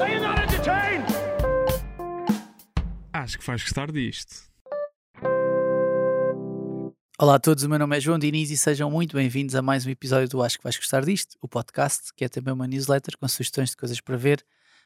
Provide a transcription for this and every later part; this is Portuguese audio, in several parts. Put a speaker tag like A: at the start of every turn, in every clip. A: Are you not entertained?
B: Acho que vais gostar disto.
C: Olá a todos, o meu nome é João Diniz e sejam muito bem-vindos a mais um episódio do Acho que Vais Gostar Disto, o podcast, que é também uma newsletter com sugestões de coisas para ver,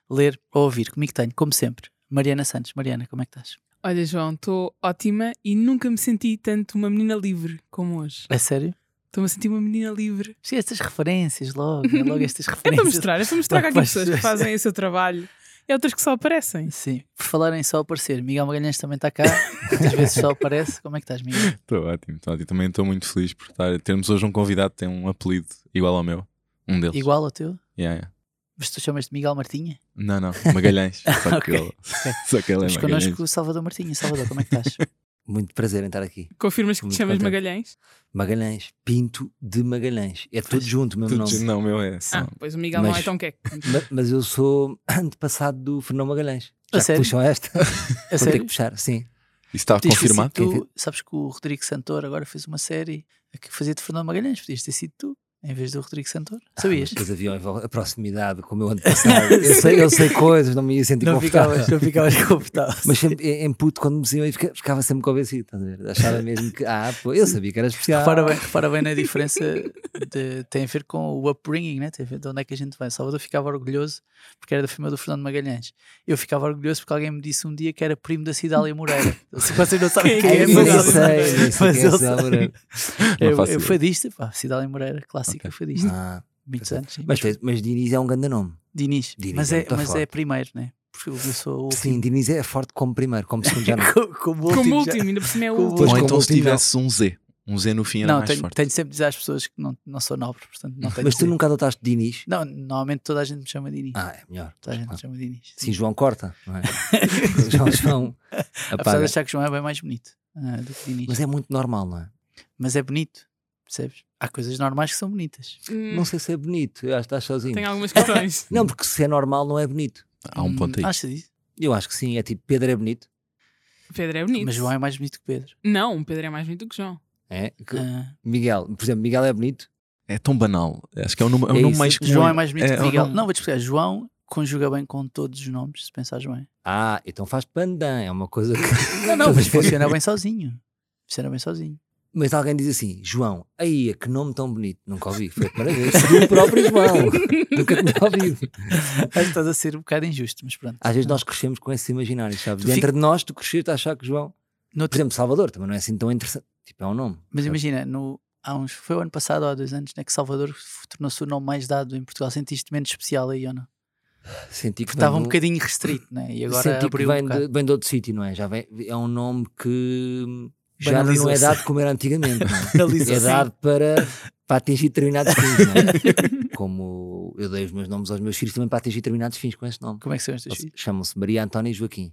C: ler ou ouvir. Comigo tenho, como sempre, Mariana Santos. Mariana, como é que estás?
D: Olha, João, estou ótima e nunca me senti tanto uma menina livre como hoje.
C: É sério?
D: Estou-me a sentir uma menina livre.
C: Sim, estas referências logo, é logo estas
D: É para
C: referências.
D: mostrar, é para mostrar que há aqui
C: Pois,
D: pessoas que
C: pois.
D: fazem o seu trabalho e outras que só aparecem.
C: Sim, por falarem só aparecer, Miguel Magalhães também está cá, muitas vezes só aparece. Como é que estás, Miguel?
E: Estou ótimo, estou ótimo. Também estou muito feliz por estar, termos hoje um convidado que tem um apelido igual ao meu. Um deles.
C: Igual ao teu?
E: Yeah, yeah.
C: Mas tu chamas-te Miguel Martinha?
E: Não, não. Magalhães. Só que,
C: Ok,
E: ele, só que ele é
C: Mas
E: Magalhães.
C: connosco o Salvador Martinha. Salvador, como é que estás?
F: Muito prazer em estar aqui.
D: Confirmas que te
F: Muito
D: chamas
F: contente.
D: Magalhães?
F: Magalhães, Pinto de Magalhães. É tudo junto, mesmo
E: Tudo
F: nome.
E: junto. Não, o meu é. só-
D: Ah, pois o Miguel não é
F: Mas-
D: tão queco.
F: Ma- Mas eu sou antepassado do Fernão Magalhães.
C: A
F: Já que
C: sério?
F: puxam esta,
C: É
F: vou ter que
C: sério?
F: puxar, sim.
E: Isso está
C: Podias ter sido
E: confirmado?
C: tu, sabes que o Rodrigo Santor agora fez uma série que fazia de Fernando Magalhães, podias ter sido tu, em vez do Rodrigo Santor.
F: Ah,
C: Sabias?
F: Depois havia a proximidade com o meu antepassado. eu, sei, eu sei coisas, não me ia sentir
C: não,
F: confortável.
C: ficavas, não ficavas confortável.
F: Mas sempre, em em puto, quando me diziam, eu fica- ficava sempre convencido. estás a ver? Achava mesmo que, ah, pô, eu sabia que era especial.
C: Repara bem, repara bem na diferença, de- tem a ver com o upbringing, né? tem a ver de onde é que a gente vem. Salvador ficava orgulhoso porque era da família do Fernando Magalhães. Eu ficava orgulhoso porque alguém me disse um dia que era primo da Cidália Moreira. Se vocês não sabem quem
D: Quem é
C: é,
F: Eu nem
D: Mas-
F: sei, nem sei
C: mas
F: quem é
C: eu
F: esse
C: sei.
F: Álvaro.
E: Não
C: eu,
E: faço
C: eu
E: ideia.
C: fadista, pá, Cidália Moreira, clássica fadista,
F: Ah,
C: muitos anos. sim.
F: mas, tens- mas Diniz é um grande nome.
C: Diniz.
F: Diniz
C: mas
F: é
C: é,
F: muito
C: mas é
F: forte.
C: primeiro, né? Porque eu sou o último.
F: Sim, Diniz é forte como primeiro, como segundo já não.
C: Co- Como último.
D: Como
C: já-
D: último, ainda por cima é o
C: Como
D: último.
E: Ou
F: Pois,
E: então
F: como
E: se
F: último, não.
E: tivesse um Z. Um Z no fim era
C: Não,
E: mais
C: tenho,
E: forte.
C: tenho sempre de dizer às pessoas que não, não sou nobre, portanto não tenho
F: Mas
C: de
F: tu
C: dizer.
F: nunca adotaste Diniz?
C: Não, normalmente toda a gente me chama Diniz.
F: Ah, é melhor.
C: toda a gente me
F: claro.
C: chama Diniz.
F: Sim, João corta, não é? João, João
C: Apesar de
F: apaga.
C: achar que João é bem mais bonito ah, do que Diniz. Mas
F: Mas
C: é...
F: é muito normal, não é?
C: bonito, percebes? Há coisas normais que são bonitas.
D: Hum,
F: Não sei se é bonito, eu acho que estás sozinho.
D: Tem algumas questões.
F: Não, porque se é normal não é bonito.
E: Há um ponto aí.
C: Acha disso?
F: Eu acho que sim, é tipo Pedro é bonito.
D: Pedro é bonito.
C: Mas João é mais bonito que Pedro.
D: Não, Pedro é mais bonito que João.
F: É? Que-
C: Ah,
F: Miguel, por exemplo, Miguel é bonito.
E: É tão banal. Acho que é o nome, é o
F: É
E: nome
F: isso.
E: mais comum.
C: João é mais bonito
E: é-
C: que Miguel.
D: não.
C: Não, vou te explicar. João conjuga bem com todos os nomes, se é. pensares bem.
F: Ah, então faz pandan, é uma coisa que.
C: Não, não, mas funciona bem sozinho. Funciona bem sozinho.
F: Mas alguém diz assim, João, aí que nome tão bonito, nunca ouvi, foi a primeira vez. Do próprio João, nunca tinha ouvido.
C: Acho que estás a ser um bocado injusto, mas pronto.
F: Às vezes nós crescemos com esses imaginários, sabes?
C: Tu
F: Dentro
C: fica-
F: de nós, tu cresceste a achar que João.
C: No
F: Por exemplo, Salvador também não é assim tão interessante. Tipo, é um nome.
C: Mas
F: sabes?
C: imagina, no, há uns, foi o ano passado ou há dois anos, né, que Salvador f- tornou-se o nome mais dado em Portugal. Sentiste menos especial aí ou não?
F: Senti que
C: Estava
F: vem
C: um
F: do-
C: bocadinho restrito, né? E agora
F: Senti que
C: abriu um
F: vem,
C: bocado.
F: de, vem de outro sítio, não é? Já vem, é um nome que já não é
C: Banalizou-se.
F: dado como era antigamente. Não é?
C: Banalizou-se.
F: é dado para, para atingir determinados fins, não é? Como eu dei os meus nomes aos meus filhos também para atingir determinados fins com esse nome.
C: Como é que são estes
F: Eles
C: filhos?
F: Chamam-se Maria Antónia e Joaquim.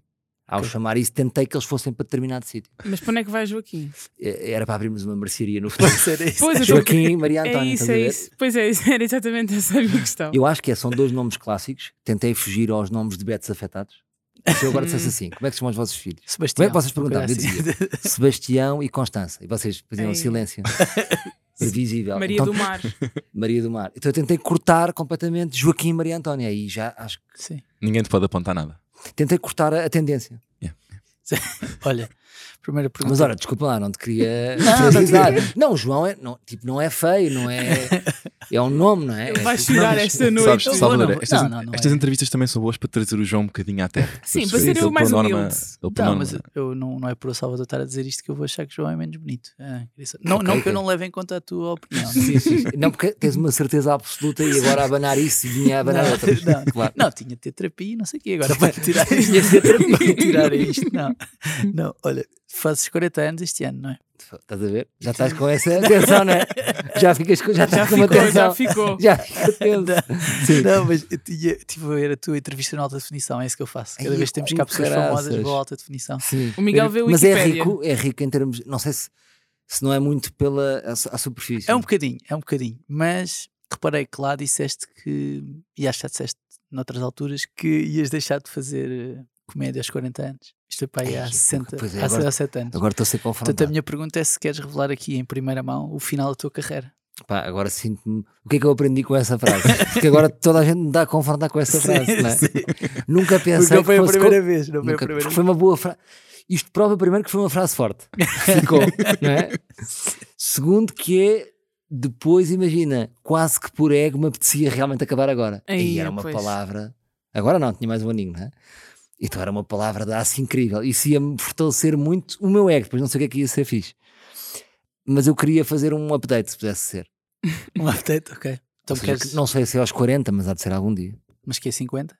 F: Ao
C: Ok.
F: chamar isso, tentei que eles fossem para determinado sítio.
D: Mas para onde é que vai Joaquim?
F: Eh, Era para abrirmos uma mercearia no futuro.
D: Pois, eu tô-
F: Joaquim e Maria
D: é
F: Antónia.
D: isso,
F: estás a
D: é
F: ver?
D: isso. Pois é, isso era exatamente essa a minha questão.
F: Eu acho que é, são dois nomes clássicos. Tentei fugir aos nomes de betos afetados. Se eu
D: Hum.
F: agora dissesse assim, como é que se chamam os vossos filhos?
C: Sebastião.
F: Como é que vocês
C: uma coisa
F: perguntavam? Eu
C: assim.
F: Sebastião e Constança. E vocês faziam
D: Ei.
F: silêncio. Previsível.
D: Maria
F: Então,
D: do Mar.
F: Maria do Mar. Então eu tentei cortar completamente Joaquim e Maria Antónia. E já acho que.
C: Sim.
E: Ninguém te pode apontar nada.
F: Tentei cortar a, a tendência.
C: Olha, primeira pergunta.
F: Mas ora, desculpa lá, não te queria.
C: Não, não te
F: não, não, o João é. Não, tipo, não é feio, não é. É um nome, não é?
D: Ele
F: É
D: vai
F: tipo,
D: chorar
F: não,
D: esta noite.
E: Sabes,
C: não vou, não
E: Salvador,
C: vou.
E: estas,
C: Não, não, não
E: estas
C: é.
E: entrevistas também são boas para trazer o João um bocadinho à terra.
D: Sim,
E: Estás a
D: para
E: perceber?
D: ser
E: Ele,
D: o
E: por
D: mais
E: norma-
D: humilde.
E: ele, por
C: Não,
E: norma-
C: mas eu não, não é por o Salvador estar a dizer isto que eu vou achar que João é menos bonito. Ah, queria só- não, não que eu não leve em conta a tua opinião. né?
F: Sim, sim, sim. Não, porque tens uma certeza absoluta e agora a abanar isso e vinha a
C: Não,
F: abanar outra.
C: não,
F: Claro.
C: não, tinha de ter terapia e não sei o quê. Agora para tirar, tinha de ter terapia e tirar isto. Não, não, olha, fazes 40 anos este ano, não é?
F: Estás a ver? Já estás com essa atenção, não é? Já ficas com, já estás
D: Já
F: com uma
D: ficou, já
F: atenção.
D: ficou.
F: Já fica tenso. Sim.
C: Não, mas eu tinha, estive a ver a tua entrevista na alta definição, é isso que eu faço. Cada
F: Ai,
C: vez que temos
F: como
C: cá pessoas
F: caraças.
C: famosas, vou à alta definição.
F: Sim.
D: O Miguel vê o
F: Mas é
D: Wikipédia.
F: rico, é rico em termos. Não sei se, se não é muito pela a, su- a superfície.
C: É um bocadinho, é um bocadinho, mas reparei que lá disseste que, e acho que já disseste noutras alturas, que ias deixar de fazer eh, comédia aos 40 anos. Isto é para aí há
F: Ei,
C: 60,
F: pois é,
C: há
F: agora-
C: 7 anos.
F: Agora estou a ser
C: Portanto, a
F: confrontado.
C: minha pergunta é se queres revelar aqui em primeira mão o final da tua carreira.
F: Pá, agora sinto-me. O que é que eu aprendi com essa frase? Porque agora toda a gente me dá a confrontar com essa frase, não é? Nunca pensei
C: Porque não foi
F: que
C: a
F: fosse co-
C: primeira vez. Não foi a
F: Nunca-
C: primeira vez.
F: Foi uma boa frase. Isto prova primeiro que foi uma frase forte. Ficou, não é? Segundo que é depois, imagina, quase que por ego me apetecia realmente acabar agora.
D: Aí,
F: e era uma
D: pois.
F: palavra. Agora não, tinha mais um aninho, não é? Então era uma palavra de aço incrível. Isso ia-me fortalecer muito o meu ego. Depois não sei o que é que ia ser fixe. Mas eu queria fazer um update, se pudesse ser.
C: Um update, ok. Então
F: Ou seja,
C: queres.
F: que Não sei se é aos 40, mas há de ser algum dia.
C: Mas que é 50?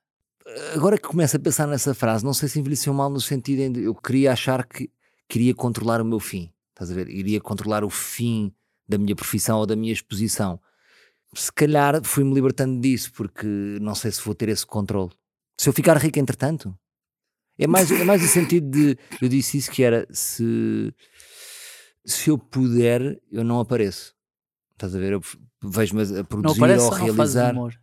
F: agora que começo a pensar nessa frase, não sei se envelheceu mal no sentido em de eu queria achar que queria controlar o meu fim. Estás a ver? Iria controlar o fim da minha profissão ou da minha exposição. Se calhar fui-me libertando disso, porque não sei se vou ter esse controle. Se eu ficar rico, entretanto, é mais, é mais o sentido de. Eu disse isso que era se, se eu puder, eu não apareço. Estás a ver? Eu vejo-me a- a
C: Não
F: produzir
C: aparece
F: ou
C: ou
F: a
C: não fazes
F: realizar.
C: humor.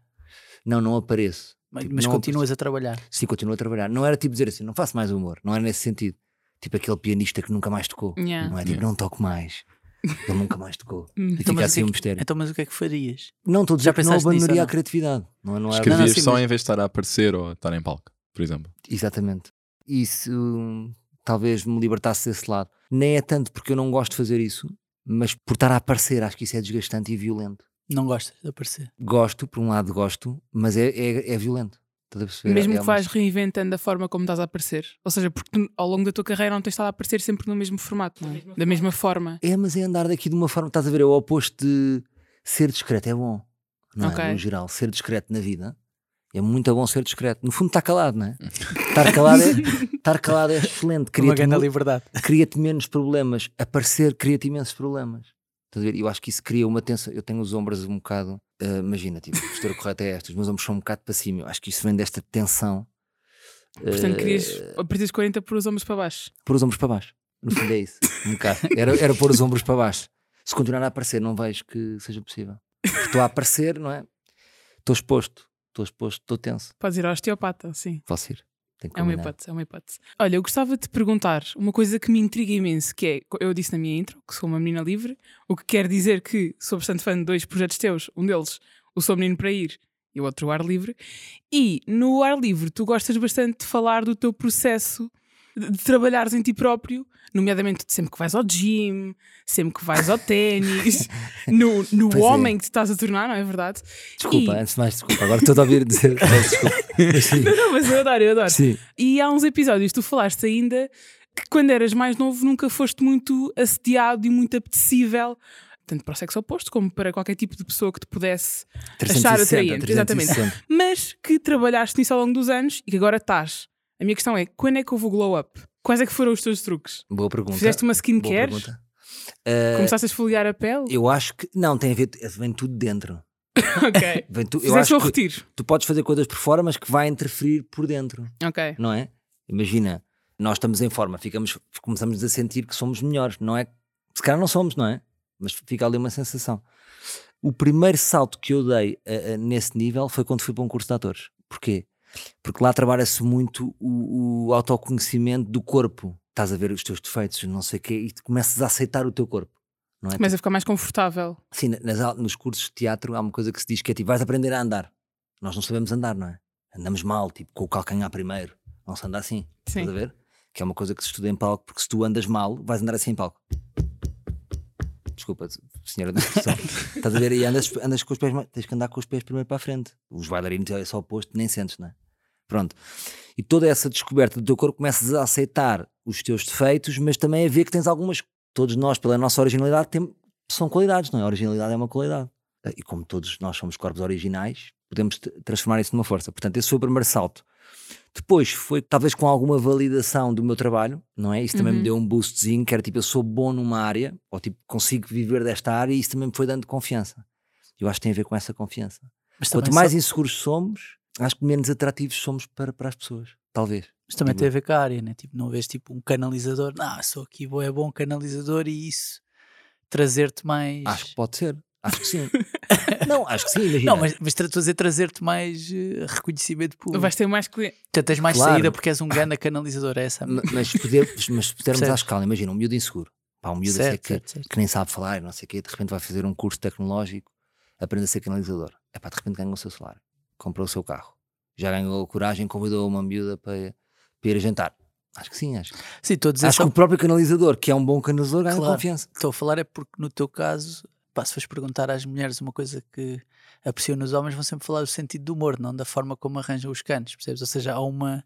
F: Não, não apareço.
C: Mas,
F: Tipo,
C: mas
F: não
C: continuas a trabalhar.
F: Sim, continuo a trabalhar. Não era tipo dizer assim, não faço mais humor. Não era nesse sentido. Tipo aquele pianista que nunca mais tocou.
D: Yeah.
F: Não é tipo, não toco mais. Ele nunca mais tocou.
D: Hum.
F: E
C: Então,
F: fica
C: mas o que
F: assim
C: é
F: um
C: que-
F: mistério.
C: Então, mas o que é que farias?
F: Não, estou a
C: Já
F: dizer que não
C: pensaste nisso,
F: abandonaria
C: ou
F: a
C: não?
F: criatividade. Não, não era-
E: Escrevias
C: sim,
E: só
C: mas-
E: em vez de estar a aparecer ou a estar em palco, por exemplo.
F: Exatamente. Isso hum, talvez me libertasse desse lado. Nem é tanto porque eu não gosto de fazer isso, mas por estar a aparecer, acho que isso é desgastante e violento.
C: Não gostas de aparecer.
F: Gosto, por um lado gosto, mas é, é, é violento. Estás a perceber?
D: Mesmo
F: É
D: que
F: uma-
D: vais reinventando a forma como estás a aparecer. Ou seja, porque tu, ao longo da tua carreira não tens estado a aparecer sempre no mesmo formato, não é? da mesma forma.
F: É, mas é andar daqui de uma forma, estás a ver, é o oposto de ser discreto, é bom. Não
D: Ok.
F: é? No geral, ser discreto na vida é muito bom ser discreto. No fundo, estar calado, não é? Estar calado é, estar calado é excelente.
C: Uma
F: Cria-te,
C: grande
F: mu-
C: liberdade.
F: cria-te menos problemas. Aparecer cria-te imensos problemas. Estás a ver? Eu acho que isso cria uma tensão. Eu tenho os ombros um bocado. ah, imagina, tipo, a postura correta é esta. Os meus ombros são um bocado para cima. Eu acho que isso vem desta tensão.
D: Portanto,
F: ah,
D: querias a partir dos 40 pôr os ombros para baixo.
F: pôr os ombros para baixo. No fundo é isso. Um bocado. Era, era pôr os ombros para baixo. Se continuar a aparecer, não vejo que seja possível. Porque Estou a aparecer, não é? Estou exposto. Estou exposto, estou tenso.
D: Podes ir ao "Oh, osteopata, sim.
F: Posso ir. Tenho que
D: É uma
F: combinar.
D: hipótese, é uma hipótese. Olha, eu gostava de te perguntar uma coisa que me intriga imenso, que é, eu disse na minha intro que sou uma menina livre, o que quer dizer que sou bastante fã de dois projetos teus, um deles, o Sou Menino para Ir, e o outro, o Ar Livre. E no Ar Livre, tu gostas bastante de falar do teu processo de, de trabalhares em ti próprio, nomeadamente sempre que vais ao gym, sempre que vais ao ténis, no, no
F: Pois é.
D: homem que te estás a tornar, não é verdade?
F: Desculpa,
D: E-
F: antes de mais, desculpa. Agora estou a ouvir dizer. peço Desculpa. Sim.
D: Não, mas eu adoro, eu adoro.
F: Sim.
D: E há uns episódios tu falaste ainda que quando eras mais novo nunca foste muito assediado e muito apetecível, tanto para o sexo oposto como para qualquer tipo de pessoa que te pudesse achar
F: 360,
D: atraente. Exatamente.
F: 360.
D: Mas que trabalhaste nisso ao longo dos anos e que agora estás. A minha questão é: quando é que houve o glow up? Quais é que foram os teus truques?
F: Boa pergunta.
D: Fizeste uma
F: Boa
D: skincare?
F: pergunta. Ah,
D: Começaste a esfoliar a pele?
F: eu acho que. Não, tem a ver. Vem tudo dentro.
D: ok.
F: Vem tu, eu
D: Fizeste um
F: acho
D: o
F: que
D: retiro.
F: tu podes fazer coisas por fora, mas que vai interferir por dentro.
D: Ok.
F: não é? Imagina, nós estamos em forma, ficamos, começamos a sentir que somos melhores, não é? Se calhar não somos, não é? Mas fica ali uma sensação. O primeiro salto que eu dei eh, eh, nesse nível foi quando fui para um curso de atores. Porquê? Porque lá trabalha-se muito o, o autoconhecimento do corpo. Estás a ver os teus defeitos, não sei o quê, e tu começas a aceitar o teu corpo. Não é?
D: Começa a ficar mais confortável.
F: Sim, na- nas au- nos cursos de teatro há uma coisa que se diz que é tipo, vais aprender a andar. Nós não sabemos andar, não é? Andamos mal, tipo, com o calcanhar primeiro. Não se anda assim.
D: Sim.
F: Estás a ver? Que é uma coisa que se estuda em palco, porque se tu andas mal, vais andar assim em palco. Desculpa, senhora da produção. Estás a ver? E andas, andas com os pés, mais- tens que andar com os pés primeiro para a frente. Os bailarinos é só o oposto, nem sentes, não é? Pronto. E toda essa descoberta do teu corpo começas a aceitar os teus defeitos, mas também a ver que tens algumas. Todos nós, pela nossa originalidade, temos, são qualidades, não é? A originalidade é uma qualidade. E como todos nós somos corpos originais, podemos t- transformar isso numa força. Portanto, esse foi o primeiro salto. Depois foi, talvez, com alguma validação do meu trabalho, não é? Isso também
D: Uhum.
F: me deu um boostzinho, que era tipo, eu sou bom numa área, ou tipo, consigo viver desta área, e isso também me foi dando confiança. Eu acho que tem a ver com essa confiança.
C: Mas
F: Quanto
C: também
F: mais
C: só-
F: inseguros somos, acho que menos atrativos somos para, para as pessoas, talvez.
C: Mas também tem a ver com a área, né? Tipo, não vês tipo um canalizador, não, sou aqui, vou- é bom canalizador e isso trazer-te mais.
F: Acho que pode ser. Acho que sim. não, acho que sim, imagina.
C: não, mas, mas tra- estou a dizer trazer-te mais eh, reconhecimento público.
D: Vais ter mais clientes.
C: Portanto, tens mais
F: Claro.
C: saída porque és um grande canalizador, é essa. a minha-
F: Ma- Mas, poder, mas pudermos à
C: Percebes?
F: escala, imagina, um miúdo inseguro, Pá, um miúdo
C: Certo,
F: assim, que,
C: certo, certo.
F: que nem sabe falar, não sei o quê, de repente vai fazer um curso tecnológico, aprende a ser canalizador. É pá, de repente ganha o seu salário, comprou o seu carro, já ganhou a coragem, convidou uma miúda para, para ir a jantar. Acho que sim, acho que.
C: Sim, estou a dizer
F: Acho
C: só-
F: que o próprio canalizador, que é um bom canalizador, ganha
C: Claro.
F: confiança.
C: estou a falar é porque no teu caso, pá, se fores perguntar às mulheres uma coisa que apreciam nos homens, vão sempre falar do sentido do humor, não da forma como arranjam os canos, percebes? Ou seja, há uma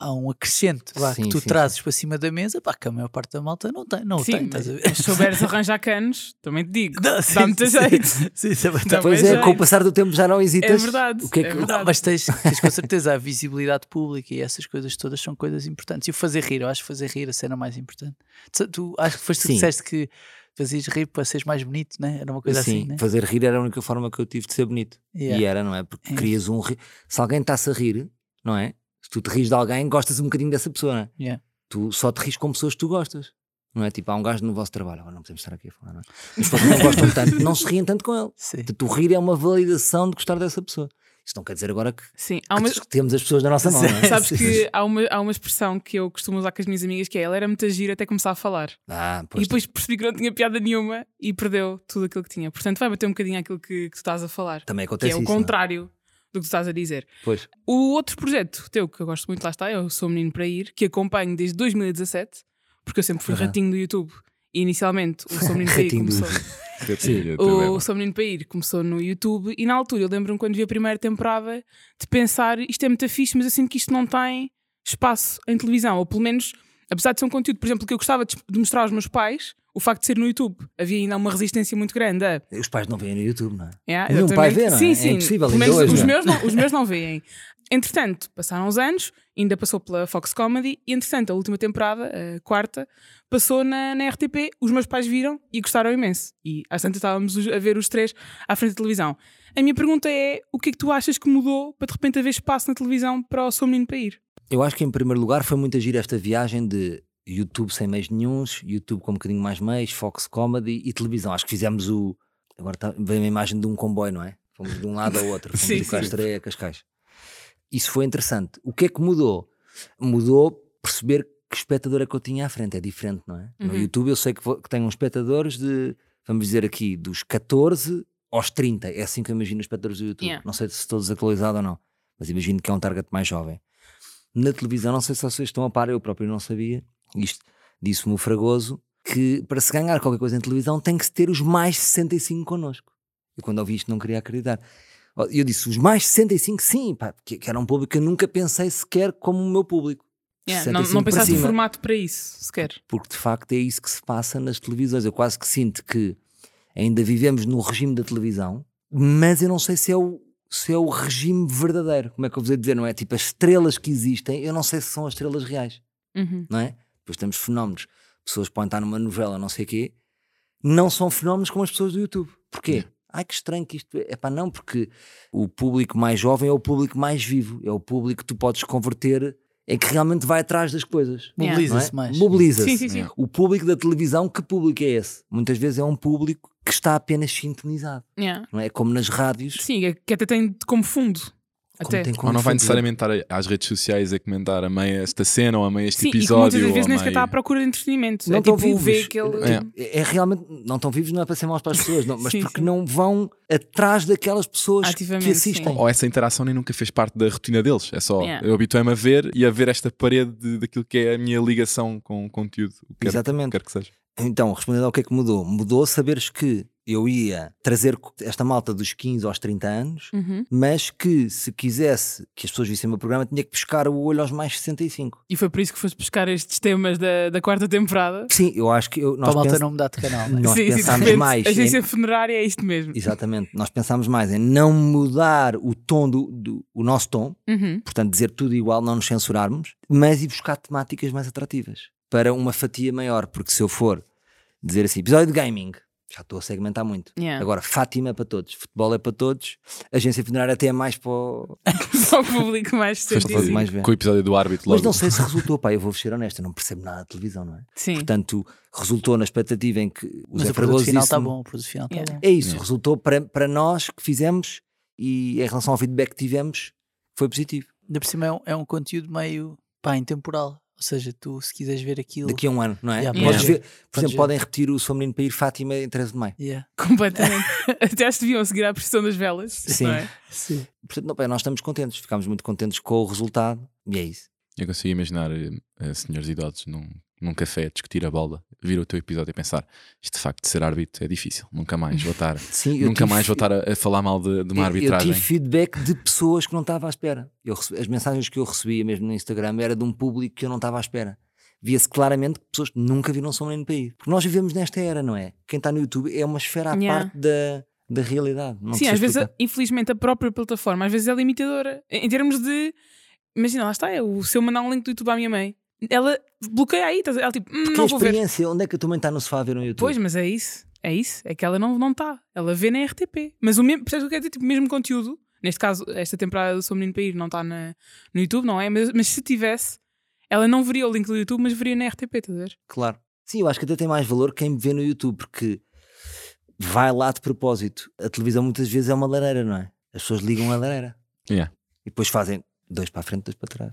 C: há um acrescente vá,
F: Sim,
C: que tu
F: sim,
C: trazes para cima da mesa, pá, que a maior parte da malta não tem, não
D: Sim,
C: tem, estás a ver?
D: mas se souberes arranjar canos, também te digo.
C: Não,
D: Dá muito
C: sim,
D: jeito.
C: Sim, também
D: Dá
C: tá-
F: Pois
D: Mas
F: é,
D: é
F: com o
D: isso.
F: passar do tempo já não hesitas.
D: É verdade,
F: O que é
D: é
F: que-
D: verdade.
C: Não, mas tens, tens com certeza a visibilidade pública e essas coisas todas são coisas importantes. E o fazer rir, eu acho que fazer rir a cena mais importante. Tu, tu- acho que foste tu que
F: Sim.
C: disseste que fazias rir para seres mais bonito, né? Era uma coisa
F: Sim,
C: assim, né?
F: fazer rir era a única forma que eu tive de ser bonito.
C: Yeah.
F: E era, não é? Porque
C: É.
F: querias um ri... Se alguém está-se a rir, não é? Se tu te rires de alguém, gostas um bocadinho dessa pessoa, não é?
C: Yeah.
F: Tu só te rires com pessoas que tu gostas. Não é? Tipo, há um gajo no vosso trabalho, agora não podemos estar aqui a falar, não é? Mas pessoas que não gostam tanto, não se riem tanto com ele.
C: Sim.
F: Portanto, o rir é uma validação de gostar dessa pessoa. Isto não quer dizer agora que,
D: Sim, há
F: que
D: uma,
F: temos as pessoas na nossa mão, não é?
D: sabes que há uma, há uma expressão que eu costumo usar com as minhas amigas que é ela era muito gira até começar a falar.
F: Ah,
D: e
F: pois.
D: depois percebi que não tinha piada nenhuma e perdeu tudo aquilo que tinha. Portanto, vai bater um bocadinho aquilo que, que tu estás a falar.
F: Também
D: que
F: acontece
D: é o
F: isso, não
D: contrário do que tu estás a dizer.
F: Pois.
D: O outro projeto teu que eu gosto muito, lá está, eu sou um menino para ir, que acompanho desde 2017, porque eu sempre fui
F: Aham.
D: ratinho do YouTube. E inicialmente o Sou Menino para ir
F: Ratinho do-
D: começou.
E: Sim,
D: O Sou Menino para ir começou no YouTube e na altura eu lembro-me quando vi a primeira temporada de pensar isto é muito fixe, mas eu sinto que isto não tem espaço em televisão, ou pelo menos, apesar de ser um conteúdo, por exemplo, que eu gostava de de mostrar aos meus pais, o facto de ser no YouTube havia ainda uma resistência muito grande a
F: Os pais não veem no YouTube, não é?
D: Yeah,
F: Nenhum pai
D: exatamente.
F: vê, não é?
D: Sim,
F: É
D: sim.
F: impossível,
D: Pelo
F: ainda
D: menos
F: hoje,
D: os,
F: não é?
D: meus não, os meus não veem. Entretanto, passaram os anos, ainda passou pela Fox Comedy e, entretanto, a última temporada, a quarta, passou na, na RTP. Os meus pais viram e gostaram imenso. E às tantas estávamos os- a ver os três à frente da televisão. A minha pergunta é: o que é que tu achas que mudou para de repente haver espaço na televisão para o seu menino para ir?
F: Eu acho que em primeiro lugar foi muito agir esta viagem de YouTube sem meios nenhuns, YouTube com um bocadinho mais meios, Fox Comedy e televisão. Acho que fizemos o. Agora tá... vem a imagem de um comboio, não é? Fomos de um lado ao outro, fomos
D: Sim,
F: do
D: sim.
F: Castro a Cascais. Isso foi interessante. O que é que mudou? Mudou perceber que espectador é que eu tinha à frente, é diferente, não é? No
D: Uhum.
F: YouTube eu sei que, vou- que tenho uns espectadores de, vamos dizer aqui, dos 14 aos 30. É assim que eu imagino os espectadores do YouTube.
D: Yeah.
F: Não sei se estou desatualizado ou não, mas imagino que é um target mais jovem. Na televisão, não sei se vocês estão a par, eu próprio não sabia, isto disse-me o Fragoso, que para se ganhar qualquer coisa em televisão tem que se ter os mais 65 connosco. Eu quando ouvi isto não queria acreditar. Ó, Eu disse, os mais 65, sim, pá, que, que era um público que eu nunca pensei sequer como o meu público.
D: Yeah, É, não,
F: 65
D: não
F: para
D: pensaste no
F: cima.
D: formato para isso sequer.
F: Porque de facto é isso que se passa nas televisões. Eu quase que sinto que ainda vivemos no regime da televisão, mas eu não sei se é o, se é o regime verdadeiro. Como é que eu vos ia dizer, não é? Tipo, as estrelas que existem, eu não sei se são as estrelas reais,
D: Uhum.
F: não é? Depois temos fenómenos. Pessoas podem estar numa novela, não sei o quê, não são fenómenos como as pessoas do YouTube. Porquê? Ai que estranho que isto é. É pá, não, porque o público mais jovem é o público mais vivo, é o público que tu podes converter, é que realmente vai atrás das coisas.
D: Yeah.
F: não é? assim,
C: Mobiliza-se mais.
F: Mobiliza-se.
D: Sim, sim, sim.
F: O público da televisão, que público é esse? Muitas vezes é um público que está apenas sintonizado,
D: Yeah.
F: não é? É Como nas rádios,
D: Sim, é que até tem como fundo.
F: como
D: até.
F: tem
E: Ou não vai
F: confuso.
E: necessariamente estar às redes sociais a comentar a meio esta cena ou a meio este
D: Sim, e que
E: episódio.
D: muitas das
E: ou
D: vezes nem
E: a
D: sequer
E: meio...
D: está à procura de entretenimento.
F: não
D: é
F: estão
D: tipo
F: vivos.
D: ver aquele.
E: É.
F: É, é realmente, não estão vivos, não é para ser maus para as pessoas, não, mas
D: Sim,
F: porque
D: sim.
F: não vão atrás daquelas pessoas que
D: Ativamente,
F: assistem.
D: sim.
E: Ou essa interação nem nunca fez parte da rotina deles. É só
D: Yeah.
E: eu habituei-me a ver e a ver esta parede de- daquilo que é a minha ligação com o conteúdo, o que quer,
F: Exatamente.
E: quer que seja.
F: Então, respondendo ao que é que mudou, mudou saberes que eu ia trazer co- esta malta dos 15 aos 30 anos,
D: Uhum.
F: mas que se quisesse que as pessoas vissem o meu programa, tinha que pescar o olho aos mais 65.
D: E foi por isso que foste buscar estes temas da, da quarta temporada.
F: Sim, eu acho que eu,
C: Para
F: nós,
C: a malta
F: pens-
C: não mudar de canal. né?
F: nós
D: Sim, sim, de
F: pensámos
D: repente,
F: mais.
D: A
F: em-
D: agência funerária é isto mesmo.
F: Exatamente. Nós pensámos mais em não mudar o tom do, do- o nosso tom,
D: Uhum.
F: portanto dizer tudo igual, não nos censurarmos, mas ir buscar temáticas mais atrativas para uma fatia maior, porque se eu for dizer assim, episódio de gaming, já estou a segmentar muito.
D: Yeah.
F: Agora, Fátima é para todos, futebol é para todos, agência funerária até é mais para o...
D: Só o público mais
E: Fez
F: sim,
E: todo-
F: sim.
D: sentido.
F: Mais bem.
E: com o episódio do árbitro
F: Mas
E: logo.
F: não sei se resultou, pá, eu vou ser honesto, eu não percebo nada de televisão, não é?
D: Sim.
F: Portanto, resultou na expectativa em que o
C: Mas
F: Zé
C: o produto
F: Fragoso
C: final está
F: disse-me-
C: bom. O produto final está
D: Yeah.
C: bom.
F: É isso,
E: É.
F: resultou para, para nós que fizemos e em relação ao feedback que tivemos, foi positivo.
C: Ainda por cima é um, é um conteúdo meio pá, intemporal. Ou seja, tu se quiseres ver aquilo.
F: Daqui a um ano, não é?
C: Yeah,
F: Podes
D: podes
F: ver, por
C: Podes
F: exemplo,
C: ver.
F: podem repetir o Sou Menino para ir Fátima em 13 de maio.
C: Yeah.
D: Completamente. Até acho que deviam seguir à pressão das velas.
F: Sim.
D: Não é?
C: Sim.
F: Portanto, não, pá, nós estamos contentes, ficámos muito contentes com o resultado e é isso.
E: Eu consigo imaginar eh, eh, senhores idosos num, num café a discutir a bola, vir o teu episódio e pensar: isto de facto de ser árbitro é difícil, nunca mais vou estar,
F: Sim, eu
E: nunca
F: tive-
E: mais vou estar a, a falar mal de, de uma
F: eu-
E: arbitragem.
F: Eu tive feedback de pessoas que não estava à espera. Eu recebi- as mensagens que eu recebia mesmo no Instagram era de um público que eu não estava à espera. Via-se claramente que pessoas que nunca viram Sou Menino para ir. Porque nós vivemos nesta era, não é? Quem está no YouTube é uma esfera à
D: Yeah.
F: parte da, da realidade. Não
D: Sim,
F: sei
D: às vezes,
F: explicar.
D: infelizmente, a própria plataforma às vezes é limitadora. Em em termos de. Imagina, lá está, é o seu mandar um link do YouTube à minha mãe. Ela bloqueia aí, estás a ver? ela tipo, "Hum,
F: Porque é a
D: não vou ver.
F: experiência, onde é que a tua mãe está no sofá a ver no YouTube?
D: Pois, mas é isso. É isso. É que ela não não está. ela vê na RTP. Mas o mesmo, percebes o que é dizer? Tipo, o mesmo conteúdo. Neste caso, esta temporada do Sou Menino para Ir não está na- no YouTube, não é? Mas, mas se tivesse, ela não veria o link do YouTube, mas veria na RTP, estás tá a ver?
F: Claro. Sim, eu acho que até tem mais valor quem me vê no YouTube, porque vai lá de propósito. A televisão muitas vezes é uma lareira, não é? As pessoas ligam a lareira.
E: Yeah.
F: E depois fazem dois para a frente, dois para trás.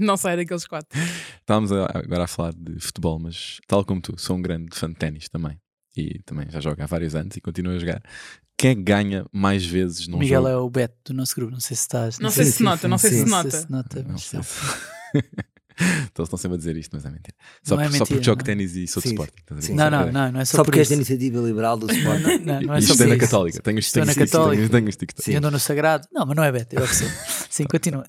D: não sai daqueles quatro.
E: Estávamos a- agora a falar de futebol, mas tal como tu, sou um grande fã de ténis também. E também já jogo há vários anos e continuo a jogar. Quem é que ganha mais vezes num
C: Miguel
E: jogo?
C: é o Beto do nosso grupo, não sei se estás.
D: Não sei
F: Sim,
D: se
F: sim,
D: nota, não
F: sim,
D: sei se
F: sim.
D: nota.
C: nota,
E: Não
C: mas
E: sei
C: não.
E: se- Todos estão sempre a dizer isto, mas é mentira. Só,
C: Não
E: por-
C: é
E: só porque
C: mentira,
E: jogo
C: não.
E: ténis e sou de
F: Sim,
E: esporte. estás a ver?
F: sim.
C: Não,
E: Só por
C: não,
E: aí.
C: não, não é
F: Só,
C: só, por
F: porque és
C: isso.
F: da iniciativa liberal do Sport.
C: Não, não é
E: Isto
C: só
E: é
C: por
E: na
C: isso.
E: Católica. Tenho os
C: Isto é na
E: tenho os tiques, tenho os-
C: Católica.
E: tenho os tiques.
C: Eu ando no sagrado. Não, mas não é Beto, eu é que sou.
F: Tá.
C: Sim, continua.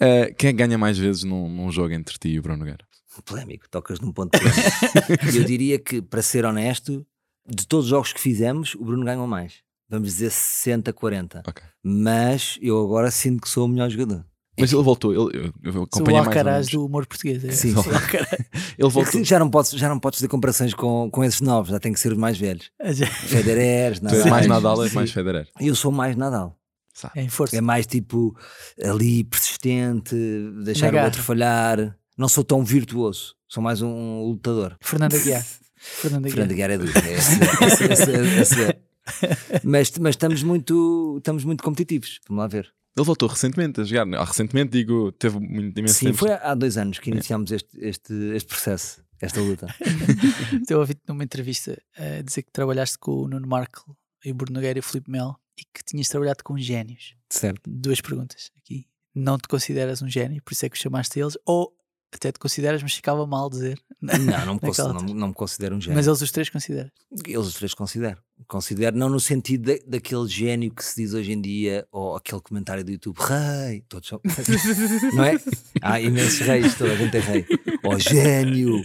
E: Eh, Quem é que ganha mais vezes num, num jogo entre ti e o Bruno Nogueira?
F: Polémico, tocas num ponto polémico. Eu diria que, para ser honesto, de todos os jogos que fizemos, o Bruno ganhou mais. Vamos dizer 60-40.
E: Ok.
F: Mas eu agora sinto que sou o melhor jogador.
E: Mas ele voltou, ele, eu- eu
C: Sou o
E: acompanhei mais ou
C: Alcaraz
E: menos.
C: do humor português. é.
F: um. Sim.
C: Sou o Alcaraz.
E: Ele
F: É que
E: voltou.
F: Já não, posso, já não podes fazer comparações com, com esses novos, já tem que ser os mais velhos.
C: É,
F: Federer,
E: Tu és
F: Nadal.
E: mais Nadal, és mais Federer.
F: Eu sou mais Nadal.
E: Sabe?
C: É em força.
F: É mais tipo ali persistente, deixar
C: Na
F: o outro
C: garra.
F: falhar. Não sou tão virtuoso, sou mais um lutador.
C: Fernando Aguiar. Fernando Aguiar.
F: Fernando Guerra é duro. é esse- esse- esse- é esse- esse- Mas, mas estamos, muito, estamos muito competitivos. Vamos lá ver.
E: Ele voltou recentemente a jogar. Ah, recentemente, digo, teve muito imenso
F: Sim,
E: tempo.
F: foi há dois anos que iniciámos este, este, este processo, esta luta.
C: Então, Eu ouvi-te numa entrevista a dizer que trabalhaste com o Nuno Marco e o Bruno Nogueira e o Filipe Mel e que tinhas trabalhado com génios.
F: Certo.
C: Duas perguntas aqui. Não te consideras um gênio, por isso é que os chamaste eles, ou até te consideras, mas ficava mal dizer.
F: Não, não me,
C: Naquela
F: considero, não,
C: altura.
F: não me considero um gênio.
C: Mas eles os três consideram.
F: Eles os três consideram. Considero, não no sentido da- daquele gênio que se diz hoje em dia, ou aquele comentário do YouTube, rei, todos são. não é? Há imensos reis, toda a gente é rei. Ou gênio.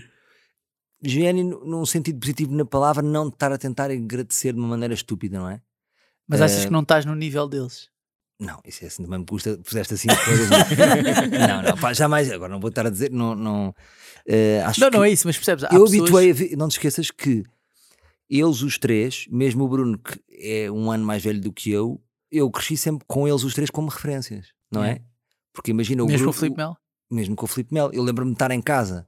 F: Gênio, no- num sentido positivo na palavra, não de estar a tentar agradecer de uma maneira estúpida, não é?
C: Mas
F: Eh,
C: achas que não estás no nível deles?
F: Não, isso é assim, também me custa, puseste assim as coisas. não. não, não, pá, jamais, agora não vou estar a dizer, não. não eh, acho
C: Não,
F: que-
C: não é isso, mas percebes? há
F: eu
C: pessoas-
F: habituei a ver, não te esqueças que eles os três, mesmo o Bruno que é um ano mais velho do que eu, eu cresci sempre com eles os três como referências, não é? Porque imagina o
C: Uhum. Mesmo com
F: Bruno,
C: o Filipe Mel?
F: mesmo com o Filipe Mel, eu lembro-me de estar em casa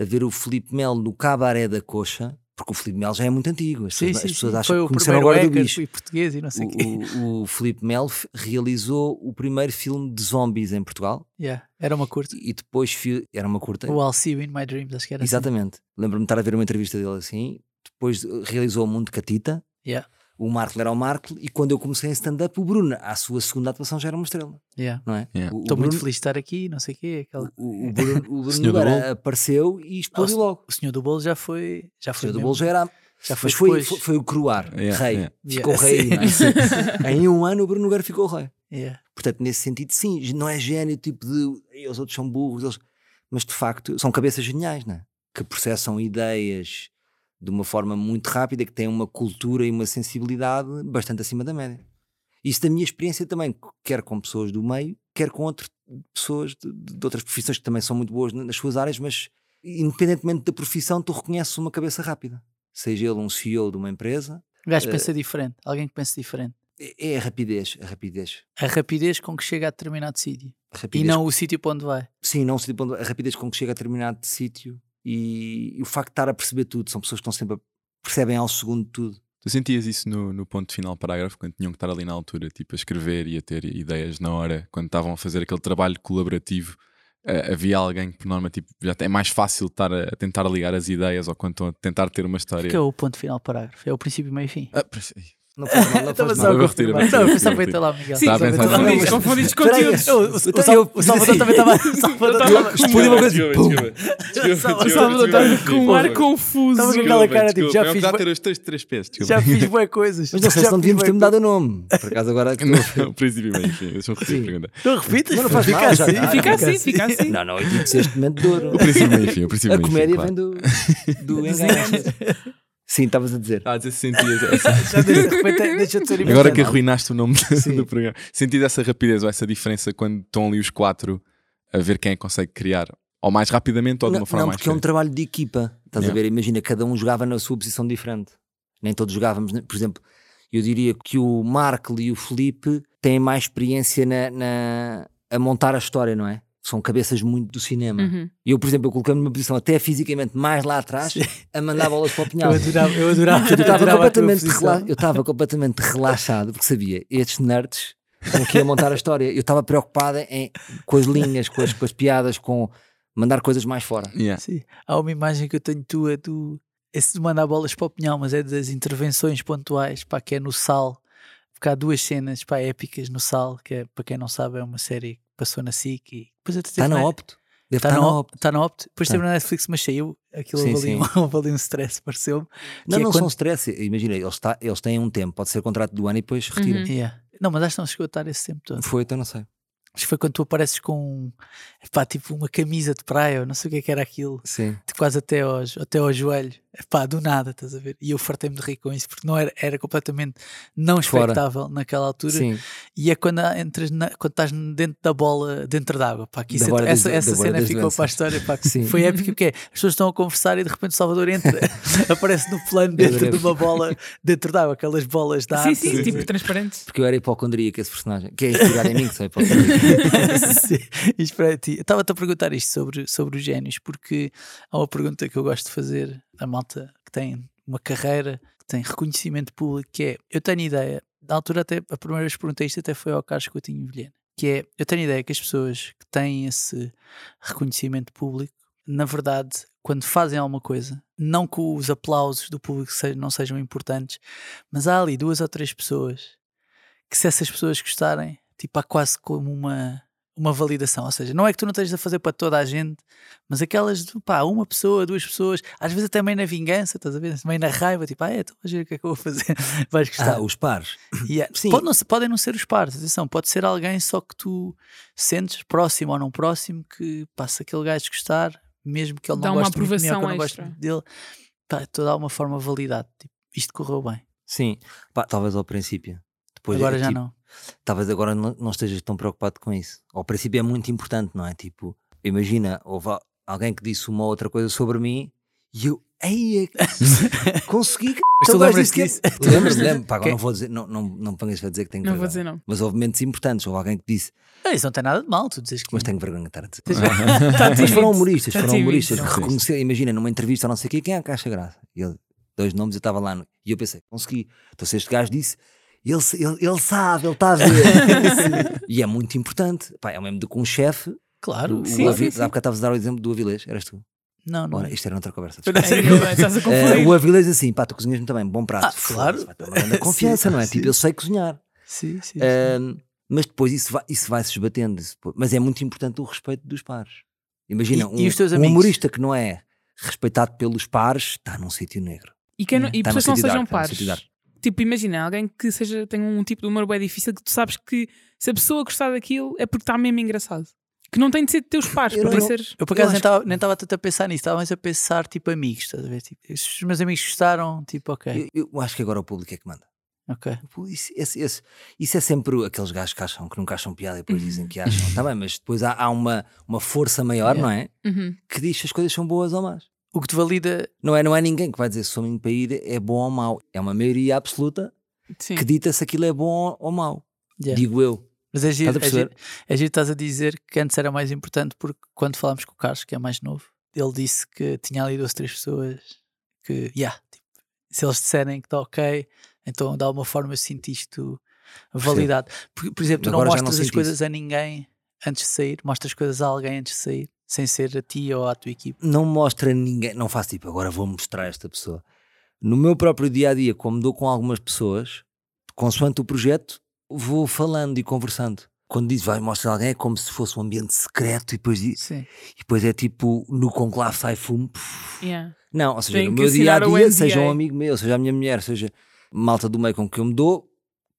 F: a ver o Filipe Mel no cabaré da coxa, porque o Filipe Mel já é muito antigo, as
C: Sim,
F: pessoas,
C: sim,
F: as pessoas
C: sim.
F: acham
C: Foi
F: que
C: o
F: conheceram
C: primeiro
F: agora do
C: hacker,
F: bicho.
C: foi português e não sei o quê.
F: O, o, o Filipe Mel f- realizou o primeiro filme de zombies em Portugal
C: Yeah, Era uma curta.
F: e depois fi- era uma curta.
C: O I'll See You in My Dreams, acho que era assim.
F: Exatamente. Lembro-me de estar a ver uma entrevista dele assim. Depois eh, realizou o Mundo Catita.
C: Yeah.
F: O Markle era o Markle. E quando eu comecei em stand-up, o Bruno, à sua segunda atuação, já era uma estrela.
C: Yeah.
F: Não é?
E: Yeah.
F: O, o
C: Estou muito
F: Bruno-
C: feliz de estar aqui, não sei o quê. aquela-
F: O, o Bruno, o Bruno
E: Senhor do
F: Nogueira
E: Bolo.
F: apareceu e explodiu logo.
C: O Senhor do Bolo já foi. Já
F: O
C: foi.
F: Senhor do
C: mesmo.
F: Bolo já era.
C: Já foi
F: Mas foi,
C: depois.
F: foi, foi o Croar,
E: Yeah,
F: rei.
E: yeah.
F: Ficou
C: Yeah,
F: rei.
C: sim.
F: não é? em um ano, o Bruno Nogueira ficou rei.
C: Yeah.
F: Portanto, nesse sentido, sim, não é gênio tipo de "Ei, os outros são burros, eles-" mas de facto são cabeças geniais, não é? que processam ideias de uma forma muito rápida, que têm uma cultura e uma sensibilidade bastante acima da média. Isso da minha experiência também, quer com pessoas do meio, quer com outras pessoas de, de outras profissões que também são muito boas nas suas áreas, mas independentemente da profissão, tu reconheces uma cabeça rápida, seja ele um CEO de uma empresa,
C: Um gajo
F: Eh,
C: pensa diferente, alguém que pensa diferente.
F: é é a rapidez, a rapidez.
C: A rapidez com que chega a determinado sítio
F: A rapidez
C: e não o sítio para onde vai.
F: Sim, não se tipo, a rapidez com que chega a determinado sítio e, e o facto de estar a perceber tudo. São pessoas que estão sempre a, percebem ao segundo tudo.
E: Tu sentias isso no, no ponto final do parágrafo, quando tinham que estar ali na altura, tipo, a escrever e a ter ideias na hora, quando estavam a fazer aquele trabalho colaborativo eh, havia alguém que, por norma, tipo, já é mais fácil estar a a tentar ligar as ideias ou quando estão a tentar ter uma história.
C: que é o ponto final do parágrafo? É o princípio, meio e fim.
E: Ah, pois- ih,
F: Não faz mal, não
C: Estava
F: faz
C: só
E: mal.
C: a
E: Eu vou retirar,
C: confirmar.
E: vou
C: Não, eu
E: retirar,
C: pensava
E: vou
C: em ter lá o
F: Tá,
C: Miguel.
D: Sim,
E: Está a
D: só-
E: pensar-
D: confundiste, confundiste
F: Espera aí,
D: conteúdos.
C: Eu- o- o- o Sal- O Salvador também estava. o Salvador estava-
F: Respondi uma coisa.
C: Salvador
D: O Salvador estava com um ar
B: Desculpa.
D: confuso.
C: Estava com aquela cara tipo, já fiz,
E: já
C: bué-
E: ter os três, três pés. desculpa.
C: já fiz boas coisas.
F: Mas não sei
C: Já
F: se não
C: fiz
F: devíamos
C: bué
F: ter mudado o nome. Por acaso agora.
E: Não, o princípio bem, enfim, deixa-me repetir a
F: Sim.
E: pergunta.
C: coisas. Não repitas,
F: Mas não faz
C: fica
F: mal, já
C: assim.
F: está.
D: Fica assim, fica assim.
F: Não, não, eu digo que este momento de dor.
E: O princípio bem, enfim, o princípio
F: A
E: bem, enfim,
F: comédia
E: claro.
F: vem do, do enganar. Sim, estavas a dizer.
E: Ah, dizer se sentias essa-
C: Já de de repente deixa de ser
E: Agora
C: importante.
E: que arruinaste o nome
F: Sim.
E: do programa, sentias essa rapidez ou essa diferença quando estão ali os quatro a ver quem é que consegue criar? Ou mais rapidamente ou de
F: Não,
E: uma forma
F: não,
E: mais
F: porque é um
E: diferente?
F: trabalho de equipa. Estás
E: Yeah.
F: a ver? Imagina, cada um jogava na sua posição diferente. Nem todos jogávamos. né? Por exemplo, eu diria que o Markle e o Felipe têm mais experiência na, na- a montar a história, não é? São cabeças muito do cinema.
D: Uhum.
F: Eu, por exemplo, eu colocando me numa posição até fisicamente mais lá atrás a mandar bolas para o
C: Eu
F: pinhal.
C: adorava, eu adorava.
F: Eu
C: adorava
F: estava
C: a tua
F: completamente,
C: posição.
F: rela- eu estava completamente relaxado porque sabia, estes nerds estão aqui a montar a história. Eu estava preocupado em, com as linhas, com as, com as piadas, com mandar coisas mais fora.
E: Yeah.
C: Sim. Há uma imagem que eu tenho tua do. Esse de mandar bolas para o pinhal, mas é das intervenções pontuais, pá, que é no Sal. Porque há duas cenas, pá, épicas no Sal, que é, para quem não sabe, é uma série que passou na SIC e depois até
F: Está
C: teve
F: Tá na opto. Deve
C: Está
F: estar
C: na
F: é- tá na
C: Op-
F: opto.
C: Está na Opt. Depois
F: Tá.
C: teve na Netflix, mas saiu. Aquilo
F: Sim,
C: houve ali
F: sim.
C: um- houve ali um stress, pareceu-me.
F: Não,
C: é
F: não
C: quando-
F: são stress. Imagina, eles, tá- eles têm um tempo, pode ser contrato do ano e depois retiram.
D: Uhum.
C: Yeah. Não, mas acho que não chegou a estar esse tempo todo.
F: Foi, então não sei.
C: Acho que foi quando tu apareces com pá, tipo uma camisa de praia, ou não sei o que é que era aquilo,
F: Sim.
C: de quase até ao, até ao joelho, pá, do nada, estás a ver? E eu fartei-me de rir com isso, porque não era, era completamente não
F: Fora.
C: expectável naquela altura.
F: Sim.
C: E é quando, há- entras na- quando estás dentro da bola, dentro d'água, pá, que
F: Da
C: isso,
F: bola das-
C: essa,
F: da
C: essa
F: bola
C: cena
F: das
C: ficou
F: doenças.
C: para a história, pá, que
F: Sim.
C: foi épico, que é, as pessoas estão a conversar e de repente o Salvador entra, aparece no plano dentro de
F: adorei.
C: uma bola, dentro d'água, aquelas bolas
F: Tá
C: da
D: Sim,
C: arte,
D: sim, tipo transparentes.
F: Porque eu era hipocondríaco, esse personagem. Que é inspirar em mim que sou hipocondríaco.
C: Sim, isto para ti. Eu Estava-te a perguntar isto sobre, sobre os génios, porque há uma pergunta que eu gosto de fazer à malta que tem uma carreira, que tem reconhecimento público, que é, eu tenho ideia, na altura até, a primeira vez que perguntei isto até foi ao Carlos Coutinho Vilhena, que é, eu tenho ideia que as pessoas que têm esse reconhecimento público, na verdade, quando fazem alguma coisa, não que os aplausos do público sejam, não sejam importantes, mas há ali duas ou três pessoas que se essas pessoas gostarem, tipo, há quase como uma uma validação, ou seja, não é que tu não estejas a fazer para toda a gente, mas aquelas de pá, uma pessoa, duas pessoas, às vezes até meio na vingança, estás a ver? Meio na raiva, tipo, ah, é, então vamos ver o que é que eu vou fazer, vais gostar.
F: Ah, os pares.
C: E é-
F: sim.
C: pode não ser- podem não ser os pares, atenção, pode ser alguém só que tu sentes, próximo ou não próximo, que pá, se aquele gajo gostar, mesmo que ele
D: Dá
C: não
D: uma
C: goste muito de mim ou que eu
D: aprovação
C: não goste
D: extra.
C: dele, pá, tu dá uma forma validade, tipo, isto correu bem,
F: Sim. Pá, talvez ao princípio. Depois
C: agora
F: é
C: já
F: tipo-
C: não.
F: talvez agora não, não estejas tão preocupado com isso. Ao princípio é muito importante, não é? Tipo, imagina, houve al- alguém que disse uma outra coisa sobre mim e eu, ei, é- consegui. c******."
C: Mas tu
F: Agora
C: lembras-te
F: disse que- Lembras-te? Lembro. Pá, agora
C: Ok.
F: não vou dizer, não, não, não ponhas a dizer que tenho
D: Não vou
F: vergonha.
D: dizer não.
F: Mas houve momentos importantes, houve alguém que disse,
C: Ah, Isso não tem nada de mal, tu dizes que
F: mas tenho vergonha de estar a dizer.
D: Tá
F: Mas
D: tímido.
F: foram humoristas,
D: Tá
F: foram
D: tímido.
F: humoristas que
E: Sim, sim.
F: reconheceram, imagina, numa entrevista, não sei o quê, quem é a Caixa Graça? E ele, dois nomes, eu estava lá no- e eu pensei, consegui. Então se este gajo disse, ele, se- ele, ele sabe, ele está a ver. Sim. e é muito importante, Pá, é o mesmo do que um chefe.
C: claro,
F: o,
D: sim,
F: o
C: claro.
F: Avi-
D: sim.
F: Há bocado estavas a dar o exemplo do Avilés, eras tu.
C: não, não. é.
F: Ora, isto era outra conversa.
C: Eu não
F: desculpa.
D: Aí,
C: sei.
D: aí, Estás a
F: Eh,
D: confundir.
F: o Avilés assim, pá, tu cozinhas-me também, bom prato.
C: Ah, claro.
F: Vai ter uma grande confiança, não é? Tipo, eu sei cozinhar.
C: Sim, sim, sim.
F: Ahm, mas depois isso vai, isso vai se esbatendo. isso depois- Mas é muito importante o respeito dos pares. Imagina, um,
C: E- e os teus
F: um
C: amigos?
F: humorista que não é respeitado pelos pares está num sítio negro.
D: E, quem não- e
F: Tá no
D: pessoas que não
F: sentido
D: sejam
F: dark, tá no sentido
D: pares.
F: dark.
D: Tipo, imagina, alguém que seja, tenha um tipo de humor bem difícil que tu sabes que se a pessoa gostar daquilo é porque está mesmo engraçado. Que não tem de ser de teus pares
F: Eu
D: para
F: não-
D: seres.
C: Eu por acaso nem
F: Eu acho que-
C: tava- nem estava tanto a pensar nisso, estava mais a pensar tipo amigos, estás a ver? Tipo, se os meus amigos gostaram, tipo, ok,
F: Eu, eu acho que agora o público é que manda.
C: ok.
F: O público- Isso, esse- esse- isso é sempre o- aqueles gajos que acham que nunca acham piada e depois dizem que acham. Está bem, mas depois há, há uma, uma força maior, não é?
D: Uhum.
F: Que diz se as coisas são boas ou más.
C: O que te valida,
F: Não é, não é ninguém que vai dizer se o menino para ir é bom ou mau. É uma maioria absoluta
D: Sim.
F: que dita se aquilo é bom ou mau.
C: Yeah.
F: Digo eu.
C: mas é giro,
F: Estás a
C: é giro, é giro estás a dizer que antes era mais importante porque quando falámos com o Carlos, que é mais novo, ele disse que tinha ali duas, três pessoas que, yeah, tipo, se eles disserem que está ok, então de alguma forma eu sinto isto validado. Por, por exemplo, tu não
F: Agora já não
C: mostras as
F: sinto
C: coisas a ninguém antes de sair, mostras coisas a alguém antes de sair, sem ser a ti ou à tua equipe.
F: não mostra a ninguém, não faço tipo, agora vou mostrar esta pessoa. No meu próprio dia a dia, como dou com algumas pessoas, consoante o projeto, vou falando e conversando. Quando diz vai mostrar alguém, é como se fosse um ambiente secreto e depois, e
C: Sim.
F: depois é tipo no conclave sai fumo. puf.
D: Yeah.
F: Não, ou seja,
D: Tem
F: no
D: que
F: meu dia a
D: assinar o
F: dia,
D: NDA.
F: seja um amigo meu, seja a minha mulher, seja malta do meio com que eu me dou,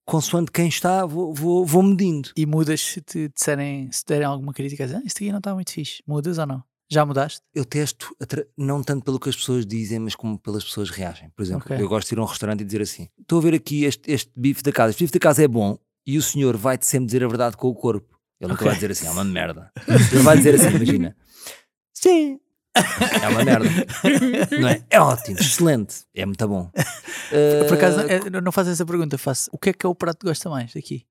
F: consoante quem está, vou, vou, vou medindo.
C: E mudas se te disserem, se derem alguma crítica, dizem, ah, isto aqui não está muito fixe. Mudas ou não? Já mudaste?
F: eu testo atra- não tanto pelo que as pessoas dizem, mas como pelas pessoas reagem. Por exemplo,
C: Ok.
F: eu gosto de ir a um restaurante e dizer assim: estou a ver aqui este, este bife da casa, este bife da casa é bom e o senhor vai-te sempre dizer a verdade com o corpo. Ele nunca
C: Ok.
F: vai dizer assim, é uma merda. Ele vai dizer assim, imagina. Sim. É uma merda. Não é? É ótimo, excelente. É muito bom.
C: Por acaso, é- não-
F: Eh,
C: eu não faço essa pergunta, faço o que é que é o prato que gosta mais daqui?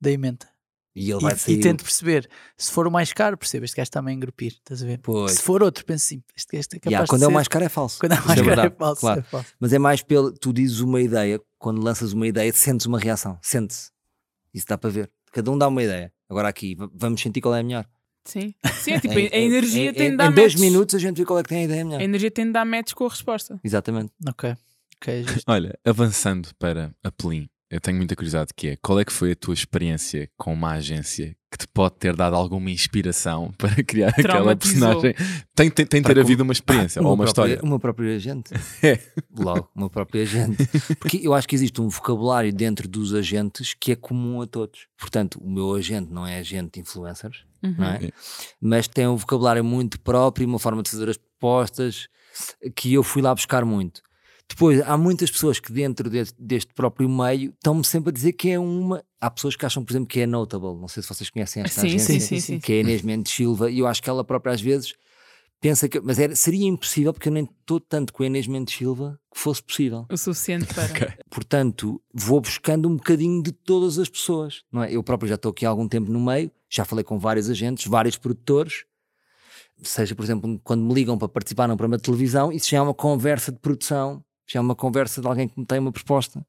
C: Da emenda.
F: E ele vai
C: E,
F: sair.
C: e tento perceber. Se for o mais caro, percebo, este gajo está meio a engrupir, estás a ver?
F: Pois.
C: Se for outro, penso assim, este gajo é capaz
F: Yeah,
C: de
F: quando é o
C: ser-
F: mais caro é falso.
C: Quando é
F: Isso
C: mais caro é
F: verdade,
C: falso,
F: claro.
C: é falso.
F: Mas é mais pelo. Tu dizes uma ideia, quando lanças uma ideia, sentes uma reação. Sente-se. Isso dá para ver. Cada um dá uma ideia. Agora aqui, v- vamos sentir qual é a melhor.
D: Sim. Sim, é tipo,
F: Em-
D: a energia
F: em,
D: tem
F: em,
D: de dar
F: Em dois
D: matches.
F: minutos a gente vê qual é que tem a ideia melhor.
D: A energia tem de dar match com a resposta.
F: Exatamente.
C: Ok, ok. é justo.
E: Olha, avançando para a Plin, eu tenho muita curiosidade que é qual é que foi a tua experiência com uma agência que te pode ter dado alguma inspiração para criar aquela
D: Traumatizou.
E: personagem? Tem, tem, tem de ter
F: Para com-
E: havido uma experiência ou
F: O
E: uma
F: meu próprio-
E: história.
F: O meu próprio agente.
E: É.
F: Logo, o meu próprio agente. Porque eu acho que existe um vocabulário dentro dos agentes que é comum a todos. Portanto, o meu agente não é agente de influencers, não é?
E: Uhum.
F: Mas tem um vocabulário muito próprio, uma forma de fazer as propostas que eu fui lá buscar muito. Depois, há muitas pessoas que dentro deste, deste próprio meio estão-me sempre a dizer que é uma. Há pessoas que acham, por exemplo, que é Notable. Não sei se vocês conhecem esta
D: Sim,
F: agência
D: sim, sim, sim.
F: que é a Inês Mendes Silva, e eu acho que ela própria às vezes pensa que. Mas era- seria impossível, porque eu nem estou tanto com a Inês Mendes Silva que fosse possível.
D: O suficiente para.
F: Portanto, vou buscando um bocadinho de todas as pessoas, não é? Eu próprio já estou aqui há algum tempo no meio, já falei com vários agentes, vários produtores. Seja, por exemplo, um, quando me ligam para participar num programa de televisão, isso já é uma conversa de produção, já é uma conversa de alguém que me tem uma proposta.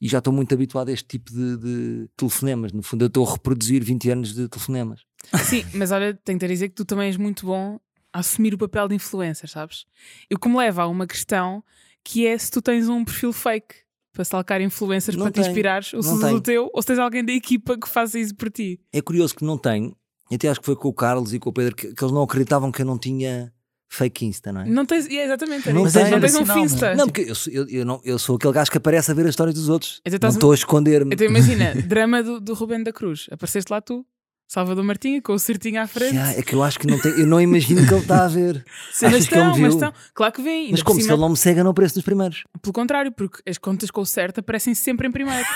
F: E já estou muito habituado a este tipo de, de telefonemas. No fundo, eu estou a reproduzir 20 anos de telefonemas.
D: Sim, mas olha, tenho que te dizer que tu também és muito bom a assumir o papel de influencer, sabes? E o que me leva a uma questão que é se tu tens um perfil fake para salcar influencers
F: Não
D: para te
F: tenho,
D: inspirares, ou se
F: não
D: usas o
F: tenho.
D: teu, ou se tens alguém da equipa que faça isso por ti.
F: É curioso que não tenho, e até acho que foi com o Carlos e com o Pedro, que, que eles não acreditavam que eu não tinha fake Insta, não é?
D: Não tens, e é exatamente,
F: Não
D: não,
F: tenho.
D: tens, não tens um
C: Não, não.
D: finsta.
F: Não, porque eu sou, eu, eu não, eu sou aquele gajo que aparece a ver as histórias dos outros.
D: Então
F: não
D: estás-
F: estou a esconder-me.
D: Então imagina, drama do, do Rubén da Cruz, apareceste lá tu, Salvador Martinha, com o certinho à frente.
F: Yeah, é que eu acho que não tem, eu não imagino que ele está a ver.
D: Sim, mas
F: Achas que ele
D: estão,
F: me
D: mas
F: viu?
D: estão. Claro que vem.
F: Mas como se ele não me segue, eu não apareço nos primeiros.
D: Pelo contrário, porque as contas com o certo aparecem sempre em primeiro.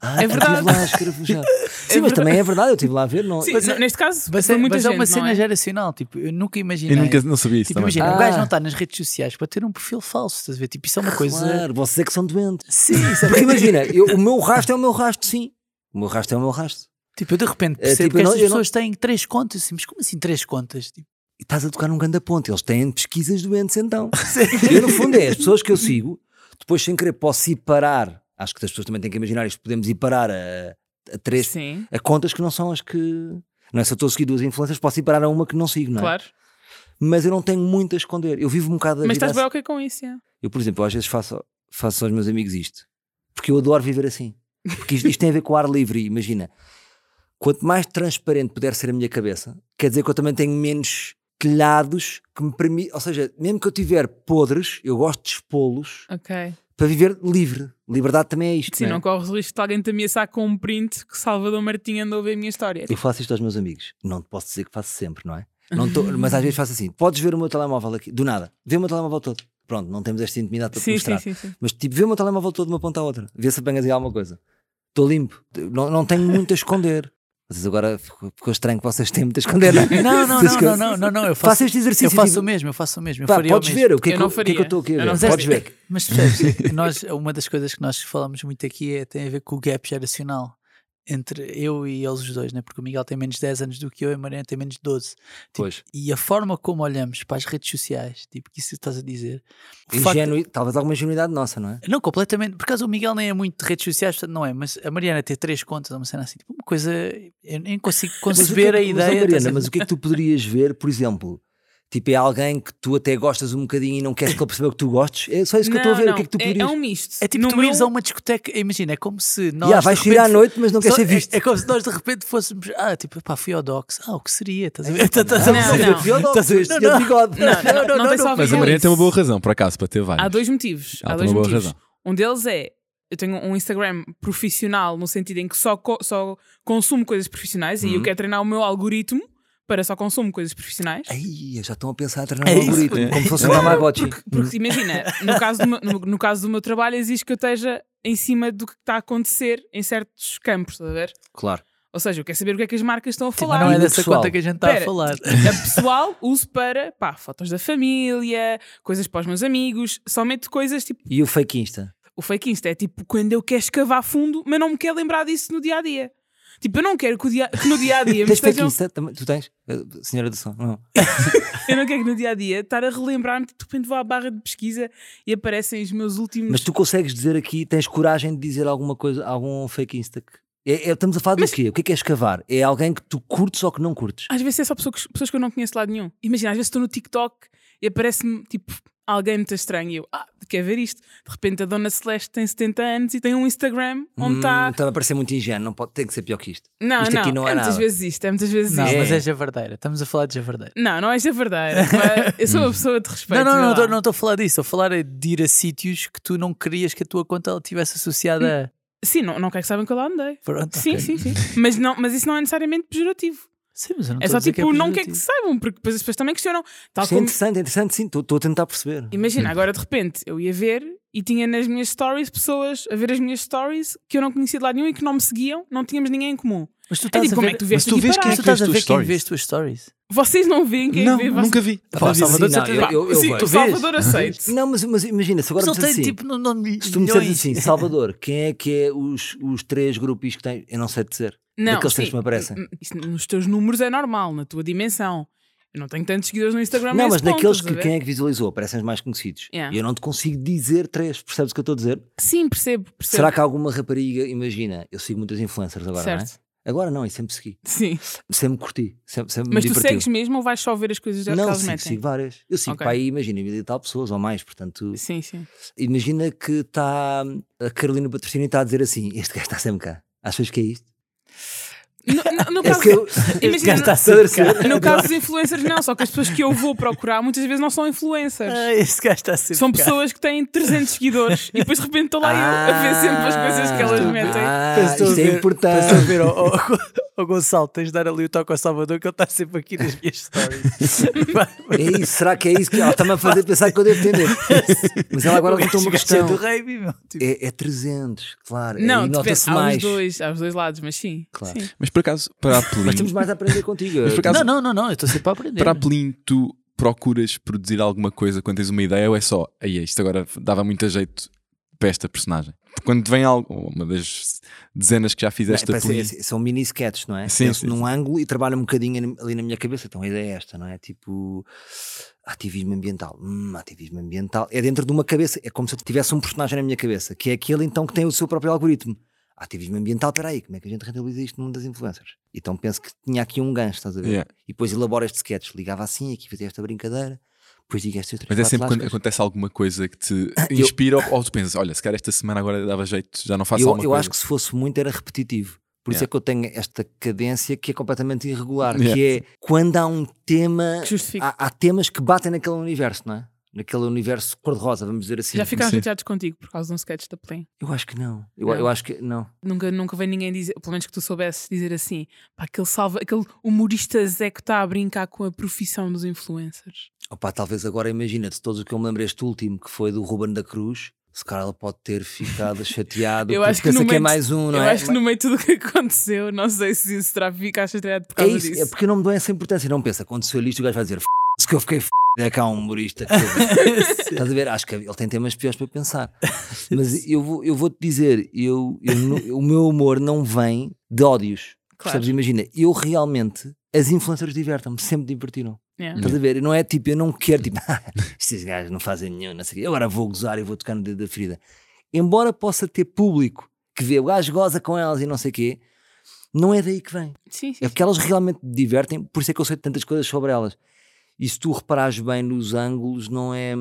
F: Ah,
D: É
F: eu
D: verdade.
F: estive lá, escrevo já. Sim, mas também é verdade, eu estive lá a ver. Não...
D: Sim,
F: Mas-
D: n- neste caso,
C: Mas,
D: foi
C: é,
D: muita
C: mas é
D: gente,
C: uma
D: não
C: cena
D: é?
C: geracional, tipo, eu nunca imaginei.
E: Eu nunca não sabia isso
C: Tipo,
E: também.
C: imagina,
F: Ah.
C: o gajo não está nas redes sociais para ter um perfil falso, estás a ver? Tipo, isso é uma coisa.
F: Claro, vocês é que são doentes.
C: Sim, sabe?
F: Porque imagina, eu- o meu rastro é o meu rastro, sim. O meu rastro é o meu rastro.
C: Tipo, eu de repente
F: É,
C: percebo
F: tipo,
C: que
F: eu não-
C: estas
F: eu não-
C: pessoas têm três contas. Assim, mas como assim três contas? Tipo,
F: E estás a tocar num grande ponto. Eles têm pesquisas doentes, então. eu, no fundo, é as pessoas que eu sigo, depois, sem querer, posso ir parar. Acho que as pessoas também têm que imaginar isto. Podemos ir parar a, a três,
D: Sim,
F: a contas que não são as que. Não é se eu estou a seguir duas influências, posso ir parar a uma que não sigo, não é?
D: claro.
F: Mas eu não tenho muito a esconder. Eu vivo um bocado da
D: Mas
F: vida
D: estás bem
F: assim.
D: ok com isso, é?
F: Eu, por exemplo, às vezes faço, faço aos meus amigos isto. Porque eu adoro viver assim. Porque isto, isto tem a ver com o ar livre. Imagina, quanto mais transparente puder ser a minha cabeça, quer dizer que eu também tenho menos telhados que me permitem. Ou seja, mesmo que eu tiver podres, eu gosto de expô-los
D: Ok.
F: para viver livre. Liberdade também é isto.
D: Sim,
F: não é?
D: não corres o risco de alguém te ameaçar com um print que Salvador Martinha andou a ver a minha história.
F: Eu faço isto aos meus amigos. Não te posso dizer que faço sempre, não é? Não tô- mas às vezes faço assim: podes ver o meu telemóvel aqui, do nada, vê o meu telemóvel todo. Pronto, não temos esta intimidade para te
D: Sim,
F: mostrar.
D: sim, sim, sim.
F: Mas tipo, vê o meu telemóvel todo de uma ponta à outra, vê se apanhas aí alguma coisa. Estou limpo, não, não tenho muito a esconder. Mas agora ficou ficou estranho que vocês têm muito a esconder, não é?
C: Não, não, não,
F: Essas
C: não,
F: coisas.
C: não, não, não, eu
F: Faço
C: faço,
F: este exercício.
C: eu faço
F: tipo,
C: o mesmo, eu faço o mesmo, eu
F: pá,
C: faria
F: podes
C: o mesmo.
F: ver o que é
D: Eu
F: que
D: não
F: eu- o que é que eu
D: faria.
F: estou aqui
D: Eu
F: a ver.
D: não
C: Mas,
F: Podes
C: esta-
F: ver.
C: é, mas percebes, nós, uma das coisas que nós falamos muito aqui é, tem a ver com o gap geracional. entre eu e eles os dois, né? porque o Miguel tem menos 10 anos do que eu e a Mariana tem menos 12. Tipo,
F: Pois.
C: E a forma como olhamos para as redes sociais, tipo, que isso estás a dizer. o facto-
F: Ingenu... Talvez alguma ingenuidade nossa, não é?
C: Não, completamente. Por acaso o Miguel nem é muito de redes sociais, portanto não é, mas a Mariana ter três contas, uma cena assim, tipo, uma coisa. Eu nem consigo
F: Mas o
C: conceber
F: que é que-
C: a
F: mas, ó,
C: ideia.
F: Mariana,
C: estás a-
F: mas o que é que tu poderias ver, por exemplo? Tipo, é alguém que tu até gostas um bocadinho e não queres que ele perceba que tu gostes? É só isso que eu estou a ver. o que é que tu
D: não, é,
F: poderias.
D: é um misto.
C: É tipo,
D: No
C: tu
D: meu-
C: ires a uma discoteca, imagina, é como se nós.
F: Yeah,
C: de
F: vais
C: repente,
F: sair à noite, mas não queres
C: só-
F: ser visto.
C: É, é como se nós de repente fôssemos. Ah, tipo, pá, fui ao Docs. Ah, o que seria? Estás a ver? Estás a
D: Não,
C: ver?
D: não.
F: Viu,
C: Estás a ver?
F: este senhor de bigode.
D: Não, não, não, tem só a ver
E: Mas a
D: com
E: Mariana tem uma
D: isso.
E: boa razão, por acaso, para ter vários.
D: Há dois motivos.
E: Ela
D: há
E: tem
D: dois
E: uma boa
D: motivos.
E: razão.
D: Um deles é eu tenho um Instagram profissional no sentido em que só, co- só consumo coisas profissionais e eu
E: Uhum.
D: quero treinar o meu algoritmo para só consumo coisas profissionais.
F: Ai, já estão a pensar a treinar
C: É
F: um
C: isso,
F: algoritmo,
E: é.
F: como se fosse um Tamagotchi.
D: Porque
E: Uhum.
D: imagina, no caso, do meu, no, no caso do meu trabalho, exige que eu esteja em cima do que está a acontecer em certos campos, estás a ver?
F: Claro.
D: Ou seja, eu quero saber o que é que as marcas estão a
C: Mas
D: falar.
C: não é
F: E do
C: dessa
F: pessoal?
C: conta que a gente está a
D: Pera.
C: falar.
D: A pessoal uso para pá, fotos da família, coisas para os meus amigos, somente coisas tipo.
F: E o fake Insta?
D: O fake insta é tipo quando eu quero escavar fundo, mas não me quero lembrar disso no dia a dia. Tipo, eu não quero que, o dia- que no dia a dia me
F: Tens fake
D: estejam.
F: Insta? Também- Tu tens? Eh, Senhora do som? Não.
D: Eu não quero que no dia a dia estar a relembrar-me, tipo, de repente vou à barra de pesquisa e aparecem os meus últimos.
F: Mas tu consegues dizer aqui, tens coragem de dizer alguma coisa, algum fake Insta? que- É- é- estamos a falar do quê? O que é que é escavar? É alguém que tu curtes ou que não curtes?
D: Às vezes é só pessoa que- pessoas que eu não conheço de lado nenhum. Imagina, às vezes estou no TikTok e aparece-me tipo alguém muito estranho e eu, ah, quer ver isto? De repente a Dona Celeste tem 70 anos e tem um Instagram onde tá está.
F: Hum, então vai parecer muito ingênuo, não pode, tem que ser pior que isto.
D: não,
F: isto
D: não,
F: aqui não é
D: é muitas
F: nada.
D: vezes isto, é muitas vezes
C: Não,
D: isto.
C: mas é javardeira. Estamos a falar de javardeira.
D: Não, é não és a verdade. mas Eu sou
F: Hum.
D: uma pessoa de respeito.
C: Não, não,
D: vê
C: não,
D: lá.
C: estou- não estou a falar disso. Estou a falar é de ir a sítios que tu não querias que a tua conta ela tivesse associada a.
D: Sim, não, não quero que saibam que eu lá andei.
C: Pronto.
D: Hum. Sim, sim, sim. Mas, não, mas isso não é necessariamente pejorativo.
C: Sim, mas eu não
D: é
C: estou
D: só
C: a dizer
D: tipo, não quer
C: pejorativo.
D: que saibam, porque depois as pessoas também questionam. Tal
F: Isto é
D: Tá como,
F: interessante, é interessante, sim, estou a tentar perceber.
D: imagina, agora de repente eu ia ver e tinha nas minhas stories pessoas a ver as minhas stories que eu não conhecia de lado nenhum e que não me seguiam, não tínhamos ninguém em comum.
C: Mas tu
D: É
C: estás
D: tipo,
C: a
D: como
C: ver.
D: é que tu
C: mas
D: vieste
E: tu
D: aqui
E: vês que
D: parar?
C: tu estás a
E: as
C: ver
E: tuas
C: quem vê
E: stories?
C: as tuas stories.
D: Vocês não veem quem
E: Não,
D: vê vocês-
E: nunca vi.
F: Pá,
C: Talvez
F: Salvador,
C: sim, não,
F: de
C: eu-
F: certeza.
D: eu- eu
F: Sim,
D: vejo.
F: tu
D: Salvador
F: vês?
D: aceite.
F: Não, mas, mas imagina, se agora
C: Mas
F: me
C: ele tem
F: disseres assim,
C: tipo no nome
F: se tu me disseres assim, Salvador, quem é que é os, os três grupos que tens? Eu não sei dizer.
D: Não,
F: daqueles três
D: sim,
F: que me aparecem.
D: n- Isso nos teus números é normal, na tua dimensão. Eu não tenho tantos seguidores no Instagram. a
F: não,
D: esse
F: mas
D: ponto,
F: daqueles
D: estás
F: que
D: a ver?
F: quem é que visualizou? Parecem os mais conhecidos.
D: Yeah.
F: E eu não te consigo dizer três, percebes o que eu estou a dizer?
D: Sim, percebo, percebo.
F: Será que alguma rapariga, imagina, eu sigo muitas influencers agora, não
D: Certo.
F: é? Agora não, eu sempre segui.
D: Sim.
F: Sempre curti, sempre, sempre
D: Mas
F: me
D: tu
F: diverti.
D: segues mesmo ou vais só ver as coisas delas que
F: não,
D: elas
F: sigo,
D: metem?
F: sigo várias. Eu sigo
D: Ok.
F: para aí, imagina, mil e tal pessoas ou mais. Portanto,
D: Sim, sim.
F: imagina que está a Carolina Patrocínio e está a dizer assim: Este gajo está sempre cá. Achas que é isto?
D: No, no- no
F: É
D: caso,
F: que eu-
D: imagina,
C: gajo está
D: no-
C: a ser
F: Sabe-
D: no, caso dos influencers, não, só que as pessoas que eu vou procurar muitas vezes não são influencers.
C: Ah, esse gajo está a ser.
D: são
C: cá.
D: pessoas que têm 300 seguidores e depois de repente estou lá eu a ver sempre as coisas que elas metem.
F: Ah,
C: Parece que estou a
F: isto é
C: ver- Estás a
F: importante.
C: ver, ó ó, ó, Gonçalo, tens de dar ali o toque ao Salvador que ele está sempre aqui nas minhas stories.
F: É isso, será que é isso que ela está-me a fazer pensar que eu devo entender? Mas ela agora levantou uma
C: é do
F: questão.
C: rei, meu. Tipo,
F: É, é 300, claro.
D: Não,
F: aí
D: depende,
F: nota-se
D: há os
F: mais.
D: dois, há os dois lados, mas sim.
F: Claro.
D: sim.
E: Mas por acaso, para a Plin,
F: Mas temos mais a aprender contigo.
E: Mas por
C: Não,
E: acaso-
C: não, não, não, eu estou sempre a aprender.
E: para a Plin, tu procuras produzir alguma coisa quando tens uma ideia ou é só, aí isto agora dava muito jeito para esta personagem? Quando te vem algo, uma das dezenas que já fizeste
F: Não,
E: a
F: parece-
E: Plin,
F: é- são mini sketches, não é?
E: Sim,
F: Penso
E: sim,
F: num ângulo e trabalho um bocadinho ali na minha cabeça. Então a ideia é esta, não é? Tipo, ativismo ambiental. Hum, ativismo ambiental. É dentro de uma cabeça. É como se eu tivesse um personagem na minha cabeça, que é aquele então que tem o seu próprio algoritmo. Ativismo ambiental, peraí, como é que a gente rentabiliza isto num das influencers? Então penso que tinha aqui um gancho, estás a ver?
E: Yeah.
F: E depois elabora estes sketches. Ligava assim, aqui fazia esta brincadeira, depois diga estas três
E: Mas é
F: quatro
E: sempre quando
F: lascas.
E: acontece alguma coisa que te inspira ou, ou tu pensas, olha, se calhar esta semana agora dava jeito, já não faço
F: Eu,
E: alguma
F: eu
E: coisa.
F: acho que se fosse muito era repetitivo. Por isso
E: Yeah.
F: é que eu tenho esta cadência que é completamente irregular,
E: Yeah.
F: que é quando há um tema,
D: Que justifica.
F: há, há temas que batem naquele universo, não é? Naquele universo cor-de-rosa, vamos dizer assim.
D: Já ficaram
E: sim.
D: chateados contigo por causa de um sketch da Play.
F: Eu acho que não. Eu,
D: Não.
F: eu acho que não.
D: Nunca, nunca veio ninguém dizer, pelo menos que tu soubesses dizer assim, pá, aquele, salva, aquele humorista Zé que está a brincar com a profissão dos influencers.
F: Opa, talvez agora imagina de todos o que eu me lembro, este último que foi do Ruben da Cruz, se calhar ele pode ter ficado chateado.
D: Eu
F: porque
D: acho que
F: pensa
D: no
F: que, é
D: meio de-
F: mais um, não
D: eu
F: é?
D: acho que no meio de tudo o que aconteceu, não sei se isso terá ficado chateado por
F: É
D: causa
F: isso,
D: disso.
F: é porque eu não me dou essa importância. Não pensa, aconteceu isto, o gajo vai dizer "F***, se que eu fiquei f***, É cá um humorista. que eu- Estás a ver? Acho que ele tem temas piores para pensar. Mas eu vou- eu vou-te dizer, eu, eu nu- o meu humor não vem de ódios.
D: Claro.
F: Percebes? Imagina, eu realmente, as influencers divertem-me, sempre divertiram.
D: Yeah.
F: Estás a ver? Não é tipo, eu não quero, tipo, estes gajos não fazem nenhum, não sei o quê, eu agora vou gozar e vou tocar no dedo da ferida. Embora possa ter público que vê o gajo goza com elas e não sei o quê, não é daí que vem.
D: Sim, sim.
F: É porque elas realmente divertem, por isso é que eu sei tantas coisas sobre elas. E se tu reparares bem nos ângulos, não é.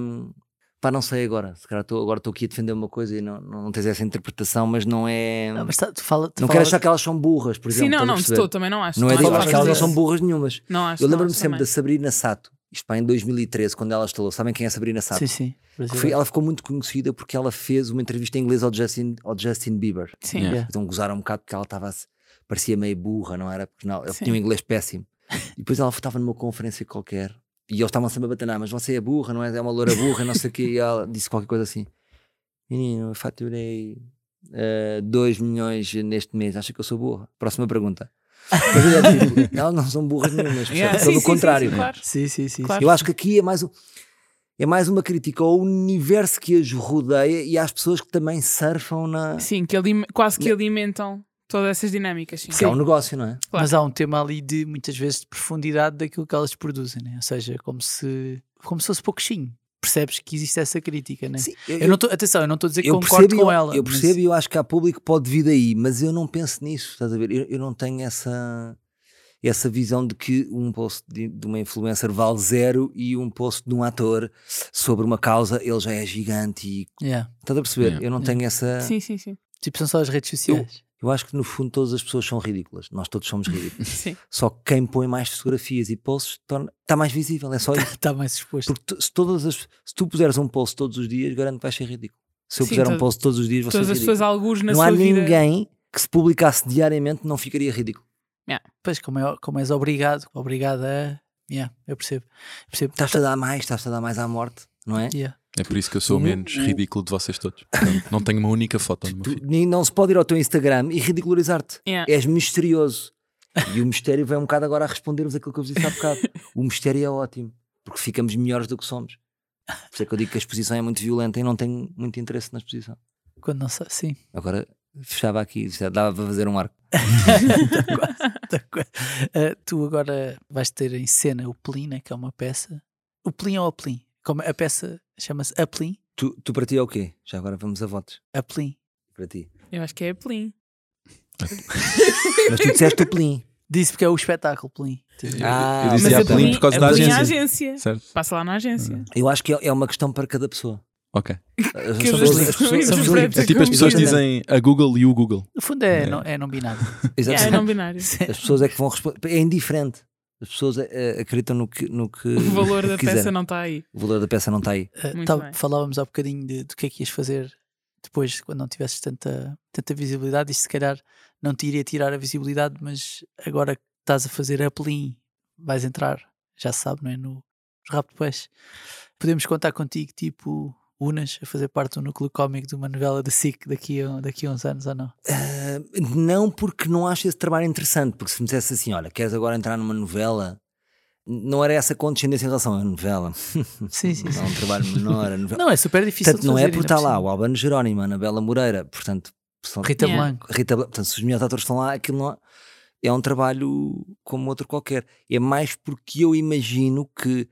F: Pá, não sei agora. Se calhar tô- agora estou aqui a defender uma coisa e não, não, não tens essa interpretação, mas não é.
C: Não,
F: Não,
C: mas tá- tu fala, tu
F: quero
C: falas-
F: achar que elas são burras, por exemplo.
D: Sim, não,
F: estás a
D: não, de
F: perceber?
D: todo, também não acho.
F: Não é
D: acho
F: disso,
C: falar
F: acho que elas não
C: disso.
F: são burras nenhumas.
D: Não acho.
F: eu
D: não
F: lembro-me
D: acho
F: sempre da
D: também.
F: Sabrina Sato, isto pá, em 2013, quando ela estalou. Sabem quem é a Sabrina Sato?
C: Sim, sim.
F: Que foi- ela ficou muito conhecida porque ela fez uma entrevista em inglês ao Justin, ao Justin Bieber.
D: Sim.
E: Yeah.
F: Então gozaram um bocado porque ela estava assim- parecia meio burra, não era? Porque não, ela
D: Sim.
F: tinha um inglês péssimo. E depois ela estava numa conferência qualquer e eles estavam sempre a bater, "Ah, mas você é burra, não é? É uma loura burra, não sei o quê. E ela disse qualquer coisa assim: Menino, eu faturei 2 milhões neste mês, acha que eu sou burra? Próxima pergunta. Mas eu era tipo, elas não são burras nenhumas,
D: Yeah.
F: pelo
D: Sim, sim,
F: contrário.
D: sim, sim, claro.
C: Sim, sim, sim.
D: Claro.
F: Eu acho que aqui é mais, um- é mais uma crítica ao universo que as rodeia e às pessoas que também surfam na.
D: Sim, que alim- quase que alimentam todas essas dinâmicas. Sim.
F: Que é um negócio, não é?
D: Claro.
C: Mas há um tema ali de muitas vezes de profundidade daquilo que elas produzem, né? ou seja, como se, como se fosse pouquinho. Percebes que existe essa crítica, né?
F: Sim,
C: Eu não tô, atenção, eu não estou a dizer que concordo
F: e
C: com
F: eu,
C: ela.
F: Eu
C: mas-
F: percebo e eu acho que há público que pode vir daí, mas eu não penso nisso, estás a ver? Eu, eu não tenho essa, essa visão de que um post de, de uma influencer vale zero e um post de um ator sobre uma causa ele já é gigante. E,
C: Yeah.
F: estás a perceber?
E: Yeah.
F: Eu não tenho essa.
D: Sim, sim, sim.
C: Tipo, são só as redes sociais.
F: Eu acho que no fundo todas as pessoas são ridículas. Nós todos somos ridículos.
D: Sim.
F: Só que quem põe mais fotografias e posts torna- está mais visível. É só isso.
C: Está mais Tá exposto.
F: Porque tu- se, todas as, se tu puseres um post todos os dias, garanto que vais ser ridículo. Se eu
D: Sim,
F: puser um
D: todo-
F: post todos os dias, vou ser
D: Todas as
F: ridículo.
D: pessoas, alguns na
F: não
D: sua
F: há
D: vida.
F: ninguém que se publicasse diariamente não ficaria ridículo.
C: Pois, como, é, como és obrigado, obrigada a. Yeah, eu percebo. Eu percebo.
F: Estás-te a dar mais, estás-te a dar mais à morte, não é?
C: Yeah.
E: É por isso que eu sou o menos ridículo de vocês todos. Portanto, não tenho uma única foto no meu
F: Tu,
E: feed.
F: nem- não se pode ir ao teu Instagram e ridicularizar-te.
D: Yeah.
F: És misterioso. E o mistério vem um bocado agora a responder-vos aquilo que eu vos disse há bocado. O mistério é ótimo, porque ficamos melhores do que somos. Por isso é que eu digo que a exposição é muito violenta e não tenho muito interesse na exposição.
C: Quando não sa- Sim.
F: Agora fechava aqui, já dava para fazer um arco.
C: Tá quase, tá quase. Ah, tu agora vais ter em cena o Plin, né, que é uma peça. O Plin ou a Plin? Como a peça chama-se A Plin?
F: Tu, tu para ti é o quê? Já agora vamos a votos.
C: A Plin.
F: Para ti.
D: Eu acho que é a Plin.
F: Mas tu disseste o Plim.
C: Disse porque é o espetáculo Plin.
F: Ah,
E: eu disse
D: Mas
E: há
D: a
E: bocadinho
D: Plin,
E: por causa
D: a
E: da
D: Plin é a
E: agência.
D: agência.
E: Certo?
D: Passa lá na agência.
F: Eu acho que é é uma questão para cada pessoa.
E: Ok.
F: As
D: Que
F: pessoas-
D: os-
F: as pessoas-
D: os-
F: as
D: os
F: pessoas-
D: breves
E: É tipo as pessoas dizem a Google e o Google.
C: No fundo é, não, é não binário.
D: Yeah, é
F: Exatamente.
D: não binário.
F: As pessoas é que vão responder. É indiferente. As pessoas eh, acreditam no que. No que
D: O valor
F: no
D: da
F: que quiserem.
D: peça não está aí.
F: O valor da peça não está aí.
C: Ah,
D: Muito
C: tal-
D: bem.
C: falávamos há bocadinho de, do que é que ias fazer depois quando não tivesses tanta, tanta visibilidade. Isto se calhar não te iria tirar a visibilidade, mas agora que estás a fazer a Plin, vais entrar, já se sabe, não é? No Rap de Peixe. Podemos contar contigo, tipo. Unas a fazer parte do núcleo cómico de uma novela da SIC daqui a, daqui a uns anos ou não?
F: Ah, não porque não acho esse trabalho interessante, porque se me dissesse assim, olha, queres agora entrar numa novela, não era essa condescendência em relação à novela.
C: Sim, sim,
F: Não
C: sim.
F: é um trabalho menor, a novela.
C: Não, é super difícil.
F: Portanto,
C: de
F: não é
C: fazer,
F: por
C: ainda
F: estar lá
C: cima.
F: o Albano Jerónimo, a Anabela Moreira, portanto, são-
C: Rita
D: Yeah.
C: Blanco.
F: Rita Bla- portanto, se os melhores atores estão lá, aquilo não é um trabalho como outro qualquer. É mais porque eu imagino que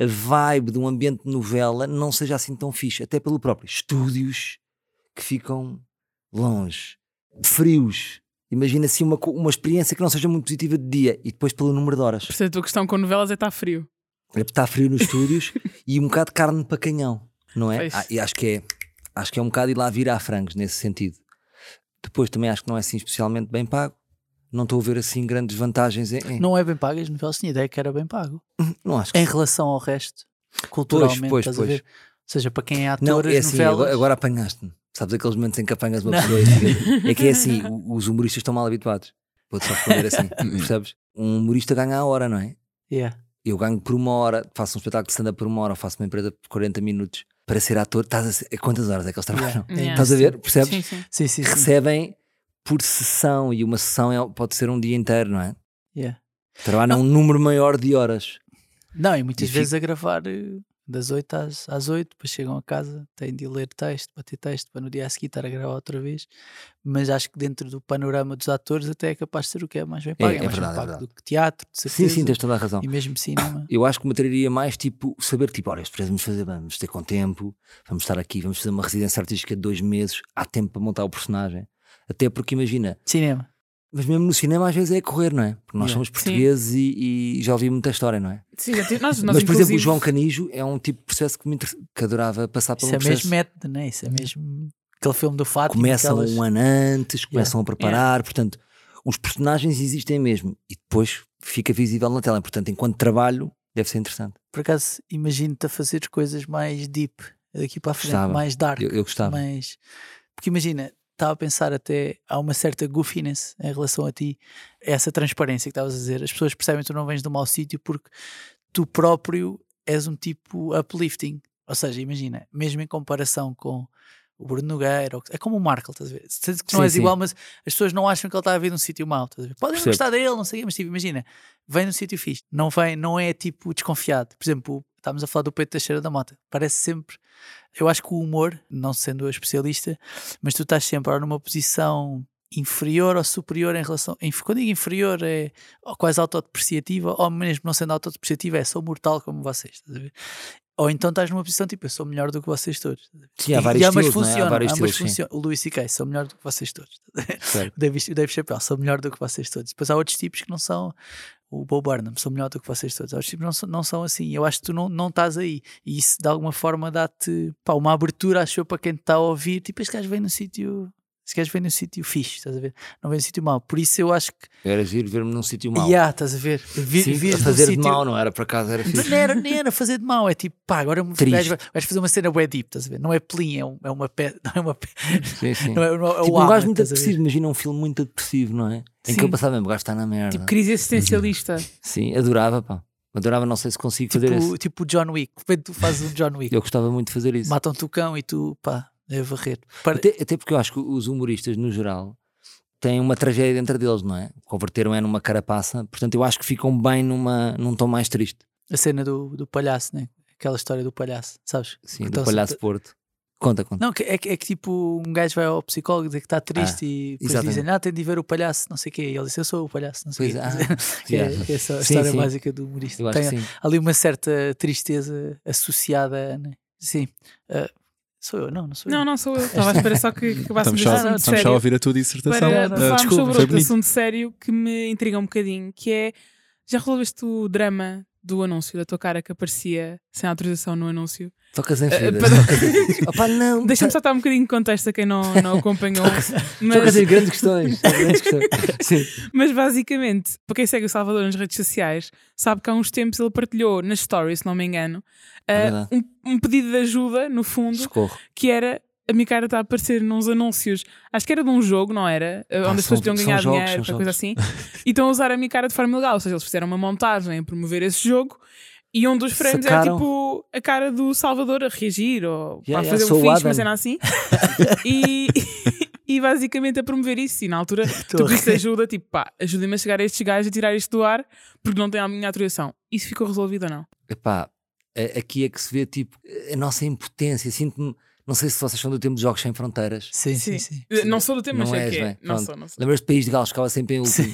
F: a vibe de um ambiente de novela não seja assim tão fixe, até pelo próprio. Estúdios que ficam longe, frios. Imagina assim uma, co- uma experiência que não seja muito positiva de dia e depois pelo número de horas.
D: Por isso a tua questão com novelas é estar frio.
F: É porque Está frio nos estúdios e um bocado de carne para canhão, não é?
D: Pois.
F: Ah, e acho que é, acho que é um bocado ir lá virar frangos nesse sentido. Depois também acho que não é assim especialmente bem pago. Não estou a ver assim grandes vantagens em. em- Não,
C: Não é bem pago, as novelas tinha ideia que era bem pago.
F: acho que.
C: Em relação ao resto, culturalmente,
F: pois,
C: estás
F: pois.
C: a ver? Ou seja, para quem é ator,
F: Não,
C: as
F: é assim,
C: novelas.
F: agora, agora apanhaste-me. Sabes aqueles momentos em que apanhas uma pessoa e fica- É que é assim, o- os humoristas estão mal habituados. Vou-te só responder assim, percebes? Um humorista ganha a hora, não é?
C: Yeah.
F: eu ganho por uma hora, faço um espetáculo de stand-up por uma hora, ou faço uma empresa por 40 minutos para ser ator, estás a ser- quantas horas é que eles trabalham?
D: Yeah.
F: Estás a ver? Percebes?
D: Sim, sim.
C: Sim, sim, sim.
F: Recebem por sessão e uma sessão é- pode ser um dia inteiro, não é?
C: Yeah.
F: Trabalham um número maior de horas.
C: Não, e muitas
F: E
C: vezes a gravar eh, das 8 às, às 8, depois chegam a casa, têm de ler texto, bater texto, para no dia a seguir estar a gravar outra vez. Mas acho que dentro do panorama dos atores até é capaz de ser o que é mais bem pago.
F: é
C: É, mais
F: verdade, é
C: bem pago
F: verdade.
C: do que teatro, de
F: Sim,
C: certeza.
F: sim, tens toda a razão.
C: E mesmo cinema.
F: Eu acho que me atrairia mais tipo saber, tipo, olha, isto precisamos fazer, vamos ter com tempo, vamos estar aqui, vamos fazer uma residência artística de dois meses, há tempo para montar o personagem. Até porque imagina,
C: cinema.
F: mas mesmo no cinema às vezes é correr, não é? Porque nós
C: Yeah.
F: somos portugueses e, e já ouvi muita história, não é?
D: Sim, já tive- nós, nós
F: mas por exemplo, o
D: inclusive-
F: João Canijo é um tipo de processo que me inter... que adorava passar por um
C: Isso é
F: processo.
C: mesmo método, né? Isso é mesmo aquele filme do Fátima.
F: começam
C: aquelas-
F: um ano antes, começam a preparar, portanto, os personagens existem mesmo e depois fica visível na tela. Portanto, enquanto trabalho, deve ser interessante.
C: Por acaso, imagino-te a fazer coisas mais deep daqui para a frente,
F: Gostava.
C: mais dark.
F: Eu, eu gostava.
C: Mas, porque imagina, estava a pensar até, há uma certa goofiness em relação a ti, essa transparência que estavas a dizer. As pessoas percebem que tu não vens de um mau sítio porque tu próprio és um tipo uplifting. Ou seja, imagina, mesmo em comparação com o Bruno Nogueira, ou- é como o Markle, estás a ver? Sei que não
F: Sim,
C: és
F: sim.
C: igual, mas as pessoas não acham que ele está a vir de um sítio mau, estás a ver? Podem não
F: Percebo.
C: gostar dele, não sei, o quê, mas tipo, imagina, vem num sítio fixe, não vem, não é tipo desconfiado. Por exemplo, estávamos a falar do Pedro Teixeira da Mota, parece sempre eu acho que o humor, não sendo eu especialista, mas tu estás sempre ou numa posição inferior ou superior em relação. Em, quando digo inferior, é ou quase autodepreciativa, ou mesmo não sendo autodepreciativa, é sou mortal como vocês. estás a ver? Ou então estás numa posição tipo, eu sou melhor do que vocês todos.
F: Sim, há vários
C: e ambas
F: estilos, não é? Há
C: funcionam.
F: vários
C: ambas
F: estilos, sim.
C: funcionam. O Luís C.K., sou melhor do que vocês todos.
F: Certo.
C: O Dave, o Dave Chappelle, sou melhor do que vocês todos. Depois há outros tipos que não são. O Bo Burnham, sou melhor do que vocês todos. Há outros tipos que não, são- não são assim. Eu acho que tu não, não estás aí. E isso de alguma forma dá-te pá, uma abertura, acho eu, para quem te está a ouvir. Tipo, este gajo vem no sítio. Se queres ver num sítio fixe, estás a ver? Não vem num sítio mau. Por isso eu acho que.
F: Era giro ver-me num sítio mau.
C: Ya, yeah, estás a ver? Vi,
F: Sim,
C: vires
F: a
C: num
F: fazer de
C: sítio-
F: mal, não era para casa, era
C: não
F: fixe.
C: era, nem era fazer de mal, é tipo, pá, agora o
F: Triste.
C: gajo vai, vais fazer uma cena web deep, estás a ver? Não é plim, é, um- é uma pe... não é uma pe...
F: Sim, sim.
C: não é, não é o
F: tipo, um
C: alma,
F: gajo muito
C: estás a ver?
F: depressivo, imagina um filme muito depressivo, não é? Em que
D: Sim.
F: eu passava mesmo, o gajo está na merda.
D: Tipo, crise existencialista.
F: Sim, adorava, pá. Adorava, não sei se consigo fazer
C: Tipo-
F: isso.
C: Tipo o John Wick, quando tu fazes um John Wick,
F: Eu gostava muito de fazer isso.
C: matam tu o cão e tu, pá, é varrer. Para-
F: Até, até porque eu acho que os humoristas, no geral, têm uma tragédia dentro deles, não é? Converteram-é numa carapaça, portanto eu acho que ficam bem numa, num tom mais triste.
C: A cena do, do palhaço, né? Aquela história do palhaço, sabes?
F: Sim,
C: Então,
F: do
C: se-
F: palhaço Porto. Conta, conta.
C: Não, que- é, que- é que tipo, um gajo vai ao psicólogo dizer que está triste e depois
F: exatamente.
C: dizem, ah, tem de ir ver o palhaço, não sei o quê. E ele disse, eu sou o palhaço, não sei o
F: Pois,
C: quê. é,
F: ah, yeah.
C: é essa a
F: Sim,
C: história
F: sim.
C: básica do humorista.
F: eu acho
C: Tem-
F: que sim.
C: ali uma certa tristeza associada, né? Sim. Ah, sou eu, não, não sou eu.
D: Não, não sou eu. Estava a esperar só que acabássemos
E: Estamos
D: este
E: só,
C: não,
D: assunto
E: estamos só a
D: sério
E: ouvir a tua dissertação.
D: para
C: não,
E: Ah,
C: não,
D: falarmos
E: desculpa,
D: sobre
E: foi
D: outro
E: bonito.
D: assunto sério que me intriga um bocadinho, que é já resolveste o drama do anúncio da tua cara que aparecia sem autorização no anúncio?
F: Tocas em
D: Eh,
F: feridas.
D: para-
F: tocas em- Opa, não.
E: Tá.
F: tá-
D: Deixa-me só dar um bocadinho de contexto a quem não, não acompanhou.
E: um
F: Tocas
D: mas,
F: em grandes questões. grandes questões. Sim.
D: mas basicamente, para quem segue o Salvador nas redes sociais, sabe que há uns tempos ele partilhou nas stories, se não me engano,
F: É
D: ah,
F: verdade.
D: um, um pedido de ajuda, no fundo,
F: Socorro.
D: que era a minha cara está a aparecer nos anúncios, acho que era de um jogo, não era? Uh,
F: Pá,
D: onde as
F: Ah, são-
D: pessoas podiam
F: são
D: ganhar
F: jogos,
D: dinheiro,
F: são
D: uma coisa assim, e estão a usar a minha cara de forma ilegal. Ou seja, eles fizeram uma montagem a promover esse jogo e um dos frames era
F: Sacaram.
D: tipo a cara do Salvador a reagir ou
F: Yeah,
D: a
F: yeah,
D: fazer
F: sou
D: um
F: o
D: fixe,
F: Adam.
D: mas era assim. e, e basicamente a promover isso. E na altura
C: Estou
D: tu
C: a
D: pediste
C: rir.
D: ajuda, tipo pá, ajudem-me a chegar a estes gajos a tirar isto do ar porque não têm a minha autorização. Isso ficou resolvido ou não?
F: Epá, a- aqui é que se vê tipo a nossa impotência. Sinto-me. Não sei se vocês são do tempo de Jogos Sem Fronteiras.
C: Sim, sim, sim.
D: Eh, Não sou do tema, mas
F: Não
D: sei
F: és,
D: que
F: não
D: é.
F: é?
D: Não
F: Pronto.
D: sou, não sou.
F: Lembras-te de País de Gales? Ficava sempre em último.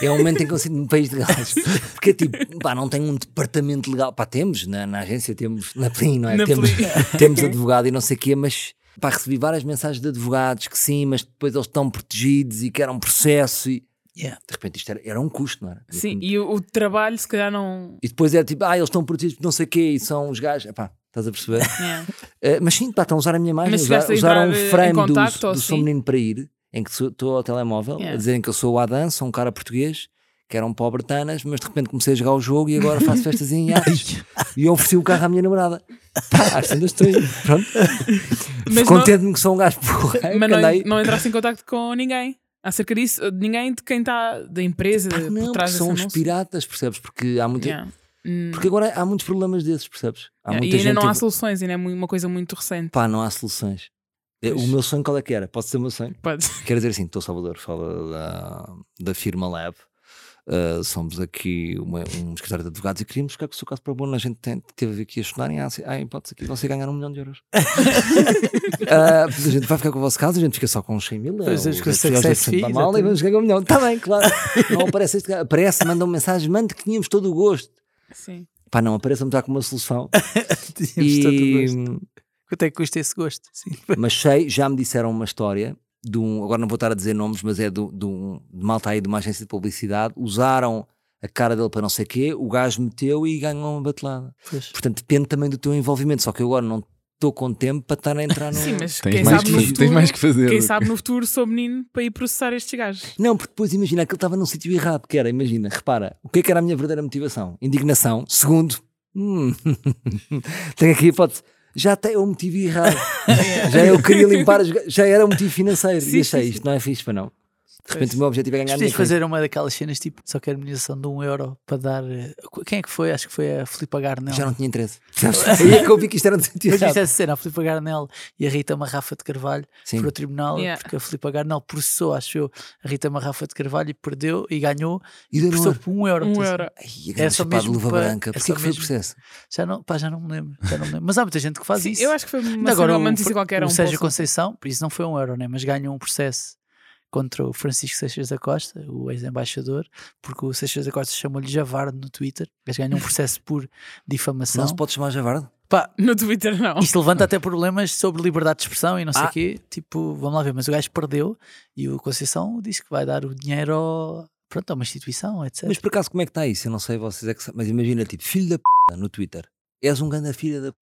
F: É o momento em que eu sinto-me país de gás. Porque, tipo, pá, não tenho um departamento legal. Pá, temos na, na agência, temos na PLIN, não é?
D: Na
F: temos,
D: Plin.
F: temos advogado e não sei o quê, mas pá, recebi várias mensagens de advogados que sim, mas depois eles estão protegidos e que era um processo e.
C: Yeah.
F: De repente isto era, era um custo, não era?
D: Sim, e o, o trabalho se calhar não.
F: E depois era tipo, ah, eles estão protegidos por não sei o quê e são os gajos. Epá, estás a perceber?
D: É.
F: Eh, mas sim, pá, estão a usar a minha imagem.
D: Mas
F: usa-
D: chegaste a
F: usaram
D: entrar, eh,
F: um
D: em
F: frame do,
D: contacto ou
F: do Sou um
D: assim?
F: Menino para Ir, em que sou- estou ao telemóvel,
D: Yeah.
F: a dizerem que eu sou o Adam, sou um cara português, que era um pobre Tanas, mas de repente comecei a jogar o jogo e agora faço festas em iates. e eu ofereci o carro à minha namorada. Pá, às tantas estou aí. Pronto.
D: Mas, não,
F: Contente-me que sou um gajo porra.
D: mas
F: que
D: não, é-
F: andei.
D: não entraste em contacto com ninguém acerca disso, de ninguém de quem está da empresa
F: Pá, não,
D: é por
F: porque
D: trás desse
F: são os
D: anúncio.
F: piratas, percebes? Porque há muita.
D: Yeah. Hum,
F: Porque agora há muitos problemas desses, percebes? Há
D: yeah,
F: muita
D: E ainda
F: gente.
D: não há
F: tipo,
D: soluções, ainda é mu- uma coisa muito recente.
F: Pá, não há soluções. Eh, O
D: Pois.
F: meu sonho qual é que era? Posso ser o meu sonho?
D: Pode-
F: Quero dizer assim, estou Salvador, fala da, da firma Lab. ah, somos aqui uma, um escritório de advogados e queríamos que o seu caso para bom, a gente tem, teve aqui a estudarem há, há hipótese aqui de você ganhar um milhão de euros. Ah, a gente vai ficar com o vosso caso, a gente fica só com uns 100 mil.
C: Pois,
F: eh,
C: as
F: os
C: coisas
F: FIOs
C: success
F: sempre dá
C: fees,
F: mal e
C: exatamente.
F: vamos ganhar um milhão. Está bem, claro. Não aparece este gajo. Aparece, manda uma mensagem, manda que tínhamos todo o gosto.
D: Sim.
F: Pá, não, apareça-me já com uma solução.
C: Tínhamos todo o
F: e,
C: gosto. Quanto é que custa esse gosto? Sim.
F: mas sei, já me disseram uma história de um, agora não vou estar a dizer nomes, mas é do- de um de malta aí de uma agência de publicidade, usaram a cara dele para não sei quê, o gajo meteu e ganhou uma batelada.
C: Pois.
F: Portanto, depende também do teu envolvimento, só que eu agora não estou com tempo para estar a entrar no.
D: Sim, mas
E: Tens
D: quem
E: mais,
D: sabe,
E: que
D: no
E: fazer,
D: futuro,
E: tens mais que fazer.
D: quem sabe no futuro sou menino para ir processar estes gajos.
F: Não, porque depois imagina, aquilo estava num sítio errado, que era, imagina, repara, o que é que era a minha verdadeira motivação? Indignação. Segundo, hum, tenho aqui a hipótese. Já até é o motivo errado. já eu queria limpar, as ga- já era o motivo financeiro.
D: Sim,
F: e achei,
D: sim,
F: isto não é fixe para não. De repente
D: Pois.
F: o meu objetivo é ganhar
C: Mas tens
F: dinheiro.
C: de fazer uma daquelas cenas tipo só que a harmonização de um euro para dar. eh, Quem é que foi? Acho que foi a Filipa Garnel.
F: Já não tinha interesse. Sabes? Aí é que eu vi que isto era no sentido
C: Mas viste
F: errado.
C: essa cena, a Filipa Garnel e a Rita Marrafa de Carvalho
F: Sim.
C: para o tribunal,
D: Yeah.
C: porque a Filipa Garnel processou, acho eu, a Rita Marrafa de Carvalho e perdeu e ganhou
F: E deu
C: processou
F: não.
C: por um euro.
D: Um
C: Então,
D: euro.
F: Ai,
C: É
F: é
C: só
F: só de
C: mesmo
F: luva
C: para-
F: branca.
C: é
F: Porquê
C: só
F: que foi o
C: mesmo-
F: processo?
C: Já não, pá, já não me lembro, já não me lembro. Mas há muita gente que faz
D: Sim,
C: isso.
D: eu acho que foi uma
C: Ainda
D: Agora,
C: agora o,
D: romântica
C: Fr-
D: qualquer.
C: o
D: um
C: Sérgio
D: poço.
C: Conceição, por isso não foi um euro, né? mas ganhou um processo contra o Francisco Seixas da Costa, o ex-embaixador, porque o Seixas da Costa chamou-lhe Javardo no Twitter. Mas ganhou um processo por difamação.
F: Não se pode chamar Javardo?
C: Pá,
D: No Twitter não.
C: Isto levanta até problemas sobre liberdade de expressão e não sei o
F: Ah.
C: quê. Tipo, vamos lá ver, mas o gajo perdeu e o Conceição diz que vai dar o dinheiro ao- pronto, a uma instituição, etc.
F: Mas por acaso como é que está isso? Eu não sei vocês é que sabem, mas imagina tipo, filho da p no Twitter. És um grande filha da p.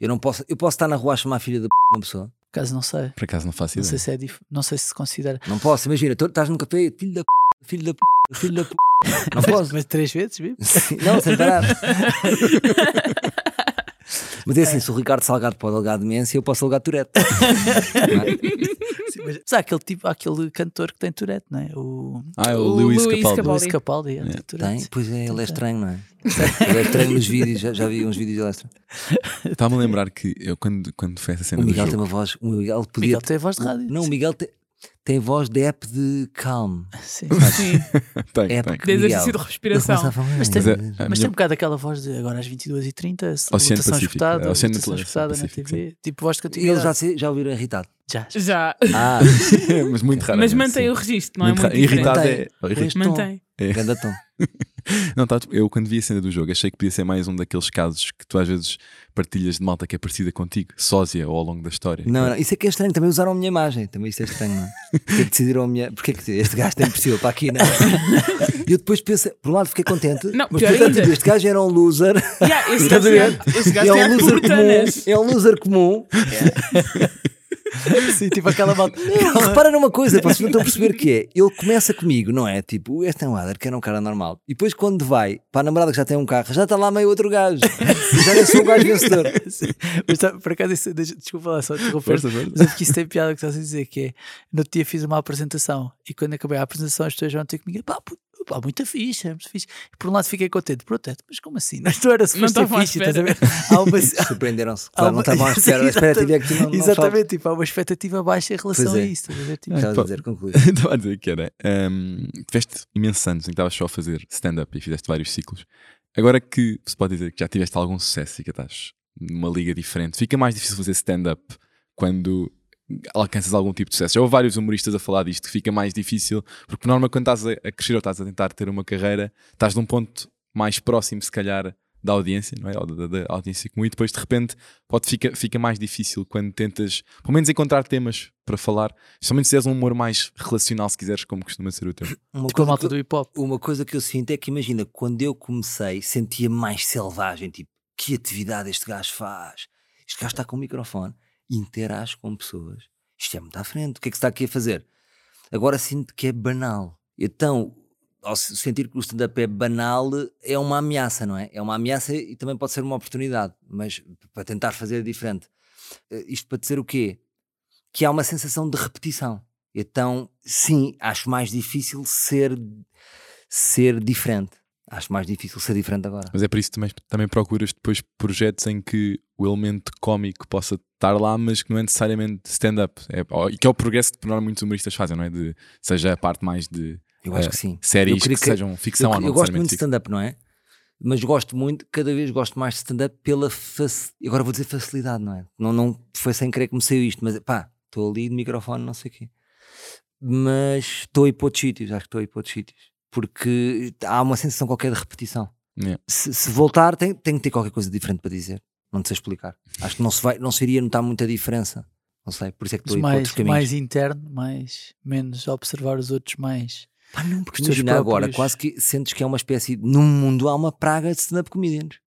F: Eu não posso, eu posso estar na rua a chamar filha da p uma pessoa?
C: Por acaso não sei.
E: Por acaso não faço
C: Não sei
E: ideia.
C: se é dif... não sei se se considera.
F: Não posso, imagina, tô- estás num café, filho da p, filho da p, filho da p. Não
C: Mas-
F: posso.
C: Mas três vezes, viu?
F: Sim, Não, sem parar. Mas é assim, se o Ricardo Salgado pode alegar demência, eu posso alegar Tourette. Não é?
C: Sim, mas... mas há aquele tipo, há aquele cantor que tem Tourette, não é? O
E: Ah, é o,
D: O
E: Lewis
D: Lewis
E: Capaldi.
C: Luís
D: Capaldi.
C: Capaldi, é, tem
F: Tem?
C: Tourette.
F: Pois é, ele é
E: Então tá.
C: tem.
F: estranho, não é? Ele é estranho nos vídeos, já, já vi uns vídeos dele é estranho.
E: Estava-me a lembrar que eu, quando, quando foi essa cena
F: O
E: do
F: Miguel
E: jogo,
F: tem uma voz, o Miguel
C: O
F: podia.
C: Miguel tem voz de rádio.
F: Não, o
C: sim.
F: Miguel tem, tem voz de app de calm.
C: Sim.
D: Sim,
E: tem, tem.
F: É porque
D: de exercício de
F: Miguel, ele começa a
D: respiração.
F: falar,
C: Mas
F: não é?
C: tem-
E: Mas é- a
C: Mas tem
E: minha-
C: um bocado aquela voz de agora às 22h30,
E: Oceano
C: votação
E: Pacífico,
C: escutada,
E: é, Oceano
C: votação
E: Atlântico,
C: escutada na
E: Pacífico,
C: TV, tipo voz de
F: E eles
C: continuidade.
F: já, se- já ouviram irritado.
C: Já, já.
D: Já.
F: Ah,
E: Mas muito raro.
D: Mas
E: né?
D: mantém
E: Sim.
D: o registro, não é
E: Muito
D: muito
E: raro.
D: diferente.
E: Irritado
F: Mantém.
E: é. oh, irri-
F: com este tom.
D: Mantém.
F: Ganda tom.
E: Não, tá, tipo, eu quando vi a cena do jogo achei que podia ser mais um daqueles casos que tu às vezes partilhas de malta que é parecida contigo, sósia ou ao longo da história.
F: Não, não, isso é que é estranho. Também usaram a minha imagem. Também isso é estranho, não é? Porque decidiram a minha. Porque é que este gajo tem possível para aqui, não é? E eu depois pensei, por um lado fiquei contente,
D: Não,
F: mas
D: pior
F: portanto,
D: ainda.
F: este gajo era um loser.
D: Yeah, esse
F: Estás
D: gajo
F: a ver?
D: é- esse gajo
F: É um
D: tem
F: loser comum.
D: puritanas.
F: É um loser comum.
C: Sim, tipo aquela malta.
F: Não, repara numa coisa, vocês não estão a perceber que é. Ele começa comigo, não é? Tipo, este é um Adler, que era um cara normal. E depois, quando vai para a namorada que já tem um carro, já está lá meio outro gajo. Já não sou o gajo vencedor.
C: Sim. Mas tá, por acaso, isso, deixa- desculpa lá só interromper,
E: Força, força.
C: mas é porque isso tem piada que estás a dizer, que é, no outro dia fiz uma apresentação e quando acabei a apresentação as pessoas vão ter comigo, pá, pu- pá muita fixe, é muito fixe. E por um lado fiquei contente, proteto, mas como assim? Não, não era suposto ser
D: estava à
C: fixe, estás a
D: espera.
C: ver? Há uma,
F: Surpreenderam-se.
C: há
F: Claro,
C: uma-
F: não estavam à
C: Sim,
F: espera. A expectativa é que tu não, não
C: exatamente, exatamente, tipo, há uma expectativa baixa em relação
F: Pois é.
C: a isso, estás a ver? Tipo,
F: sabes. Estavas a
E: Pá.
F: dizer, conclui.
E: Estava a dizer que era. hum, tiveste imensos anos em que estavas só a fazer stand-up e fizeste vários ciclos. Agora que se pode dizer que já tiveste algum sucesso e que estás numa liga diferente, fica mais difícil fazer stand-up quando alcanças algum tipo de sucesso. Já houve vários humoristas a falar disto, que fica mais difícil, porque por norma quando estás a, a crescer ou estás a tentar ter uma carreira, estás num ponto mais próximo, se calhar, da audiência, não é? Ou da, da- da audiência comum, e depois de repente pode, fica, fica mais difícil quando tentas, pelo menos, encontrar temas para falar, somente se tens um humor mais relacional, se quiseres, como costuma ser o teu.
F: Uma
C: tipo a
F: coisa
C: malta
F: que-
C: do hip-hop.
F: Uma coisa que eu sinto é que, imagina, quando eu comecei, sentia mais selvagem, tipo, que atividade este gajo faz? Este gajo está com o microfone, interage com pessoas, isto é muito à frente, o que é que se está aqui a fazer? Agora sinto que é banal. Então, ao se- sentir que o stand-up é banal, é uma ameaça, não é? É uma ameaça e também pode ser uma oportunidade, mas p- para tentar fazer diferente. Eh, Isto para dizer o quê? Que há uma sensação de repetição. Então, sim, acho mais difícil ser ser diferente. Acho mais difícil ser diferente agora.
E: Mas é por isso que também, também procuras depois projetos em que o elemento cómico possa estar lá, mas que não é necessariamente stand-up. É, ó, e que é o progresso que por norma, muitos humoristas fazem, não é? De, seja a parte mais de
F: Eu acho
E: Eh,
F: que sim.
E: séries
F: Eu queria
E: que,
F: que-
E: sejam ficção
F: eu,
E: ou não
F: eu gosto muito
E: necessariamente
F: de stand-up, não é? Mas gosto muito, cada vez gosto mais de stand-up pela faci- agora vou dizer facilidade, não é? Não, não foi sem querer que me saiu isto, mas pá, estou ali de microfone, não sei o quê. Mas estou a ir para outros sítios, acho que estou a ir para outros sítios. Porque há uma sensação qualquer de repetição.
E: Yeah.
F: Se, se voltar, tem, tem que ter qualquer coisa diferente para dizer. Não te sei explicar. Acho que não se, vai, não se iria notar muita diferença. Não sei, por isso é que estou a ir para
C: mais,
F: outros caminhos.
C: mais interno, mais, menos observar os outros, mais.
F: Pá, não, porque
C: Os teus
F: imagina agora,
C: próprios-
F: quase que sentes que é uma espécie. de- Num mundo há uma praga de stand-up comedians.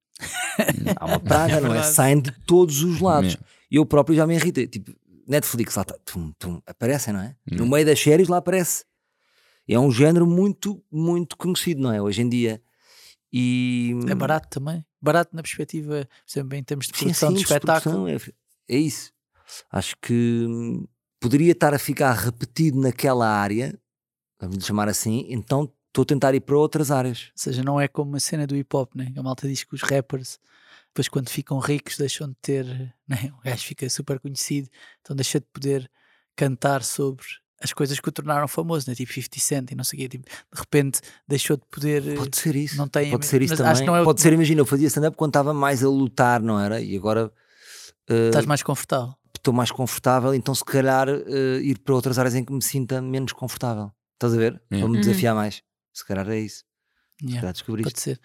F: há uma praga, não é?
D: verdade.
F: Saem de todos os lados.
E: Yeah.
F: Eu próprio já me irritei. Tipo, Netflix lá tá, tum, tum, aparecem, não é? No meio das séries lá aparece. É um género muito, muito conhecido, não é? Hoje em dia. E.
C: É barato também. Barato na perspectiva, sempre em termos de
F: Hum. Sim,
C: produção
F: sim,
C: de é assim, um espetáculo.
F: produção, É, é isso. Acho que hum, poderia estar a ficar repetido naquela área, vamos lhe chamar assim, então estou a tentar ir para outras áreas.
C: Ou seja, não é como a cena do hip hop, né? A malta diz que os rappers, depois quando ficam ricos, deixam de ter. Né? O gajo fica super conhecido, então deixa de poder cantar sobre as coisas que o tornaram famoso, né? Tipo 50 Cent e não sei o quê. Tipo, de repente deixou de poder. eh,
F: Pode ser isso.
C: não tem-
F: Pode ser isso
C: mas
F: também.
C: acho que não é o-
F: Pode ser, imagina, eu fazia stand-up quando estava mais a lutar, não era? E agora eh,
C: Estás mais confortável.
F: estou mais confortável, então se calhar eh, ir para outras áreas em que me sinta menos confortável. Estás a ver?
E: Yeah.
F: Para me
D: Uhum.
F: desafiar mais. Se calhar é isso.
C: Yeah.
F: Já descobriste.
C: Pode ser.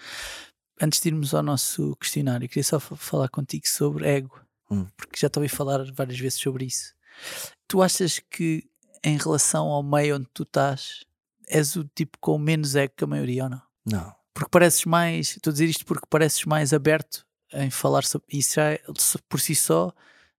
C: Antes de irmos ao nosso questionário, queria só fa- falar contigo sobre ego,
F: Hum.
C: porque já te ouvi falar várias vezes sobre isso. Tu achas que, em relação ao meio onde tu estás, és o tipo com menos ego que a maioria ou não?
F: Não.
C: Porque pareces mais, estou a dizer isto porque pareces mais aberto em falar sobre isso, já é- por si só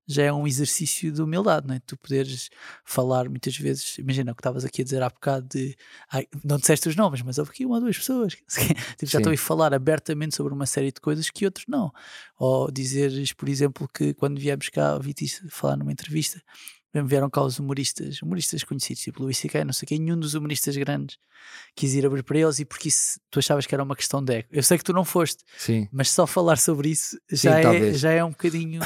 C: já é um exercício de humildade, não é? Tu poderes falar muitas vezes, imagina o que estavas aqui a dizer há bocado de ai, não disseste os nomes, mas houve aqui uma ou duas pessoas tipo, já
F: Sim.
C: estou a falar abertamente sobre uma série de coisas que outros não. Ou dizeres, por exemplo, que quando viemos cá, ouvi-te isso falar numa entrevista, vieram cá os humoristas, humoristas conhecidos, tipo Luís C.K., não sei quem, nenhum dos humoristas grandes quis ir abrir para eles e porque isso tu achavas que era uma questão de ego. Eu sei que tu não foste,
F: Sim.
C: mas só falar sobre isso já, é,
F: talvez.
C: já é um bocadinho.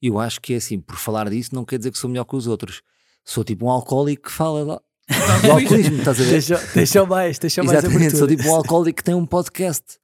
F: Eu acho que é assim, por falar disso, não quer dizer que sou melhor que os outros. Sou tipo um alcoólico que fala lá. do alcoolismo, estás a ver?
C: deixa, deixa mais, deixa é mais
F: Exatamente, sou
C: abertura.
F: tipo um alcoólico que tem um podcast.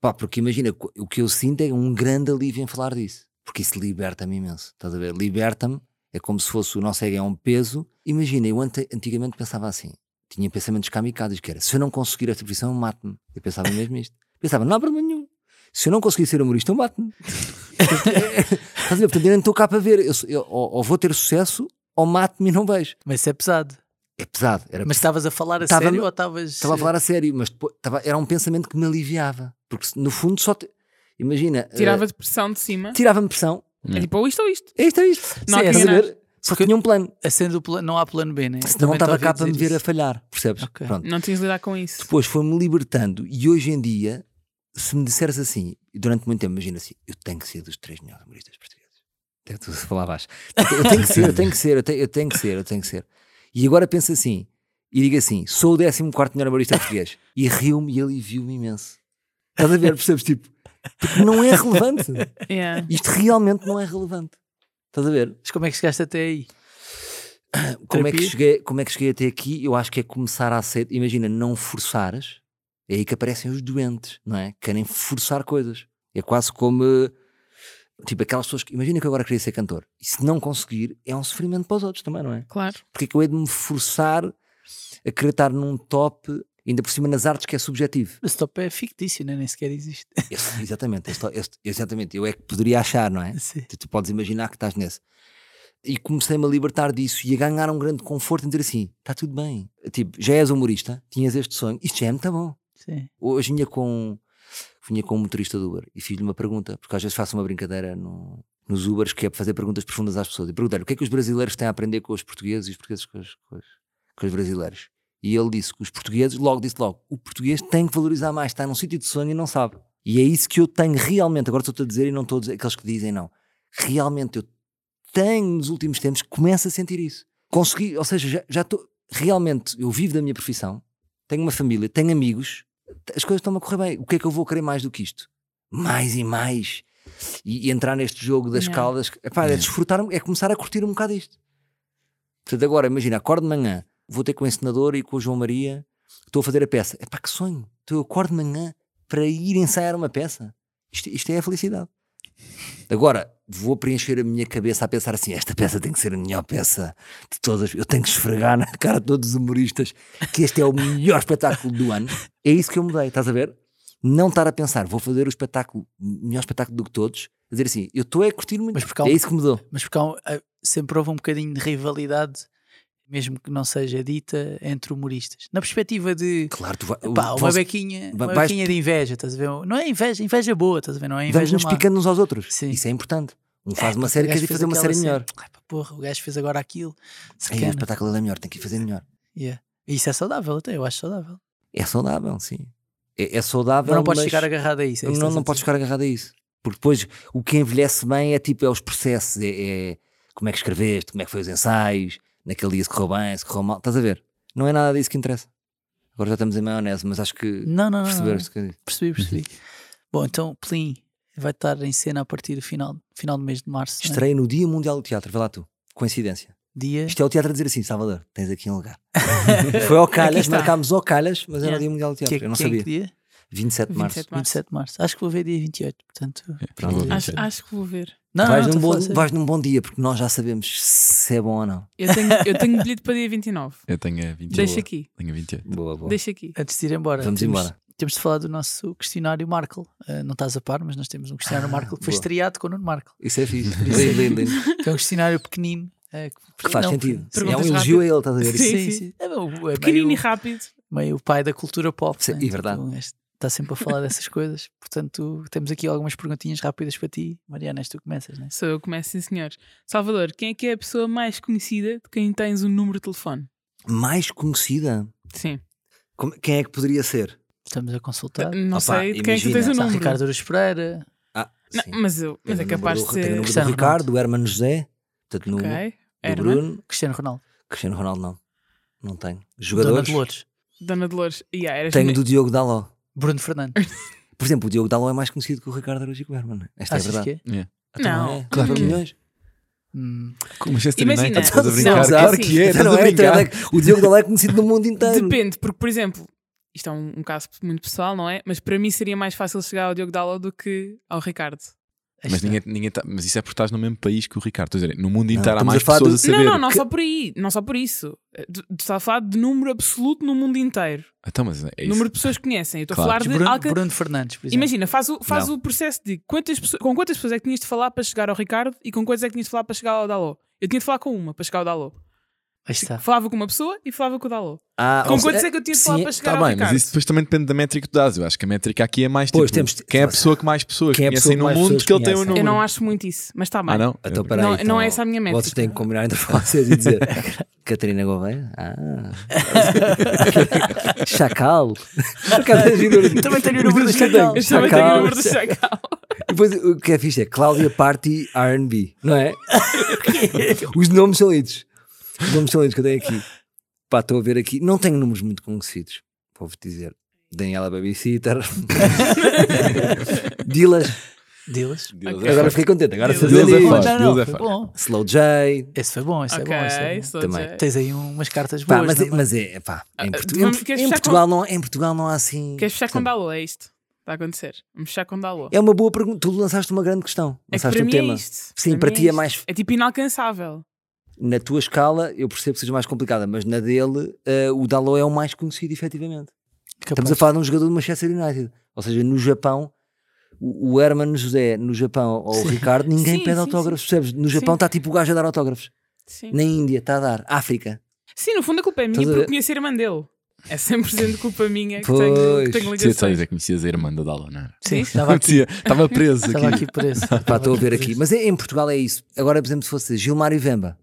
F: Pá, porque imagina, co- o que eu sinto é um grande alívio em falar disso. Porque isso liberta-me imenso. Estás a ver? Liberta-me. É como se fosse o nosso ego é um peso. Imagina, eu ante- antigamente pensava assim. Tinha pensamentos kamikazes, que era se eu não conseguir esta profissão, eu mato-me. Eu pensava mesmo isto. Pensava, não há problema nenhum. Se eu não conseguir ser humorista, eu mato-me. Estás a ver? Portanto, eu não estou cá para ver. Eu, sou- eu- ou, ou vou ter sucesso, ou mato-me e não vejo.
C: Mas isso é pesado.
F: É pesado. Era
C: Mas estavas a falar a
F: Estava-
C: sério ou estavas.
F: Estava a falar a sério, mas depois, estava- era um pensamento que me aliviava. Porque se- no fundo só. te- imagina.
D: Tirava
F: eh,
D: de pressão de cima.
F: tirava-me pressão.
D: É tipo, ou isto ou isto.
F: É isto, é isto.
D: Não
C: há
F: Estás
C: quem
F: a ver? Só
C: Porque-
F: tinha um plano.
C: a cena do plano, não há plano B, né?
F: Senão não
C: Também
F: estava
C: te
F: cá
C: ouvi
F: para me
C: dizer
F: ver a
C: isso.
F: falhar. Percebes?
C: Ok.
F: Pronto.
D: Não tinhas de lidar com isso.
F: Depois foi-me libertando. E hoje em dia, se me disseres assim, e durante muito tempo, imagina assim, eu tenho que ser dos três melhores humoristas portugueses. É Até tu se falavas. Eu tenho que ser, eu tenho que ser, eu tenho, eu tenho que ser, eu tenho que ser. E agora pensa assim, e diga assim, sou o 14 melhor humorista português. E riu-me e alivio-me imenso. Estás a ver, percebes? Tipo, porque não é relevante.
D: Yeah.
F: Isto realmente não é relevante. Estás a ver?
C: Mas como é que chegaste até aí?
F: como é, que
C: Terapia?
F: cheguei, como é que cheguei até aqui? Eu acho que é começar a aceitar. Imagina, não forçares. É aí que aparecem os doentes, não é? Querem forçar coisas. É quase como. eh, Tipo, aquelas pessoas que. Imagina que eu agora queria ser cantor. E se não conseguir, é um sofrimento para os outros também, não é?
D: Claro.
F: Porque é que eu hei de me forçar a querer estar num top, ainda por cima nas artes, que é subjetivo.
C: Esse top é fictício, né? nem sequer existe.
F: Esse- exatamente, esse- esse- exatamente. Eu é que poderia achar, não é?
C: Sim.
F: Tu, tu podes imaginar que estás nesse. E comecei-me a libertar disso e a ganhar um grande conforto em dizer assim: está tudo bem. Tipo, já és humorista, tinhas este sonho, isto já é muito bom.
C: Sim.
F: Hoje vinha com, vinha com um motorista do Uber e fiz-lhe uma pergunta, porque às vezes faço uma brincadeira no- nos Ubers que é fazer perguntas profundas às pessoas. E perguntei-lhe o que é que os brasileiros têm a aprender com os portugueses e os portugueses com os, com os- com os brasileiros. E ele disse que os portugueses, logo disse logo, o português tem que valorizar mais, está num sítio de sonho e não sabe. E é isso que eu tenho realmente, agora estou-te a dizer e não estou a dizer aqueles que dizem não. Realmente eu tenho nos últimos tempos, começo a sentir isso. Consegui, ou seja, já- já estou, realmente eu vivo da minha profissão, tenho uma família, tenho amigos, as coisas estão a correr bem. O que é que eu vou querer mais do que isto? Mais e mais. E, e entrar neste jogo das
D: Não.
F: caldas. Epá, é desfrutar, é começar a curtir um bocado isto. Portanto, agora imagina, acordo de manhã, vou ter com o encenador e com o João Maria Estou a fazer a peça. É pá, que sonho. Então eu acordo de manhã para ir ensaiar uma peça. Isto, isto é a felicidade. Agora, vou preencher a minha cabeça a pensar assim: esta peça tem que ser a melhor peça de todas. Eu tenho que esfregar na cara de todos os humoristas que este é o melhor espetáculo do ano. É isso que eu mudei, estás a ver? Não estar a pensar, vou fazer o espetáculo, melhor espetáculo do que todos, a dizer assim: eu estou a curtir muito.
C: Mas porque há
F: é
C: um-
F: isso que mudou.
C: Mas porque há um- há- sempre houve um bocadinho de rivalidade, mesmo que não seja dita, entre humoristas. Na perspectiva de
F: Claro, tu vai,
C: pá, uma
F: vamos-
C: bequinha,
F: va-
C: uma
F: vais-
C: bequinha de inveja, estás a ver? Não é inveja, inveja boa, estás a ver? Não é inveja
F: vamos-nos
C: má.
F: picando uns aos outros.
C: Sim.
F: Isso é importante. Um faz
C: É,
F: uma
C: pá,
F: série,
C: o
F: quer
C: gajo
F: ir
C: fez
F: fazer uma
C: aquela
F: série melhor.
C: Ai, pá, porra, o gajo fez agora aquilo.
F: Ei, o
C: Sacana.
F: espetáculo é melhor, tem que ir fazer melhor.
C: Yeah. Isso é saudável, até eu acho saudável.
F: É saudável, sim. É, é
C: Mas
F: saudável.
C: não podes
F: mas-
C: ficar agarrado a isso. é isso que
F: não,
C: estás
F: não
C: a
F: podes
C: dizer.
F: ficar agarrado a isso. Porque depois o que envelhece bem é tipo, é os processos, é, é como é que escreveste, como é que foi os ensaios, naquele dia se correu bem, se correu mal, estás a ver? Não é nada disso que interessa. Agora já estamos em maionese, mas acho que
C: Não, não, não. não, não.
F: perceberam-se que eu disse.
C: Percebi, percebi. Bom, então, Plim vai estar em cena a partir do final, final do mês de março. né?
F: Estreia no Dia Mundial do Teatro, vê lá tu, coincidência.
C: Dia.
F: Isto é o teatro a dizer assim, Salvador, tens aqui um lugar. foi ao Calhas,
C: está.
F: marcámos ao Calhas, mas
C: Yeah.
F: era o Dia Mundial do Teatro,
C: que,
F: eu não
C: que É
F: sabia.
C: que dia?
F: 27 de março.
D: 27 de março.
C: 27 de março. Acho que vou ver dia 28,
F: É,
C: portanto.
E: já vou ver.
D: Acho, acho que vou ver.
C: Não,
F: vais,
C: Ah, não,
F: num
C: estou a falar
F: bom,
C: sério.
F: vais num bom dia, porque nós já sabemos se é bom ou não.
D: Eu tenho, eu tenho bilhete para dia 29.
E: Eu tenho eh, a 28.
D: Deixa aqui.
E: um, Tenho a 28.
F: Boa, boa.
D: Deixa aqui.
C: Antes de ir embora,
F: Vamos
C: temos,
F: embora.
C: temos de falar do nosso questionário Markle. Ah, não estás a par, mas nós temos um questionário Markle que foi
F: Ah, boa.
C: estreado com o Nuno Markle.
F: Isso é fixe.
D: Uhum.
F: lindo, lindo, lindo.
C: Que é um questionário pequenino. ah,
F: que faz
C: não,
F: sentido. É um
D: Perguntas
F: elogio a ele, estás a ver?
D: Sim,
C: Sim,
D: sim.
C: sim. É, bom, é
D: Pequenino e
C: meio,
D: rápido.
C: meio o pai da cultura pop.
F: Sim,
C: né?
F: e verdade.
C: Então, este Está sempre a falar dessas coisas. Portanto, temos aqui algumas perguntinhas rápidas para ti. Mariana, és tu que começas, não é?
D: Sou eu que começo, sim, senhores. Salvador, quem é que é a pessoa mais conhecida de quem tens o número de telefone?
F: é Mais conhecida?
D: Sim.
F: Como- quem é que poderia ser?
C: Estamos a consultar.
D: Não
F: Opa,
D: sei de quem é que tu
F: imagina.
D: tens o
F: Sabe,
D: número.
C: Ricardo Aruz Pereira.
F: Ah,
D: Não,
F: sim.
D: mas, eu, mas é
F: Tenho o
D: capaz de
F: número
D: ser.
F: do- tenho o número
C: Cristiano
F: do Ricardo,
C: Ronaldo.
F: do Herman José, portanto, no,
D: Ok.
F: do
D: Herman.
F: Bruno,
C: Cristiano Ronaldo.
F: Cristiano Ronaldo não. Não tenho.
C: Dona
F: Jogadores?
C: Dolores.
D: Dona Dolores. Yeah, eras
F: Tenho
D: me-
F: do Diogo Daló.
C: Bruno Fernandes.
F: Por exemplo, o Diogo Daló é mais conhecido que o Ricardo Araújo e que o Herman. Esta é
C: Achas
F: verdade.
C: que é?
F: Então
D: Não.
F: é.
E: Claro que é.
F: milhões.
C: Hum,
E: Como Manchester
D: Imagina.
E: United, estás a
F: Não,
E: brincar?
D: é
E: claro
D: assim.
E: que é,
F: Então
E: estás
F: não
E: a
F: é, então
E: brincar.
F: é- O Diogo Daló é conhecido no mundo inteiro.
D: Depende, porque, por exemplo, isto é um, um caso muito pessoal, não é? Mas para mim seria mais fácil chegar ao Diogo Dalla do que ao Ricardo.
C: aí
E: Mas,
C: está.
E: ninguém, ninguém tá- mas isso é porque estás no mesmo país que o Ricardo. Estou a dizer, no mundo inteiro há
F: estamos
E: mais
F: a falar
E: pessoas
F: do-
E: a saber.
D: Não, não, não
F: que-
D: só por aí. Não só por isso. Eh, Tu tu estás a falar de número absoluto no mundo inteiro.
E: Então, mas é isso.
D: número de pessoas que conhecem. Eu estou
E: Claro.
D: a falar
C: Mas
D: de
C: Bruno,
D: alca-
C: Bruno Fernandes, é. por exemplo.
D: Imagina, faz, o, faz
F: Não.
D: o processo de quantas pessoas- com quantas pessoas é que tinhas de falar para chegar ao Ricardo e com quantas é que tinhas de falar para chegar ao Dalô. Eu tinha de falar com uma para chegar ao Dalô.
C: Aí está.
D: Falava com uma pessoa e falava com o Dalô.
F: Ah,
D: Com
F: ou
D: quantos
F: seja-
D: é que eu tinha de
F: sim,
D: falar para chegar
E: Está
D: ao
E: Tá bem, mas
D: Ricardo?
E: isso depois também depende da métrica que tu dás. Eu acho que a métrica aqui é mais
F: Pois,
E: tipo,
F: temos-
E: quem é a pessoa que mais pessoas
F: Quem é a pessoa
E: conhecem
F: que
E: no
F: mais
E: mundo
F: pessoas
E: que ele tem o
F: conhecem?
E: número.
D: Eu não acho muito isso, mas está bem.
E: Ah, não?
F: Então, peraí,
D: Não- não
F: então,
D: é essa a minha métrica.
F: Vocês têm que combinar entre vocês e dizer Catarina Gouveia? Ah. Chacal? Cada giro-
C: Também tenho o número do
F: Os
D: é
F: dois
C: Chacal.
D: Eu também tenho o
E: Tá
F: Chacal.
D: número do Chacal.
F: Depois, o que é fixe é Cláudia Party R&B, não é? Os nomes são lidos. Os nomes são lidos que eu tenho aqui. Pá, estou a ver aqui. Não tenho números muito conhecidos. Vou-vos dizer. Daniela Babysitter. Dilas.
C: Dilas.
E: Deus é
F: Agora
E: forte.
F: fiquei contente. Agora
E: Dilas.
F: sabia
E: Deus é
F: Dilas.
E: forte.
C: Não,
E: Deus
C: não,
E: é
C: foi
E: forte.
C: bom.
F: Slow J.
C: Esse foi bom, esse é bom. esse é
D: Ok,
C: bom.
D: sou
F: Também.
D: Jay.
C: Tens aí umas cartas
F: Pá,
C: boas.
F: mas, é-
C: não é?
F: mas é, pá, em, Portu-
D: Ah, vamos-
F: em-
D: queres
F: em
D: fechar
F: Portugal não, em Portugal não há assim.
D: Queres fechar com
F: Portanto,
D: Dalô? É isto. Está a acontecer. Vamos fechar com Dalô.
F: É uma boa pergunta. Tu lançaste uma grande questão.
D: É que
F: Lançaste
D: para
F: um
D: mim
F: tema.
D: é isto.
F: Sim,
D: Para
F: para
D: mim
F: ti é
D: isto.
F: mais-
D: É tipo inalcançável.
F: Na tua escala, eu percebo que seja mais complicada, mas na dele, eh, o Dalot é o mais conhecido, efetivamente.
C: Capaz.
F: Estamos a falar de um jogador do Manchester United. Ou seja, no Japão, o, o Herman José, no Japão, ou o Ricardo, ninguém
D: Sim,
F: pede
D: sim,
F: autógrafos. Percebes? No
D: Sim.
F: Japão está tipo o gajo a dar autógrafos.
D: Sim.
F: Na Índia está a dar. África.
D: Sim, no fundo a culpa é minha
F: Estás a
D: por
F: ver?
D: conhecer a irmã dele. É 100% culpa minha que
F: Pois.
D: tenho, que tenho
E: Você está a
D: ligações.
E: dizer que conhecias a irmã da Dala, não era?
C: Sim,
D: Sim.
C: estava aqui,
E: Conhecia. Estava preso
C: estava
E: aqui.
C: aqui por esse.
F: Pá,
C: Estava
F: estou a ver
C: por
F: aqui.
C: esse.
F: Mas é, em Portugal é isso. Agora, por exemplo, se fosse Gilmar e Vemba.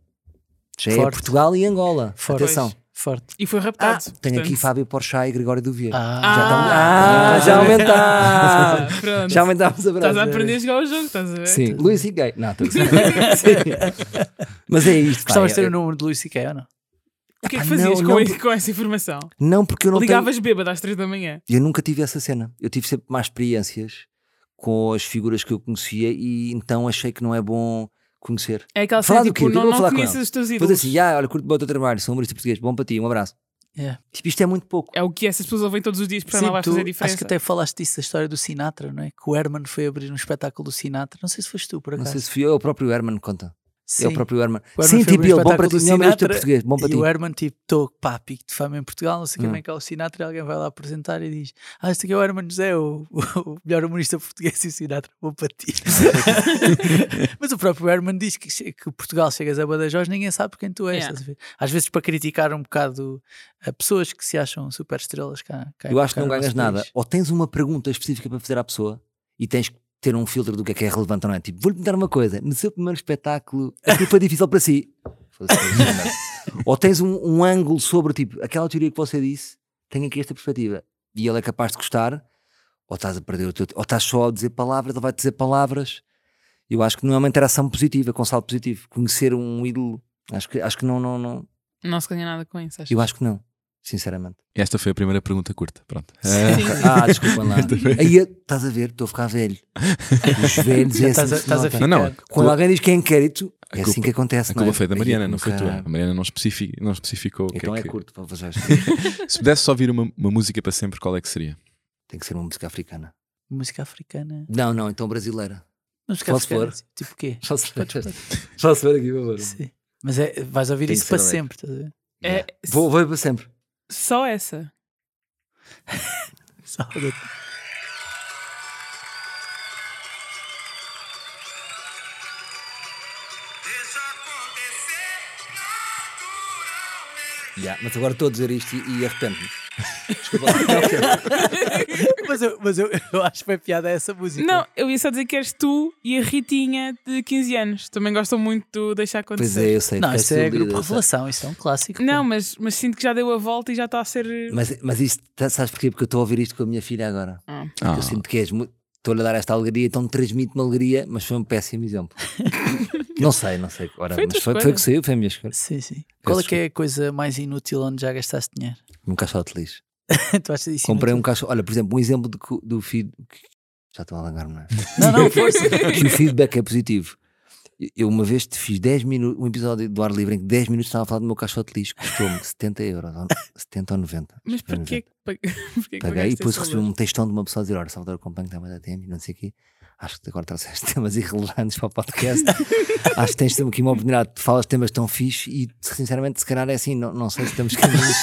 F: Já é
C: Forte.
F: Portugal e Angola.
C: Forte.
F: Atenção.
C: Forte.
D: E foi
F: Ah,
D: raptado.
F: tenho
D: portanto.
F: aqui Fábio Porchat e Gregório do Vieira.
C: Tá, Ah,
F: Já
D: Ah.
F: estamos- Ah, já aumentámos.
D: Ah, pronto.
F: Já aumentámos a
D: Estás a
F: brasa.
D: aprender a jogar o jogo, estás a ver?
F: Sim, Luís e Gay. Não, estou a gozar. Sim. Mas é isto. pá,
C: gostavas de
F: é-
C: ter um o número de Luís C.K. ou não?
D: O que é
F: Epá,
D: que fazias
F: não,
D: com,
F: não.
D: e- com essa informação?
F: Não, porque eu não
D: Ligavas bêbado às 3 da manhã.
F: tenho... Eu nunca tive essa cena. Eu tive sempre mais experiências com as figuras que eu conhecia e então achei que não é bom conhecer. assim,
D: É aquela
F: Falar
D: cena
F: do quê?
D: tipo,
F: O que é que
D: não,
F: eu vou
D: não
F: falar com
D: conheces
F: ela?
D: os teus
F: Vou
D: ídolos.
F: dizer assim, ah, olha, curto bem o teu trabalho, sou humorista português, bom para ti, um abraço.
C: Yeah.
F: Tipo, isto é muito pouco.
D: É o que essas pessoas ouvem todos os dias, para
C: Sim,
D: não vai
C: tu-
D: fazer diferença.
C: acho que até falaste disso da história do Sinatra, não é? Que o Herman foi abrir um espetáculo do Sinatra. Não sei se foste tu, por
F: Não
C: acaso.
F: sei se fui eu, é o próprio Herman que conta.
C: Sim.
F: É o próprio Herman.
C: O Herman
F: Sim,
C: foi
F: tipo,
C: abrir um
F: ele, bom para ti.
C: espetáculo do
F: Não, mas tu é
C: Sinatra
F: português, bom para
C: E
F: ti.
C: o Herman, tipo, estou pá, pico de fama em Portugal, não sei
F: Hum.
C: como é que é o Sinatra. E alguém vai lá apresentar e diz: Ah, este aqui é o Herman José, o, o melhor humorista português. E o Sinatra, vou para ti. Mas o próprio Herman diz que, che- que Portugal chegas a Badajoz, ninguém sabe quem tu és.
D: Yeah.
C: estás a ver? Às vezes, para criticar um bocado a pessoas que se acham super estrelas cá. cá-
F: Eu acho que
C: cá
F: não
C: no
F: ganhas
C: nosso
F: nada.
C: país.
F: Ou tens uma pergunta específica para fazer à pessoa e tens que ter um filtro do que é que é relevante ou não é. Tipo, vou-lhe perguntar uma coisa. No seu primeiro espetáculo, aquilo foi difícil para si. Foda-se, foi difícil. ou tens um, um ângulo sobre, tipo, aquela teoria que você disse, tem aqui esta perspectiva. E ele é capaz de gostar, ou estás a perder o teu... Ou estás só a dizer palavras, ele vai dizer palavras. Eu acho que não é uma interação positiva, com saldo positivo. Conhecer um ídolo, acho que, acho que não, não, não.
D: Não se ganha nada com isso, acho.
F: Eu acho que não, sinceramente.
E: Esta foi a primeira pergunta curta. Pronto.
D: Sim.
F: Ah, desculpa lá. Aí eu- estás a ver, estou a ficar velho. Os velhos
C: Já
F: é assim
C: Estás a,
F: que se
C: estás a
F: nota.
C: ficar.
E: Não, não.
F: Quando alguém diz que é inquérito, é
E: culpa-
F: assim que acontece.
E: A culpa
F: não é?
E: foi da Mariana,
F: Aí,
E: não foi tua.
F: caralho.
E: A Mariana não, especifi- não especificou o que
F: Então
E: é
F: é
E: que.
F: curto para vocês.
E: Se pudesse só ouvir uma, uma música para sempre, qual é que seria?
F: Tem que ser uma música africana.
C: Música africana.
F: Não, não, então brasileira.
C: Música
F: Posso
C: africana.
F: pôr?
C: Tipo o quê?
F: Só se ver, só se ver aqui, por favor.
C: Sim. Mas é, vais ouvir
F: Tem
C: isso
F: que
C: para
F: ser
C: sempre. estás a ver?
D: É,
F: Vou, vou para sempre.
D: Só essa.
C: Sábado.
F: Já, mas agora estou a dizer isto e, e arrependo-me. Desculpa lá. Não, ok.
C: Mas, eu, mas eu, eu acho que foi piada essa música.
D: Não, eu ia só dizer que és tu e a Ritinha de 15 anos. Também gostam muito do deixar
F: Pois é,
D: acontecer.
F: eu sei.
C: Não,
F: fiquei
C: isso é
F: desiludido,
C: Grupo
F: eu sei.
C: Revelação, isso é um clássico.
D: Não,
C: pô.
D: mas, mas sinto que já deu a volta e já está a ser.
F: Mas, mas isto, tá- sabes porquê? Porque eu estou a ouvir isto com a minha filha agora.
D: Ah.
E: Ah,
F: Eu sinto É que és muito. Estou-lhe a dar esta alegria, então transmite-me alegria, mas foi um péssimo exemplo. não sei, não sei. Ora,
D: Foi a tua
F: mas foi,
D: escolha.
F: foi o que saiu, foi a minha escolha.
C: Sim, sim. Qual é que é a coisa mais inútil onde já gastaste dinheiro?
F: Um caixote de lixo.
C: tu achas isso?
F: Comprei um
C: inútil?
F: caixote. Olha, por exemplo, um exemplo de que- do feed. que- Já estou a alongar-me, não é?
C: Não, não, força.
F: que o feedback é positivo. Eu uma vez te fiz 10 minutos, um episódio do ar livre em que 10 minutos estava a falar do meu caixote de lixo, custou-me 70 euros, ou 70 ou 90. acho
D: Mas
F: que foi
D: porquê
F: 90.
D: que pag- porquê que
F: é. Paguei e
D: pagaste
F: depois
D: esse
F: recebi
D: valor?
F: um textão de uma pessoa a dizer: Olha, Salvador, acompanho que há a tempo, e não sei o quê. Acho que agora trouxeste temas irrelevantes para o podcast. Acho que tens de aqui uma oportunidade. Tu falas de temas tão fixe e, sinceramente, se calhar é assim. Não, não sei se estamos caminhos.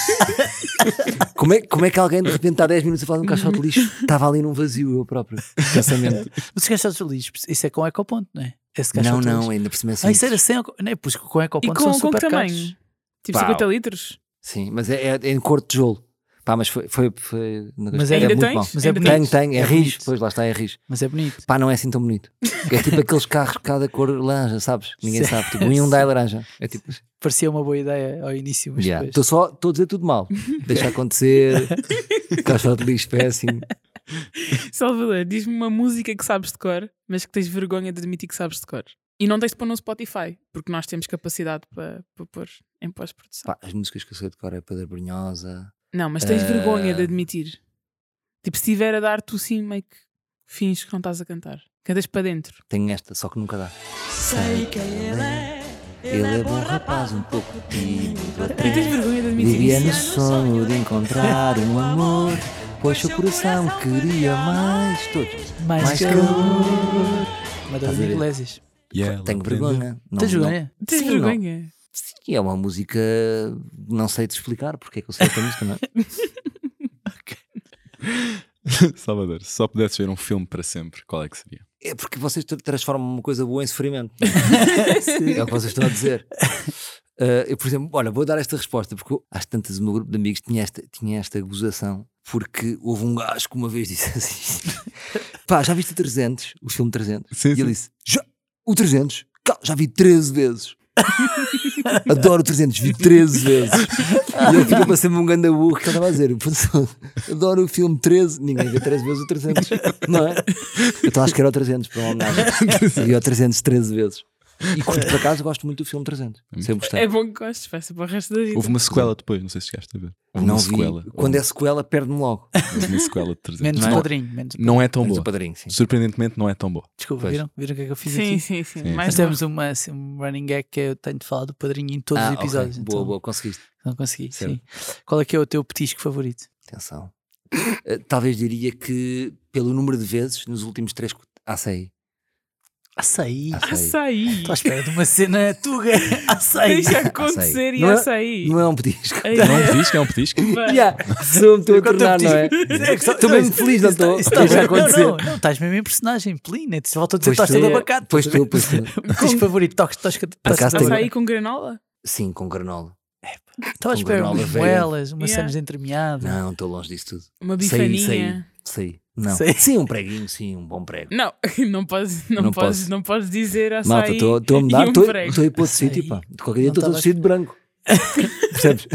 F: como, é, como é que alguém de repente está 10 minutos a falar de um caixote de lixo? Estava ali num vazio, eu próprio. Pensamento.
C: Os caixotes de lixo, isso é com ecoponto, não é? Esse
F: não,
C: caixote de
F: não,
C: lixo.
F: ainda por cima é assim.
C: Ah, isso era sem ecoponto. Não é? Pois com
D: E
C: ecoponto
D: com,
C: são
D: com que
C: super caros.
D: tamanho? Tipo
F: Pau.
D: 50 litros?
F: Sim, mas é, é- é em cor de tijolo. Pá, mas foi. foi, foi
C: Mas
F: é
C: ainda
F: muito
D: tens?
F: mau.
C: Mas é
D: Ainda
C: bonito.
F: Tenho, tenho, é,
C: É
F: rijo,
C: bonito.
F: pois lá está, é rijo.
C: Mas é bonito.
F: Pá, não é assim tão bonito. É tipo aqueles carros de cada cor laranja, sabes? Ninguém
C: Sim.
F: sabe. Tipo, um Hyundai laranja. É tipo.
C: Parecia uma boa ideia ao início, mas
F: Estou
C: depois.
F: só estou a dizer tudo mal. Deixa acontecer. Caixote de lixo péssimo.
D: Salvador, diz-me uma música que sabes de cor, mas que tens vergonha de admitir que sabes de cor. E não tens de pôr no Spotify, porque nós temos capacidade para, para pôr em pós-produção.
F: Pá, as músicas que eu sei de cor é Pedra Brunhosa.
D: Não, mas tens
F: Eh.
D: vergonha de admitir. Tipo, se estiver a dar, tu sim, meio que finges que não estás a cantar. Cantas para dentro.
F: Tenho esta, só que nunca dá.
G: Sei quem ele é.
F: Ele é bom rapaz, um pouco tímido
D: E tens
F: até.
D: vergonha de admitir
F: Vivia no
D: isso.
F: sonho de encontrar um amor. Pois seu coração queria mais. Todos.
C: Mais,
F: Mais
C: calor. Madalena
F: ver?
C: Iglesias.
E: e ela
F: Tenho
E: aprendeu-
F: vergonha. Não-
C: Tens é?
F: não-
C: vergonha?
D: Tens
F: Sim, não.
D: vergonha.
F: Sim, é uma música. Não sei te explicar porque é que eu sei esta música, não é?
E: Salvador, se só pudesse ver um filme para sempre, qual é que seria?
F: É porque vocês tra- transformam uma coisa boa em sofrimento. é o que vocês estão a dizer. Ah, eu, por exemplo, olha, vou dar esta resposta, porque eu- às tantas o meu grupo de amigos tinha esta, tinha esta gozação, porque houve um gajo que uma vez disse assim: pá, já viste o 300, o filme 300?
E: Sim,
F: e ele disse: já, o 300? Cá, Já vi 13 vezes. Adoro o 300, vi 13 vezes. E ele ficou para sempre um ganda burro que ele estava a dizer: "Pô, Adoro o filme 13. Ninguém vê 13 vezes o 300, não é? Eu estava a acho que era o 300 para uma homenagem. Vi o 300 13 vezes. E curto, por acaso, gosto muito do filme 300. Sempre gostei.
D: É bom que gostes, vai ser para o resto da vida.
E: Houve uma sequela depois, não sei se chegaste a ver. Houve
F: não
E: uma
F: vi.
E: sequela.
F: Quando é
E: Houve-
F: sequela, perde-me logo.
E: houve uma sequela de 300.
C: Menos
E: não, é-
C: padrinho, menos
E: não é tão
F: Mas
E: boa.
F: o padrinho, sim.
E: Surpreendentemente, não é tão boa.
C: Desculpa,
F: Pois.
C: viram? Viram o que é que eu fiz
D: Sim,
C: aqui?
D: sim, sim.
E: Sim.
D: Mais
C: Nós
D: uma.
C: temos uma, assim, um running gag que eu tenho de falar do padrinho em todos
F: Ah,
C: os
F: ok.
C: episódios. então
F: Boa, boa, conseguiste.
C: Não consegui,
F: Certo.
C: sim. Qual é que é o teu petisco favorito?
F: Atenção. Eh, Talvez diria que, pelo número de vezes, nos últimos três. ah, Açaí.
C: Açaí.
D: Açaí.
C: Estou à espera de uma cena tuga. Açaí.
D: Deixa acontecer e
F: Não é-
D: açaí.
F: Não é um pedisco.
D: Ei,
E: Não é um petisco, é um petisco.
F: Yeah, sou-me estou a tornar, não é? Estou mesmo feliz, não estou?
C: Isso está
F: Isto a
C: bem- não,
F: acontecer.
C: não, não, estás mesmo em personagem, Plina. Volto a dizer,
D: tá
F: Pois é.
C: estás todo
F: tu-
C: abacate.
F: Pois tu, pois tu.
C: O petisco favorito, toques, tosca de
F: acaso
C: tosca de
F: tenho-
C: abacate.
D: Açaí com granola?
F: Sim, com granola.
C: Estava à
F: com
C: espera
F: granola
C: umas
F: velha.
C: moelas, umas
D: Yeah.
C: cenas de entremeado.
F: Não, estou longe disso tudo.
D: Uma
F: Saí,
D: bifaninha?
F: saí. Saí. Não.
C: Saí.
F: Sim, um preguinho, sim, um bom prego.
D: Não, não podes, não
F: Não
D: podes,
F: posso.
D: não podes dizer açaí
F: Malta, estou estou a
D: e
F: mudar,
D: um
F: estou
D: prego.
F: estou a ir para outro
C: Açaí.
F: sítio, pá. De qualquer dia
C: Não
F: estou
C: estava-
F: todo vestido de branco. Percebes?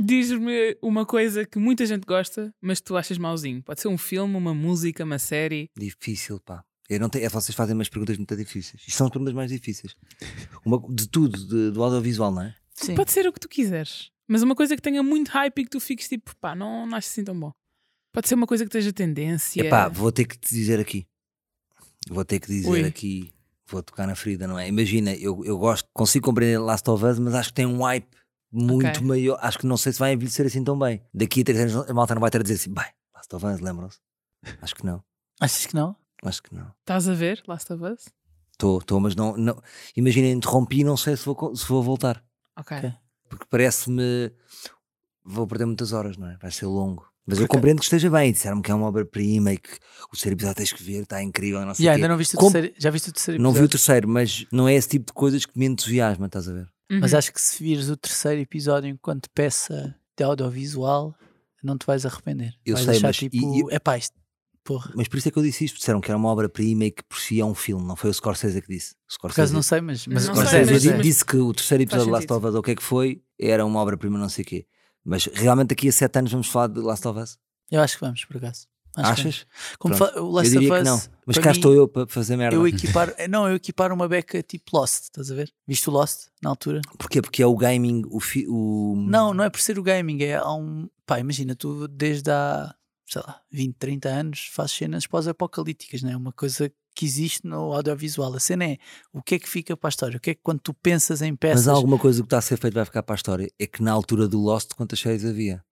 D: Diz-me uma coisa que muita gente gosta, mas tu achas mauzinho. Pode ser um filme, uma música, uma série.
F: Difícil, pá. Eu não tenho, é, vocês fazem umas perguntas muito difíceis. Isto são as perguntas mais difíceis. Uma, de tudo, de- do audiovisual, não é?
C: Sim.
D: Pode ser o que tu quiseres. Mas uma coisa que tenha muito hype e que tu fiques tipo, pá, não, não acho assim tão bom. Pode ser uma coisa que esteja tendência.
F: Epá, vou ter que te dizer aqui. Vou ter que dizer
D: Ui.
F: aqui. Vou tocar na ferida, não é? Imagina, eu, eu gosto, consigo compreender Last of Us, mas acho que tem um hype muito
D: Ok.
F: maior. Acho que não sei se vai envelhecer assim tão bem. Daqui a três anos a malta não vai ter a dizer assim, bem, Last of Us, lembram-se? Acho que não.
C: Achas que não?
F: Acho que não.
D: Estás a ver Last of Us?
F: Estou, estou, mas não. não. Imagina, interrompi e não sei se vou, co- se vou voltar.
D: Ok.
C: Ok.
F: Porque parece-me. Vou perder muitas horas, não é? Vai ser longo. Mas eu compreendo que esteja bem. Disseram-me que é uma obra-prima e que o ser episódio tens que ver, está incrível. Não sei
C: Yeah,
F: quê.
C: ainda não viste o
F: Com-
C: terceiro. Já viste o terceiro
F: Não vi o
C: episódio?
F: terceiro, mas não é esse tipo de coisas que me entusiasma, estás a ver?
D: Uhum.
C: Mas é acho que se vires o terceiro episódio enquanto peça de audiovisual, não te vais arrepender.
F: Eu
C: vais
F: sei,
C: achar
F: mas e-
C: tipo, é pá, isto, porra.
F: Mas por isso é que eu disse isto. Disseram que era uma obra-prima e que por si é um filme, não foi o Scorsese que disse. O
C: Por acaso
F: Scorsese,
C: não sei, mas, mas
D: Não
C: mas
D: sei,
F: Scorsese
D: mas-
F: di-
C: é.
D: mas-
F: disse que o terceiro
D: Faz
F: episódio de Last
D: sentido.
F: of Us, ou o que é que foi, era uma obra-prima, não sei o quê. Mas realmente daqui a sete anos vamos falar de Last of Us?
C: é. Eu acho que vamos, por acaso. Acho que
F: Achas?
C: vamos. Como
F: Pronto.
C: fa- o
F: Eu
C: Last of
F: diria que
C: Us,
F: não. Mas
C: para
F: cá
C: mim,
F: estou eu para fazer merda.
C: Eu equipar, eh, não, eu equipar uma beca tipo Lost, estás a ver? Viste o Lost na altura?
F: Porquê? Porque é o gaming, o. Fi... o...
C: Não, não é por ser o gaming, é há um. Pá, imagina, tu desde há, sei lá, 20, 30 anos fazes cenas pós-apocalípticas, não é? Uma coisa que existe no audiovisual. A cena é o que é que fica para a história, o que é que quando tu pensas em peças.
F: Mas há alguma coisa que está a ser feito vai ficar para a história. É que na altura do Lost, quantas séries havia?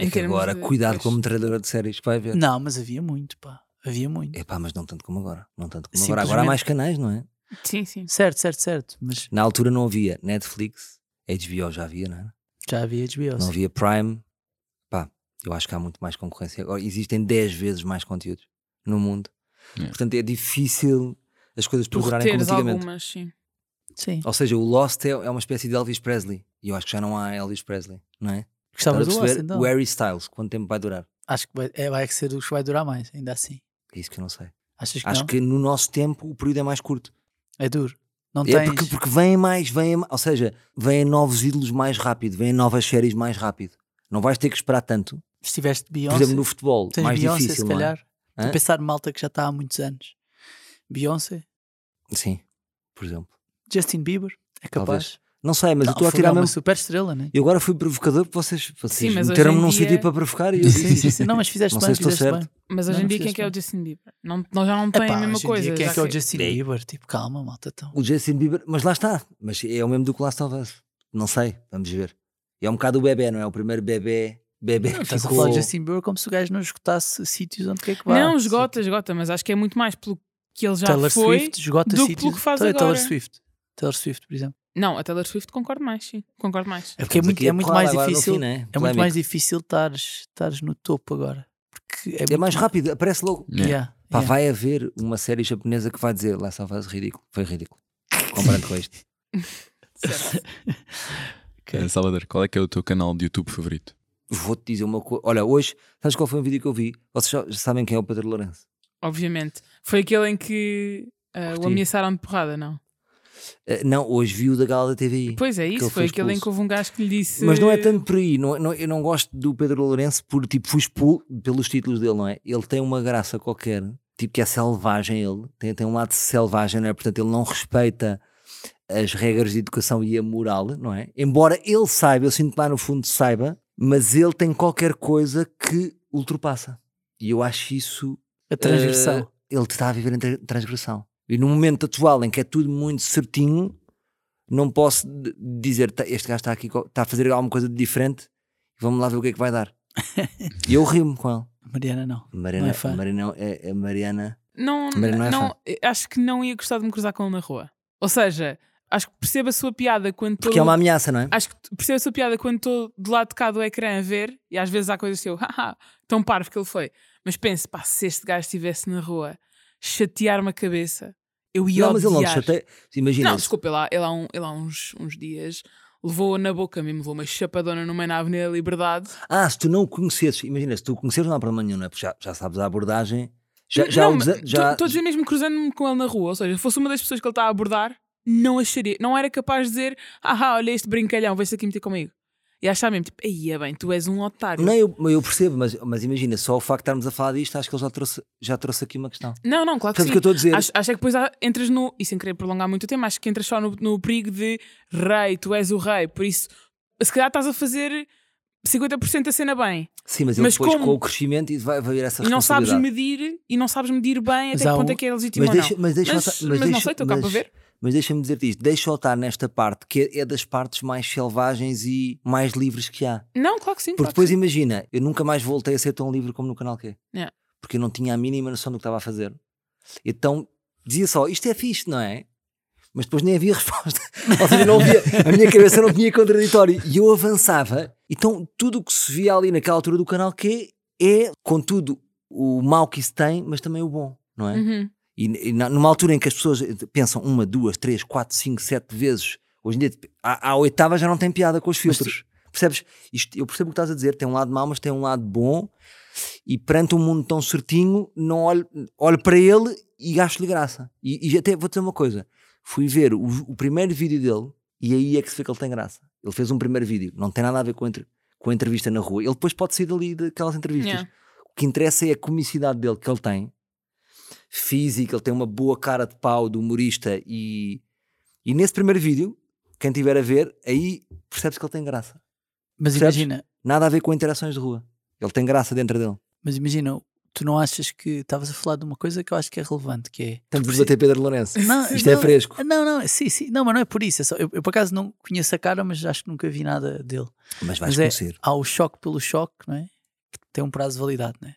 D: Em
F: É que
D: termos
F: agora,
D: de-
F: cuidado
D: pois.
F: com a metralhadora de séries que vai ver.
C: Não, mas havia muito, pá. Havia muito.
F: Epá, mas não tanto como agora. Não tanto como agora. Agora há
C: Simplesmente-
F: mais canais, não é?
D: Sim, sim.
C: Certo, certo, certo. Mas
F: Na altura não havia Netflix, HBO já havia, não é?
C: já havia HBO.
F: Não
C: sim.
F: havia Prime. Pá, eu acho que há muito mais concorrência agora. Existem 10 vezes mais conteúdos no mundo.
E: Yeah.
F: Portanto, é difícil as coisas
D: Tu
F: perdurarem como
D: reteres
F: antigamente.
D: algumas, sim.
C: Sim.
F: Ou seja, o Lost é, é uma espécie de Elvis Presley. E eu acho que já não há Elvis Presley, não é?
C: Gostavas do
F: Estás
C: Lost,
F: a perceber?
C: então.
F: O Harry Styles, quanto tempo vai durar?
C: Acho que vai, é, vai ser dos que vai durar mais, ainda assim.
F: É isso que eu não sei.
C: Achas que
F: acho
C: não?
F: que no nosso tempo o período é mais curto.
C: É duro. Não
F: É
C: tens.
F: porque, porque vêm mais, vêm, ma- ou seja, vêm novos ídolos mais rápido, vêm novas séries mais rápido. Não vais ter que esperar tanto.
C: Se tiveste
F: Por
C: Beyoncé,
F: exemplo, no futebol,
C: tens
F: mais
C: Beyoncé,
F: difícil,
C: se
F: não é?
C: calhar. Estou
F: Hã?
C: a pensar malta que já está há muitos anos. Beyoncé,
F: Sim, por exemplo.
C: Justin Bieber, é capaz.
F: Talvez. Não sei, mas eu estou a tirar
C: uma
F: mesmo.
C: super estrela, né?
F: Eu agora fui provocador porque vocês, vocês
D: mas hoje
F: meteram-me
D: em
F: num
D: dia-
F: sítio para provocar e eu
C: Sim, sim,
F: disse.
C: sim. Não, mas fizeste
F: Não
C: bem,
F: sei se estou
C: fizeste bem.
F: certo.
D: Mas hoje
C: Não,
D: em
C: não
D: dia quem é
C: fizeste
D: que é o
C: mal.
D: Justin Bieber? Não, nós já não temos
C: Epá,
D: a mesma
C: hoje em
D: coisa.
C: dia, quem é
D: já
C: que é o
D: que-
C: Justin
F: Daí.
C: Bieber? Tipo, calma, malta, então.
F: O Justin Bieber, mas lá está. Mas é o mesmo do que Last of Us. Não sei, vamos ver. É um bocado o bebê, não é? O primeiro bebê. Bebê que
C: Estás a
F: ficou.
C: falar de Justin Bieber como se o gajo não esgotasse sítios onde quer que vá.
D: Não, esgota, esgota, mas acho que é muito mais pelo que ele já
C: Taylor
D: foi.
C: Swift esgota
D: do que pelo
C: sítios.
D: que faz
C: Olha, Taylor
D: agora.
C: Swift. Taylor Swift, por exemplo.
D: Não, a Taylor Swift concordo mais, sim. Concordo mais.
C: É porque é muito, é muito mais difícil.
F: né?
C: É muito mais difícil estares estares no topo agora. Porque é,
F: É
C: muito
F: mais rápido, aparece logo.
E: É.
C: Yeah,
F: Pá,
C: yeah.
F: vai haver uma série japonesa que vai dizer Last of Us ridículo. Foi ridículo. Comparando com este.
C: Ok.
E: Eh, Salvador, qual é que é o teu canal de YouTube favorito?
F: Vou-te dizer uma coisa. Olha, hoje, sabes qual foi um vídeo que eu vi? Vocês já, já sabem quem é o Pedro Lourenço.
D: Obviamente. Foi aquele em que ah, o
F: Curti.
D: ameaçaram de porrada, não?
F: Eh, não, hoje vi o da gala da TVI.
D: Pois é, isso.
F: ele
D: foi
F: foi
D: aquele em que
F: expulso.
D: houve um gajo que lhe disse.
F: Mas não é tanto por aí. Não, não- eu não gosto do Pedro Lourenço por tipo, fui expulso pelos títulos dele, não é? Ele tem uma graça qualquer tipo que é selvagem ele, tem, tem um lado selvagem, não é? Portanto, ele não respeita as regras de educação e a moral, não é? Embora ele saiba, eu sinto que lá no fundo saiba, mas ele tem qualquer coisa que ultrapassa. E eu acho isso
C: A transgressão.
F: eh, ele está a viver em tra- transgressão. E no momento atual em que é tudo muito certinho, não posso d- dizer "Tá, este gajo está aqui, co- está a fazer alguma coisa de diferente, vamos lá ver o que é que vai dar. e eu rimo com ele.
C: Mariana não.
F: Mariana,
C: Não é fã.
F: Mariana é, é Mariana.
D: Não,
F: Mas não é
D: não- eh, acho que não ia gostar de me cruzar com ele na rua. Ou seja, acho que percebo a sua piada quando estou.
F: Porque é uma ameaça, não é?
D: Acho que percebo a sua piada quando estou do lado de cá do ecrã a ver, e às vezes há coisas que eu, haha, tão parvo que ele foi. Mas penso, pá, se este gajo estivesse na rua chatear-me a cabeça, eu ia
F: não, mas ele não te
D: odiar.
F: chateia. Imagina,
D: Não, desculpa, ele há, ele há, um- ele há uns, uns dias levou na boca mesmo, levou uma chapadona no meio na Avenida da Liberdade.
F: Ah, se tu não o conheces, imagina, se tu o conheces não há problema nenhum, não é? Porque já, já sabes a abordagem. Já, já,
D: não,
F: o desa-
D: mas
F: já-
D: tô- tô a dizer mesmo cruzando-me com ele na rua, ou seja, se fosse uma das pessoas que ele está a abordar, não acharia, não era capaz de dizer, ah, olha este brincalhão, vem-se aqui meter comigo. E achar mesmo, tipo, aí é bem, tu és um otário.
F: Não, eu, eu percebo, mas, mas imagina, só o facto de estarmos a falar disto, acho que ele já trouxe, já trouxe aqui uma questão.
D: não, não, claro que
F: Portanto, o
D: sim.
F: que eu estou a dizer,
D: Acho, acho é que depois há- entras no, e sem querer prolongar muito o tema, acho que entras só no, no perigo de rei, tu és o rei, por isso, se calhar estás a fazer 50% da cena bem.
F: sim, mas ele
D: mas
F: depois
D: como-
F: com o crescimento e vai, vai vir essa
D: e não sabes
F: responsabilidade.
D: medir e não sabes medir bem
C: Mas
D: até
C: há
D: que ponto
C: um-
D: é que é legítimo
F: Mas
D: ou não.
F: deixa, mas deixa
D: Mas- mas não sei, estou cá para ver.
F: Mas deixa-me dizer-te isto, deixa-o estar nesta parte, que é, é das partes mais selvagens e mais livres que há.
D: Não, claro que sim. É.
F: Porque
D: claro
F: depois imagina, eu nunca mais voltei a ser tão livre como no canal Q.
D: Yeah.
F: Porque eu não tinha a mínima noção do que estava a fazer. Então dizia só, isto é fixe, não é? Mas depois nem havia resposta. Ou seja, não havia, a minha cabeça não tinha contraditório. E eu avançava. Então tudo o que se via ali naquela altura do canal Q é, contudo, o mal que isso tem, mas também o bom, não é?
D: que sim. Uhum.
F: E, e na- numa altura em que as pessoas eh, pensam uma, duas, três, quatro, cinco, sete vezes, hoje em dia, tipo, à, à oitava já não tem piada com os filtros. Percebes? Isto- eu percebo o que estás a dizer. Tem um lado mau, mas tem um lado bom. E perante um mundo tão certinho, não olho, olho para ele e acho-lhe graça. E, e até vou dizer uma coisa: fui ver o, o primeiro vídeo dele e aí é que se vê que ele tem graça. Ele fez um primeiro vídeo, não tem nada a ver com, a entre- com a entrevista na rua. Ele depois pode sair dali daquelas entrevistas.
D: Yeah.
F: O que interessa é a comicidade dele que ele tem, física, ele tem uma boa cara de pau de humorista e, e nesse primeiro vídeo, quem tiver a ver, aí percebes que ele tem graça.
C: Mas
F: Percebes?
C: imagina,
F: Nada a ver com interações de rua. Ele tem graça dentro dele.
C: mas imagina, tu não achas que estavas a falar de uma coisa que eu acho que é relevante, que é
F: Estamos a bater Pedro Lourenço.
C: Não,
F: Isto é
C: não,
F: fresco.
C: Não, não, sim, sim. Não, mas não é por isso. é só- eu, eu por acaso não conheço a cara, mas acho que nunca vi nada dele.
F: Mas vais
C: mas é-
F: conhecer.
C: Há o choque pelo choque, não é? Que tem um prazo de validade, não é?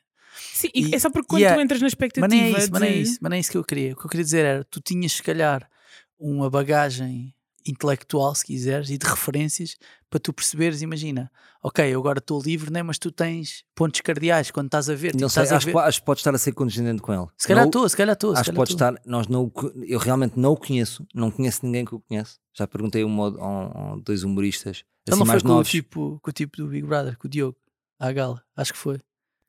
D: Sim, e
C: E-
D: é só porque quando
C: yeah.
D: tu entras na expectativa
C: Mas não é isso, mas não é
D: de-
C: isso, mas não é isso que eu queria. O que eu queria dizer era: tu tinhas, se calhar, uma bagagem intelectual, se quiseres, e de referências para tu perceberes. Imagina, ok, eu agora estou livre, não é? mas tu tens pontos cardeais quando estás a ver. tipo,
F: Não sei,
C: estás a
F: acho,
C: ver-
F: que- acho que pode estar a ser condescendente com ele.
C: Se calhar
F: Não-
C: estou, se calhar estou. se
F: Acho que
C: calhar
F: pode
C: estou.
F: estar. Nós não, o co- eu realmente não o conheço. Não conheço ninguém que o conhece. Já perguntei a, um, ou- a um- dois humoristas.
C: Ele
F: Assim,
C: Então não foi
F: mais
C: com o,
F: novos.
C: tipo, com o tipo do Big Brother, com o Diogo, à gala, acho que foi.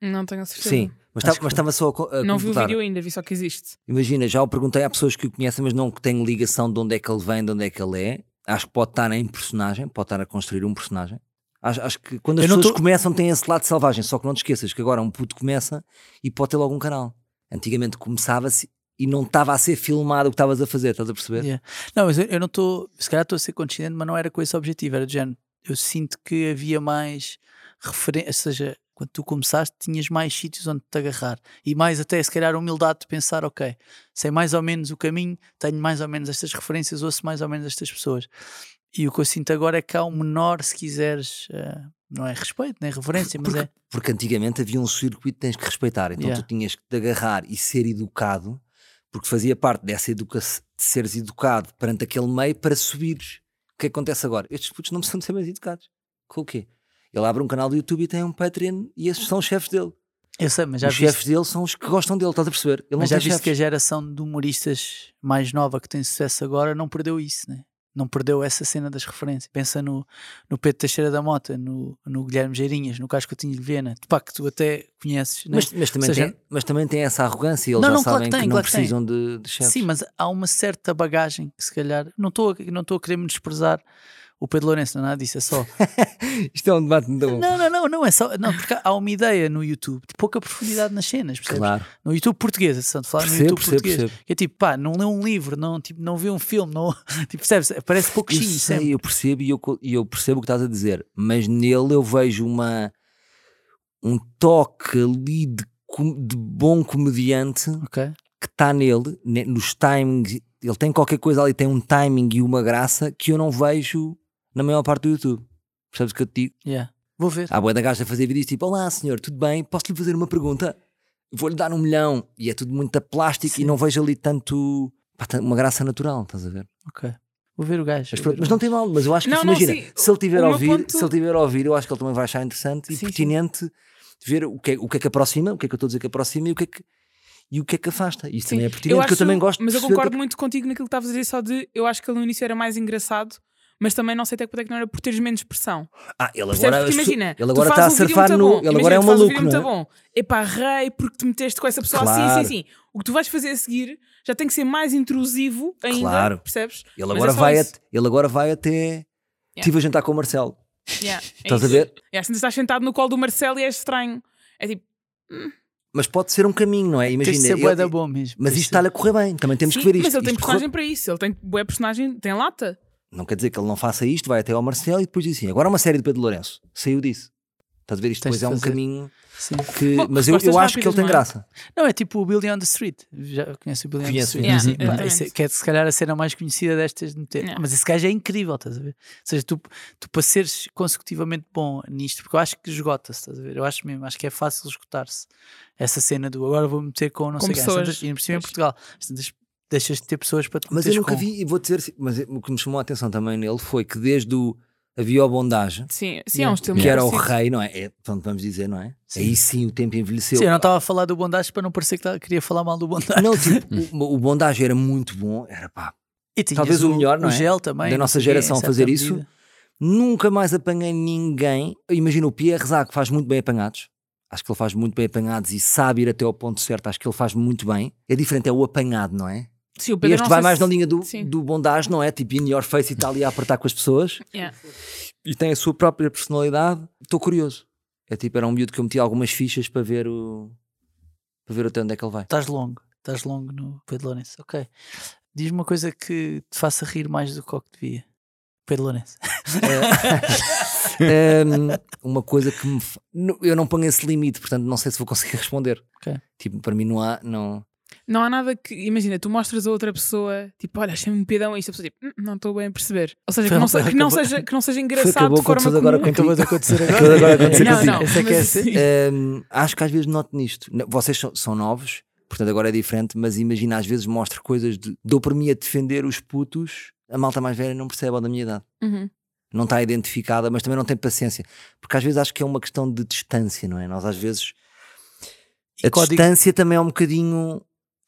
D: Não tenho a certeza.
F: Sim, mas
C: Acho
F: tá-
C: que foi.
F: mas estava só a co- a
D: Não vi o
F: completar.
D: vídeo ainda, vi só que existe.
F: Imagina, já o perguntei a pessoas que o conhecem, mas não que tenho ligação de onde é que ele vem, de onde é que ele é. Acho que pode estar em personagem, pode estar a construir um personagem. Acho, acho que quando as
C: Eu não
F: pessoas
C: tô-
F: começam têm esse lado selvagem, só que não te esqueças que agora um puto começa e pode ter logo um canal. Antigamente começava-se e não estava a ser filmado o que estavas a fazer, estás a perceber?
C: Yeah. Não, mas eu, eu não estou. Se calhar estou a ser condescendente, mas não era com esse objetivo. Era do género. Eu sinto que havia mais referência. Ou seja, quando tu começaste, tinhas mais sítios onde te agarrar. E mais até, se calhar, a humildade de pensar: ok, sei mais ou menos o caminho, tenho mais ou menos estas referências, ouço mais ou menos estas pessoas. E o que eu sinto agora é que há um menor, se quiseres. eh, não é respeito, nem reverência, mas é.
F: Porque antigamente havia um circuito que tens que respeitar, então
C: Yeah.
F: tu tinhas que te agarrar e ser educado, porque fazia parte dessa educação de seres educado perante aquele meio para subires. O que é que acontece agora? Estes putos não precisam de ser mais educados. Com o quê? Ele abre um canal do YouTube e tem um Patreon e esses são os chefes dele.
C: é, Eu sei, mas já
F: os
C: vi
F: chefes dele são os que gostam dele, estás a perceber? Ele não
C: Mas já
F: tem
C: viste que a
F: chefes.
C: geração de humoristas mais nova que tem sucesso agora não perdeu isso, né? Não perdeu essa cena das referências. Pensa no, no Pedro Teixeira da Mota, no, no Guilherme Geirinhas, no Casco Tinho de Viena, pá, que tu até conheces, né?
F: Mas, mas também
C: Ou seja-
F: tem, mas também tem essa arrogância e eles
C: Não,
F: já
C: não, claro
F: sabem
C: que tem,
F: que não
C: claro que tem.
F: precisam de, de chefes.
C: Sim, mas há uma certa bagagem que se calhar. Não estou a- não estou a querer menosprezar O Pedro Lourenço não é nada disso, é só.
F: Isto é um debate muito bom.
C: Não, não, não, não é só. Não, porque há uma ideia no YouTube de pouca profundidade nas cenas, percebes?
F: Claro.
C: No YouTube português, atenção, de falar
F: Percebo,
C: no YouTube
F: percebo,
C: português.
F: percebo.
C: Que é tipo, pá, não lê um livro, não, tipo, não vê um filme, não, tipo, percebes? Parece pouco
F: Eu,
C: chinho
F: sei,
C: sempre.
F: eu percebo e eu, co- e eu percebo o que estás a dizer, mas nele eu vejo uma um toque ali de, com- de bom comediante
C: Ok?
F: que está nele, ne- nos timings. Ele tem qualquer coisa ali, tem um timing e uma graça que eu não vejo na maior parte do YouTube. Percebes o que eu te digo?
C: Yeah. Vou ver.
F: Há boia da gaja a fazer vídeos tipo: Olá senhor, tudo bem? Posso-lhe fazer uma pergunta? Vou-lhe dar um milhão. E é tudo muito a plástico e não vejo ali tanto. pá, tan- Uma graça natural, estás a ver?
C: Ok. Vou ver o gajo.
F: Mas,
C: vou
F: pronto,
C: ver o
F: mas não
C: gajo.
F: tem mal, mas eu acho que
D: Não,
F: isso,
D: não,
F: imagina,
D: sim,
F: se ele
D: o
F: tiver a
D: meu
F: ouvir,
D: ponto-
F: se ele tiver a ouvir, eu acho que ele também vai achar interessante
C: Sim,
F: e
C: sim.
F: pertinente ver o que, é, o que é que aproxima, o que é que eu estou a dizer que aproxima e o que é que, e o que, é que afasta. Isso também é pertinente, porque eu também gosto de
D: Mas eu
F: perceber o
D: concordo
F: que é
D: muito contigo naquilo que estavas a dizer, só de eu acho que ele no início era mais engraçado, mas também não sei até que ponto é que não era por teres menos pressão.
F: que- Ah, ele
D: Percebes?
F: agora,
D: Porque imagina,
F: ele agora
D: tu
F: está a
D: fazes um vídeo
F: surfar
D: muito
F: no.
D: bom.
F: Ele
D: Imagina,
F: agora é um
D: tu fazes
F: maluco,
D: um vídeo
F: não é?
D: muito bom. Epá, rei, porque te meteste com essa pessoa
F: Claro.
D: assim, assim, assim. O que tu vais fazer a seguir já tem que ser mais intrusivo ainda,
F: Claro.
D: percebes?
F: Ele
D: Mas
F: agora,
D: é só
F: vai
D: isso.
F: at- ele agora vai até. Estive a jantar com o Marcelo.
D: Yeah, é
F: Estás a
D: isso.
F: ver?
D: É, assim, estás sentado no colo do Marcelo e é estranho. É tipo,
F: Mas pode ser um caminho, não é?
C: Tens de
F: Imagina.
C: ser bué
F: ele-
C: da bom mesmo.
F: Mas
C: Tens de ser-
F: isto está-lhe a correr bem, também temos
D: sim,
F: que ver isto.
D: mas ele tem
F: Isto corre-
D: personagem para isso. Ele tem boa personagem, tem lata.
F: Não quer dizer que ele não faça isto, vai até ao Marcelo e depois diz assim: agora uma série de Pedro Lourenço. Saiu disso. Estás a ver? Isto
C: Tens
F: depois
C: de
F: é um
C: fazer.
F: caminho
C: Sim.
F: que.
D: Bom,
F: mas eu,
D: respostas
F: eu acho que ele
D: rápidas,
F: tem
D: não é?
F: graça.
C: Não, é tipo o Billy on the Street. Já conheço o Billy
F: Conheço,
C: on the
D: conheço.
C: Street.
D: Yeah,
C: Pá, esse é-
D: exatamente.
C: que é se calhar a cena mais conhecida destas de meter.
D: Yeah.
C: Mas esse gajo é incrível, estás a ver? Ou seja, tu, tu para seres consecutivamente bom nisto, porque eu acho que esgota-se, estás a ver? Eu acho mesmo, acho que é fácil esgotar-se essa cena do agora vou meter com não
D: Com
C: sei quem.
D: pessoas.
C: Tantas- E por cima em Portugal, às tantas deixas de ter pessoas para te
F: Mas
C: meteres
F: eu nunca
C: com.
F: vi, e vou dizer, mas o que me chamou a atenção também nele foi que desde o. Havia o Bondage,
D: Sim, sim é
C: Yeah.
D: um estilo
F: que
D: muito
F: era o
D: parecido.
F: rei, não é? é pronto, vamos dizer, não é?
C: Sim.
F: Aí sim o tempo envelheceu.
C: Sim, eu não estava a falar do Bondage para não parecer que tava- queria falar mal do Bondage.
F: Não, tipo, o, o Bondage era muito bom, era pá.
C: E tinhas
F: Talvez o melhor, não é?
C: gel também.
F: Da
C: não sei
F: nossa
C: o quê, em
F: geração
C: certa
F: fazer isso.
C: medida.
F: Nunca mais apanhei ninguém. Imagina o Pierre Zac faz muito bem apanhados. Acho que ele faz muito bem apanhados e sabe ir até ao ponto certo. Acho que ele faz muito bem. É diferente, é o apanhado, não é?
D: Sim, o
F: e
D: Pedro
F: este
D: não
F: vai
D: sei
F: mais
D: se-
F: na linha do,
D: Sim.
F: do bondage, não é? Tipo in your face e está ali a apertar com as pessoas
D: Yeah.
F: e tem a sua própria personalidade. Estou curioso. É tipo, era um miúdo que eu meti algumas fichas para ver o. para ver até onde é que ele vai.
C: Estás longo, estás longo no Pedro Lourenço. Ok. Diz-me uma coisa que te faça rir mais do que o que devia. Pedro Lourenço.
F: Hum, uma coisa que me. fa- Não, Eu não ponho esse limite, portanto não sei se vou conseguir responder.
C: Ok.
F: Tipo, para mim não há. Não...
D: Não há nada que. Imagina, tu mostras a outra pessoa, tipo, olha, achei-me piadão, e isto a pessoa, tipo, "Hum, não estou bem a perceber. Ou seja, que não, se- que não
C: Acabou-
D: seja, que não seja
F: Foi,
D: engraçado
F: acabou,
D: de forma
F: aconteceu
D: comum.
F: agora com-
C: Acabou de acontecer agora.
F: Acabou de agora acontecer
D: Não,
F: contigo.
D: não,
C: Essa é que é
D: mas-
C: assim.
F: Hum, acho que às vezes noto nisto. Não, Vocês são, são novos, portanto agora é diferente, mas imagina, às vezes mostro coisas de. Dou por mim a defender os putos, a malta mais velha não percebe ou da minha idade.
D: Uhum.
F: Não está identificada, mas também não tem paciência. Porque às vezes acho que é uma questão de distância, não é? Nós às vezes.
C: E
F: A
C: código-
F: distância também é um bocadinho.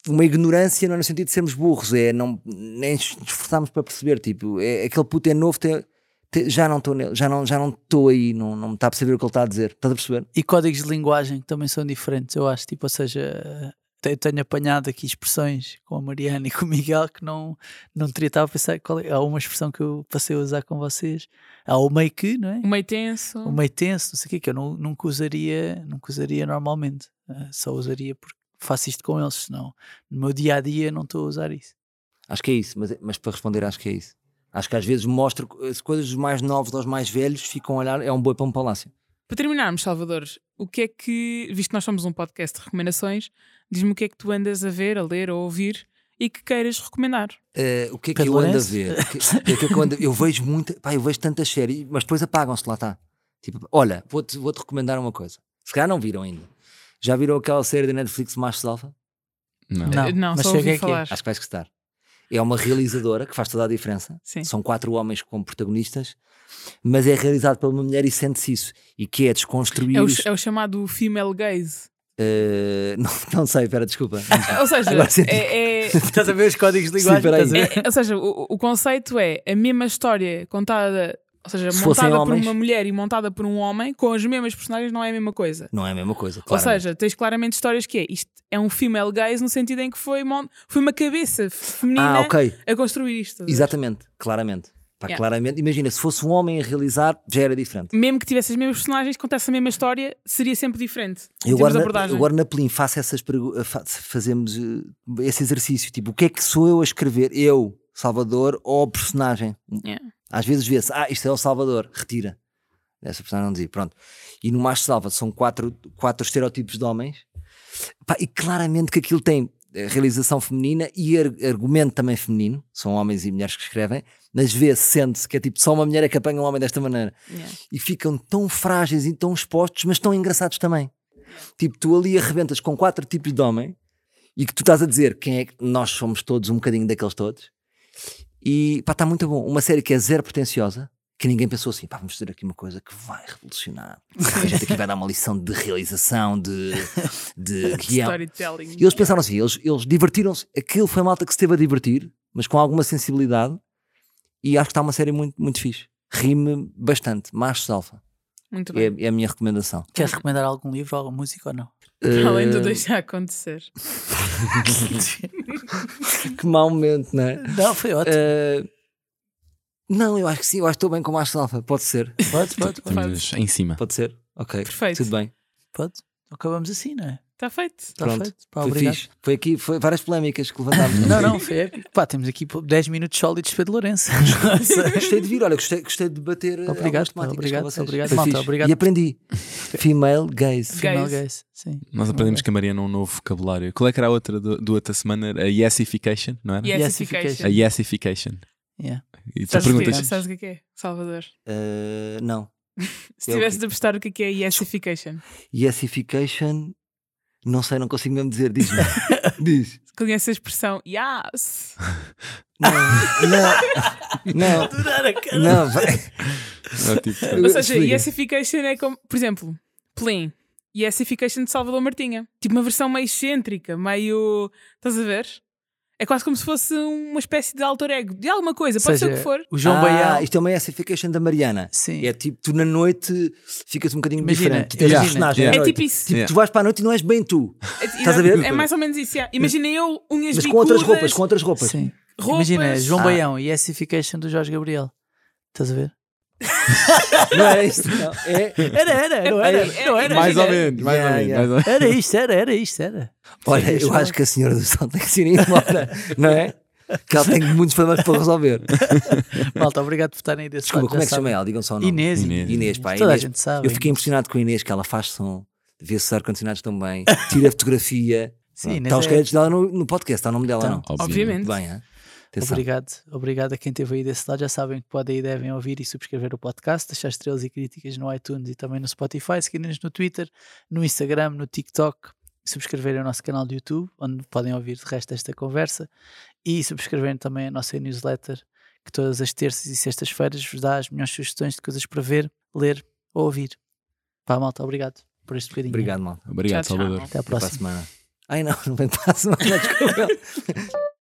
F: Uma ignorância, não é no sentido de sermos burros, é não, nem nos esforçarmos para perceber. Tipo, é, aquele puto é novo, tem- tem- já não estou nele, já não já não estou aí, não, não me está a perceber o que ele está a dizer. Estás a perceber?
C: E códigos de linguagem que também são diferentes, eu acho. Tipo, ou seja, eu tenho apanhado aqui expressões com a Mariana e com o Miguel que não, não teria estado a pensar. Qual é? Há uma expressão que eu passei a usar com vocês. Há o meio que, não é?
D: O meio tenso.
C: o meio tenso, não sei o quê, que eu nu- nunca usaria, nunca usaria normalmente. Ah, só usaria porque faço isto com eles, senão no meu dia a dia não estou a usar isso.
F: Acho que é isso, mas, mas para responder, acho que é isso. Acho que às vezes mostro as coisas dos mais novos aos mais velhos, ficam a olhar, é um boi para um palácio.
D: Para terminarmos, Salvador, o que é que, visto que nós somos um podcast de recomendações, diz-me o que é que tu andas a ver, a ler, a ouvir e que queiras recomendar.
F: Eh, o que é que
C: Pedro
F: eu ando a
C: Lourenço?
F: ver? O que- o que é que eu, ando a- eu vejo muito, pá, eu vejo tantas séries, mas depois apagam-se, lá está. Tipo, olha, vou-te vou-te recomendar uma coisa. Se calhar não viram ainda. Já viram aquela série da Netflix Machos Alfa?
E: Eh, Não.
F: Ah,
C: Não,
D: não
C: mas sei
D: só
C: o
D: ouvi
C: que é que é.
D: falar.
F: Acho que vais gostar. É uma realizadora que faz toda a diferença.
D: Sim.
F: São quatro homens como protagonistas, mas é realizado por uma mulher e sente-se isso. E que é desconstruir
D: É o,
F: os-
D: é o chamado female gaze.
F: eh, não, não sei, espera, desculpa.
D: Ou seja,
F: Agora senti-
D: é- é-
C: Estás a ver os códigos de
F: linguagem? peraí. Estás a
D: É, ou seja, o, o conceito é a mesma história contada, ou seja,
F: Se fossem
D: montada por
F: homens.
D: uma mulher e montada por um homem, com as mesmas personagens, não é a mesma coisa.
F: Não é a mesma coisa,
D: Ou
F: claro.
D: seja, tens claramente histórias que é isto é um female gaze no sentido em que foi, mon- foi uma cabeça f- feminina
F: ah, ok,
D: a construir isto.
F: exatamente, claramente. Pá,
D: Yeah.
F: claramente, imagina, se fosse um homem a realizar, já era diferente.
D: Mesmo que tivesse as mesmas personagens, contasse a mesma história, seria sempre diferente. em
F: Eu
D: termos de
F: agora, na, eu
D: abordagem.
F: agora na Plin faço essas pergu- fa- fazemos eh, esse exercício, tipo, o que é que sou eu a escrever? Eu, Salvador, ou o personagem?
D: Yeah.
F: Às vezes vê-se, ah, isto é o Salvador, retira. Essa personagem não dizia, pronto. E no Macho Salva são quatro, quatro estereótipos de homens, Pá, e claramente que aquilo tem eh, realização feminina e ar- argumento também feminino, são homens e mulheres que escrevem, mas vê-se, sente-se que é tipo só uma mulher é que apanha um homem desta maneira
D: Yeah.
F: e ficam tão frágeis e tão expostos, mas tão engraçados também. Tipo, tu ali arrebentas com quatro tipos de homem e que tu estás a dizer quem é que nós somos todos, um bocadinho daqueles todos. E pá, está muito bom. Uma série que é zero pretenciosa, que ninguém pensou assim, pá, vamos fazer aqui uma coisa que vai revolucionar. A gente aqui vai dar uma lição de realização, de, de guião.
D: Storytelling.
F: é E eles pensaram assim, eles, eles divertiram-se. Aquilo foi a malta que se teve a divertir, mas com alguma sensibilidade. E acho que está uma série muito, muito fixe. Rime bastante. Machos Alfa.
D: Muito bem.
F: É, é a minha recomendação.
C: Queres recomendar algum livro, alguma música ou não?
D: Para Além do
F: Eh,
D: deixar acontecer.
F: Que mau momento, não é?
C: Não, foi ótimo.
F: Eh, não, eu acho que sim. Eu acho que estou bem com Machos Alfa. Pode ser.
C: Pode, pode, pode.
E: Estamos em cima.
F: Pode ser. Ok.
D: Perfeito.
F: Tudo bem.
C: pode. Acabamos assim, não é?
D: Está feito.
C: Está
F: Pronto.
C: feito. Pá,
F: Foi
C: obrigado.
F: fixe. Foi aqui, foi várias polémicas que levantámos.
C: Não, não, foi épico. Pá, temos aqui 10 minutos sólidos de Pedro Lourenço.
F: Gostei de vir, olha, gostei, gostei de bater. eh,
C: Obrigado,
F: algumas temáticas
C: obrigado,
F: com vocês.
C: obrigado,
F: Foi
C: malta,
F: fixe.
C: obrigado.
F: E aprendi. Female gays.
C: Female
D: Gays.
C: gays. Sim.
E: Nós aprendemos com a Mariana um novo vocabulário. Qual é que era a outra do, do outra semana? A yesification, não era?
D: Yesification.
E: A yesification.
C: Yeah.
E: E tu
D: Sabes, o que é?
E: perguntas.
D: Sabes o que é que é? Salvador.
F: Eh, não.
D: Se
F: É o
D: tivesse
F: quê?
D: de apostar o que é que é Yesification.
F: Yesification, não sei, não consigo mesmo dizer. Diz-me. Diz.
D: Conhece a expressão Yes.
F: Não, não, não, não, vai.
E: Ah, tipo,
D: Ou seja,
F: Explica.
D: Yesification é como, por exemplo, Plin. Yesification de Salvador Martinha. Tipo uma versão meio excêntrica, meio. Estás a ver? É quase como se fosse uma espécie de alter ego, de alguma coisa, pode ser o que for.
C: o João
F: ah,
C: Baião.
F: Isto é uma Yesification da Mariana.
C: Sim.
F: É tipo, tu na noite ficas um bocadinho
C: Imagina,
F: diferente. Tu tens
E: yeah,
F: um personagem.
E: yeah.
F: à
D: É
F: noite.
D: tipo isso.
E: Yeah.
F: Tu vais para a noite e não és bem tu,
D: É,
F: Estás a ver?
D: é mais ou menos isso. yeah. Imaginem eu, unhas
F: mas com outras
D: bicudas,
F: roupas, com outras roupas.
C: Sim.
D: roupas.
C: Imagina, João
F: Ah.
C: Baião e Yesification do Jorge Gabriel. Estás a ver?
F: Não é isto, não. É.
C: Era, era, não era.
D: É, é,
C: não era.
D: é,
E: mais ou
D: imagina-
E: menos, mais ou
F: Yeah,
E: menos.
F: yeah.
E: mais ou menos.
C: Era isto, era, era isto, era.
F: Olha, eu acho que a senhora do som tem que se ir embora, não é? Que ela tem muitos problemas para resolver.
C: Malta, obrigado por estarem aí desse
F: Desculpa,
C: lado,
F: como é
C: já
F: que se chama
C: sabem.
F: ela? Digam só o nome.
C: Inês.
E: Inês.
F: Inês, pá,
C: Toda
F: Inês.
C: a gente sabe.
F: Eu fiquei impressionado com a Inês, que ela faz som, vê-se os ar-condicionados tão bem, tira fotografia.
C: Sim,
F: Pronto,
C: Inês
F: está Tá, os
C: é-
F: créditos dela no, no podcast, está o nome dela
C: Então,
F: ou não?
D: Obviamente.
F: Muito bem, hein? Atenção.
C: Obrigado, obrigado a quem esteve aí desse lado. Já sabem que podem e devem ouvir e subscrever o podcast, deixar estrelas e críticas no iTunes e também no Spotify, seguirem-nos no Twitter, no Instagram, no TikTok, subscreverem o nosso canal do YouTube, onde podem ouvir de resto esta conversa e subscreverem também a nossa newsletter, que todas as terças e sextas-feiras vos dá as melhores sugestões de coisas para ver, ler ou ouvir. Pá, malta, obrigado por este bocadinho.
F: Obrigado, mal.
E: Obrigado,
D: Tchau, tchau.
E: Salvador.
C: Até à
F: Até para a
C: próxima.
F: semana. Ai não, não vem para a semana, desculpa.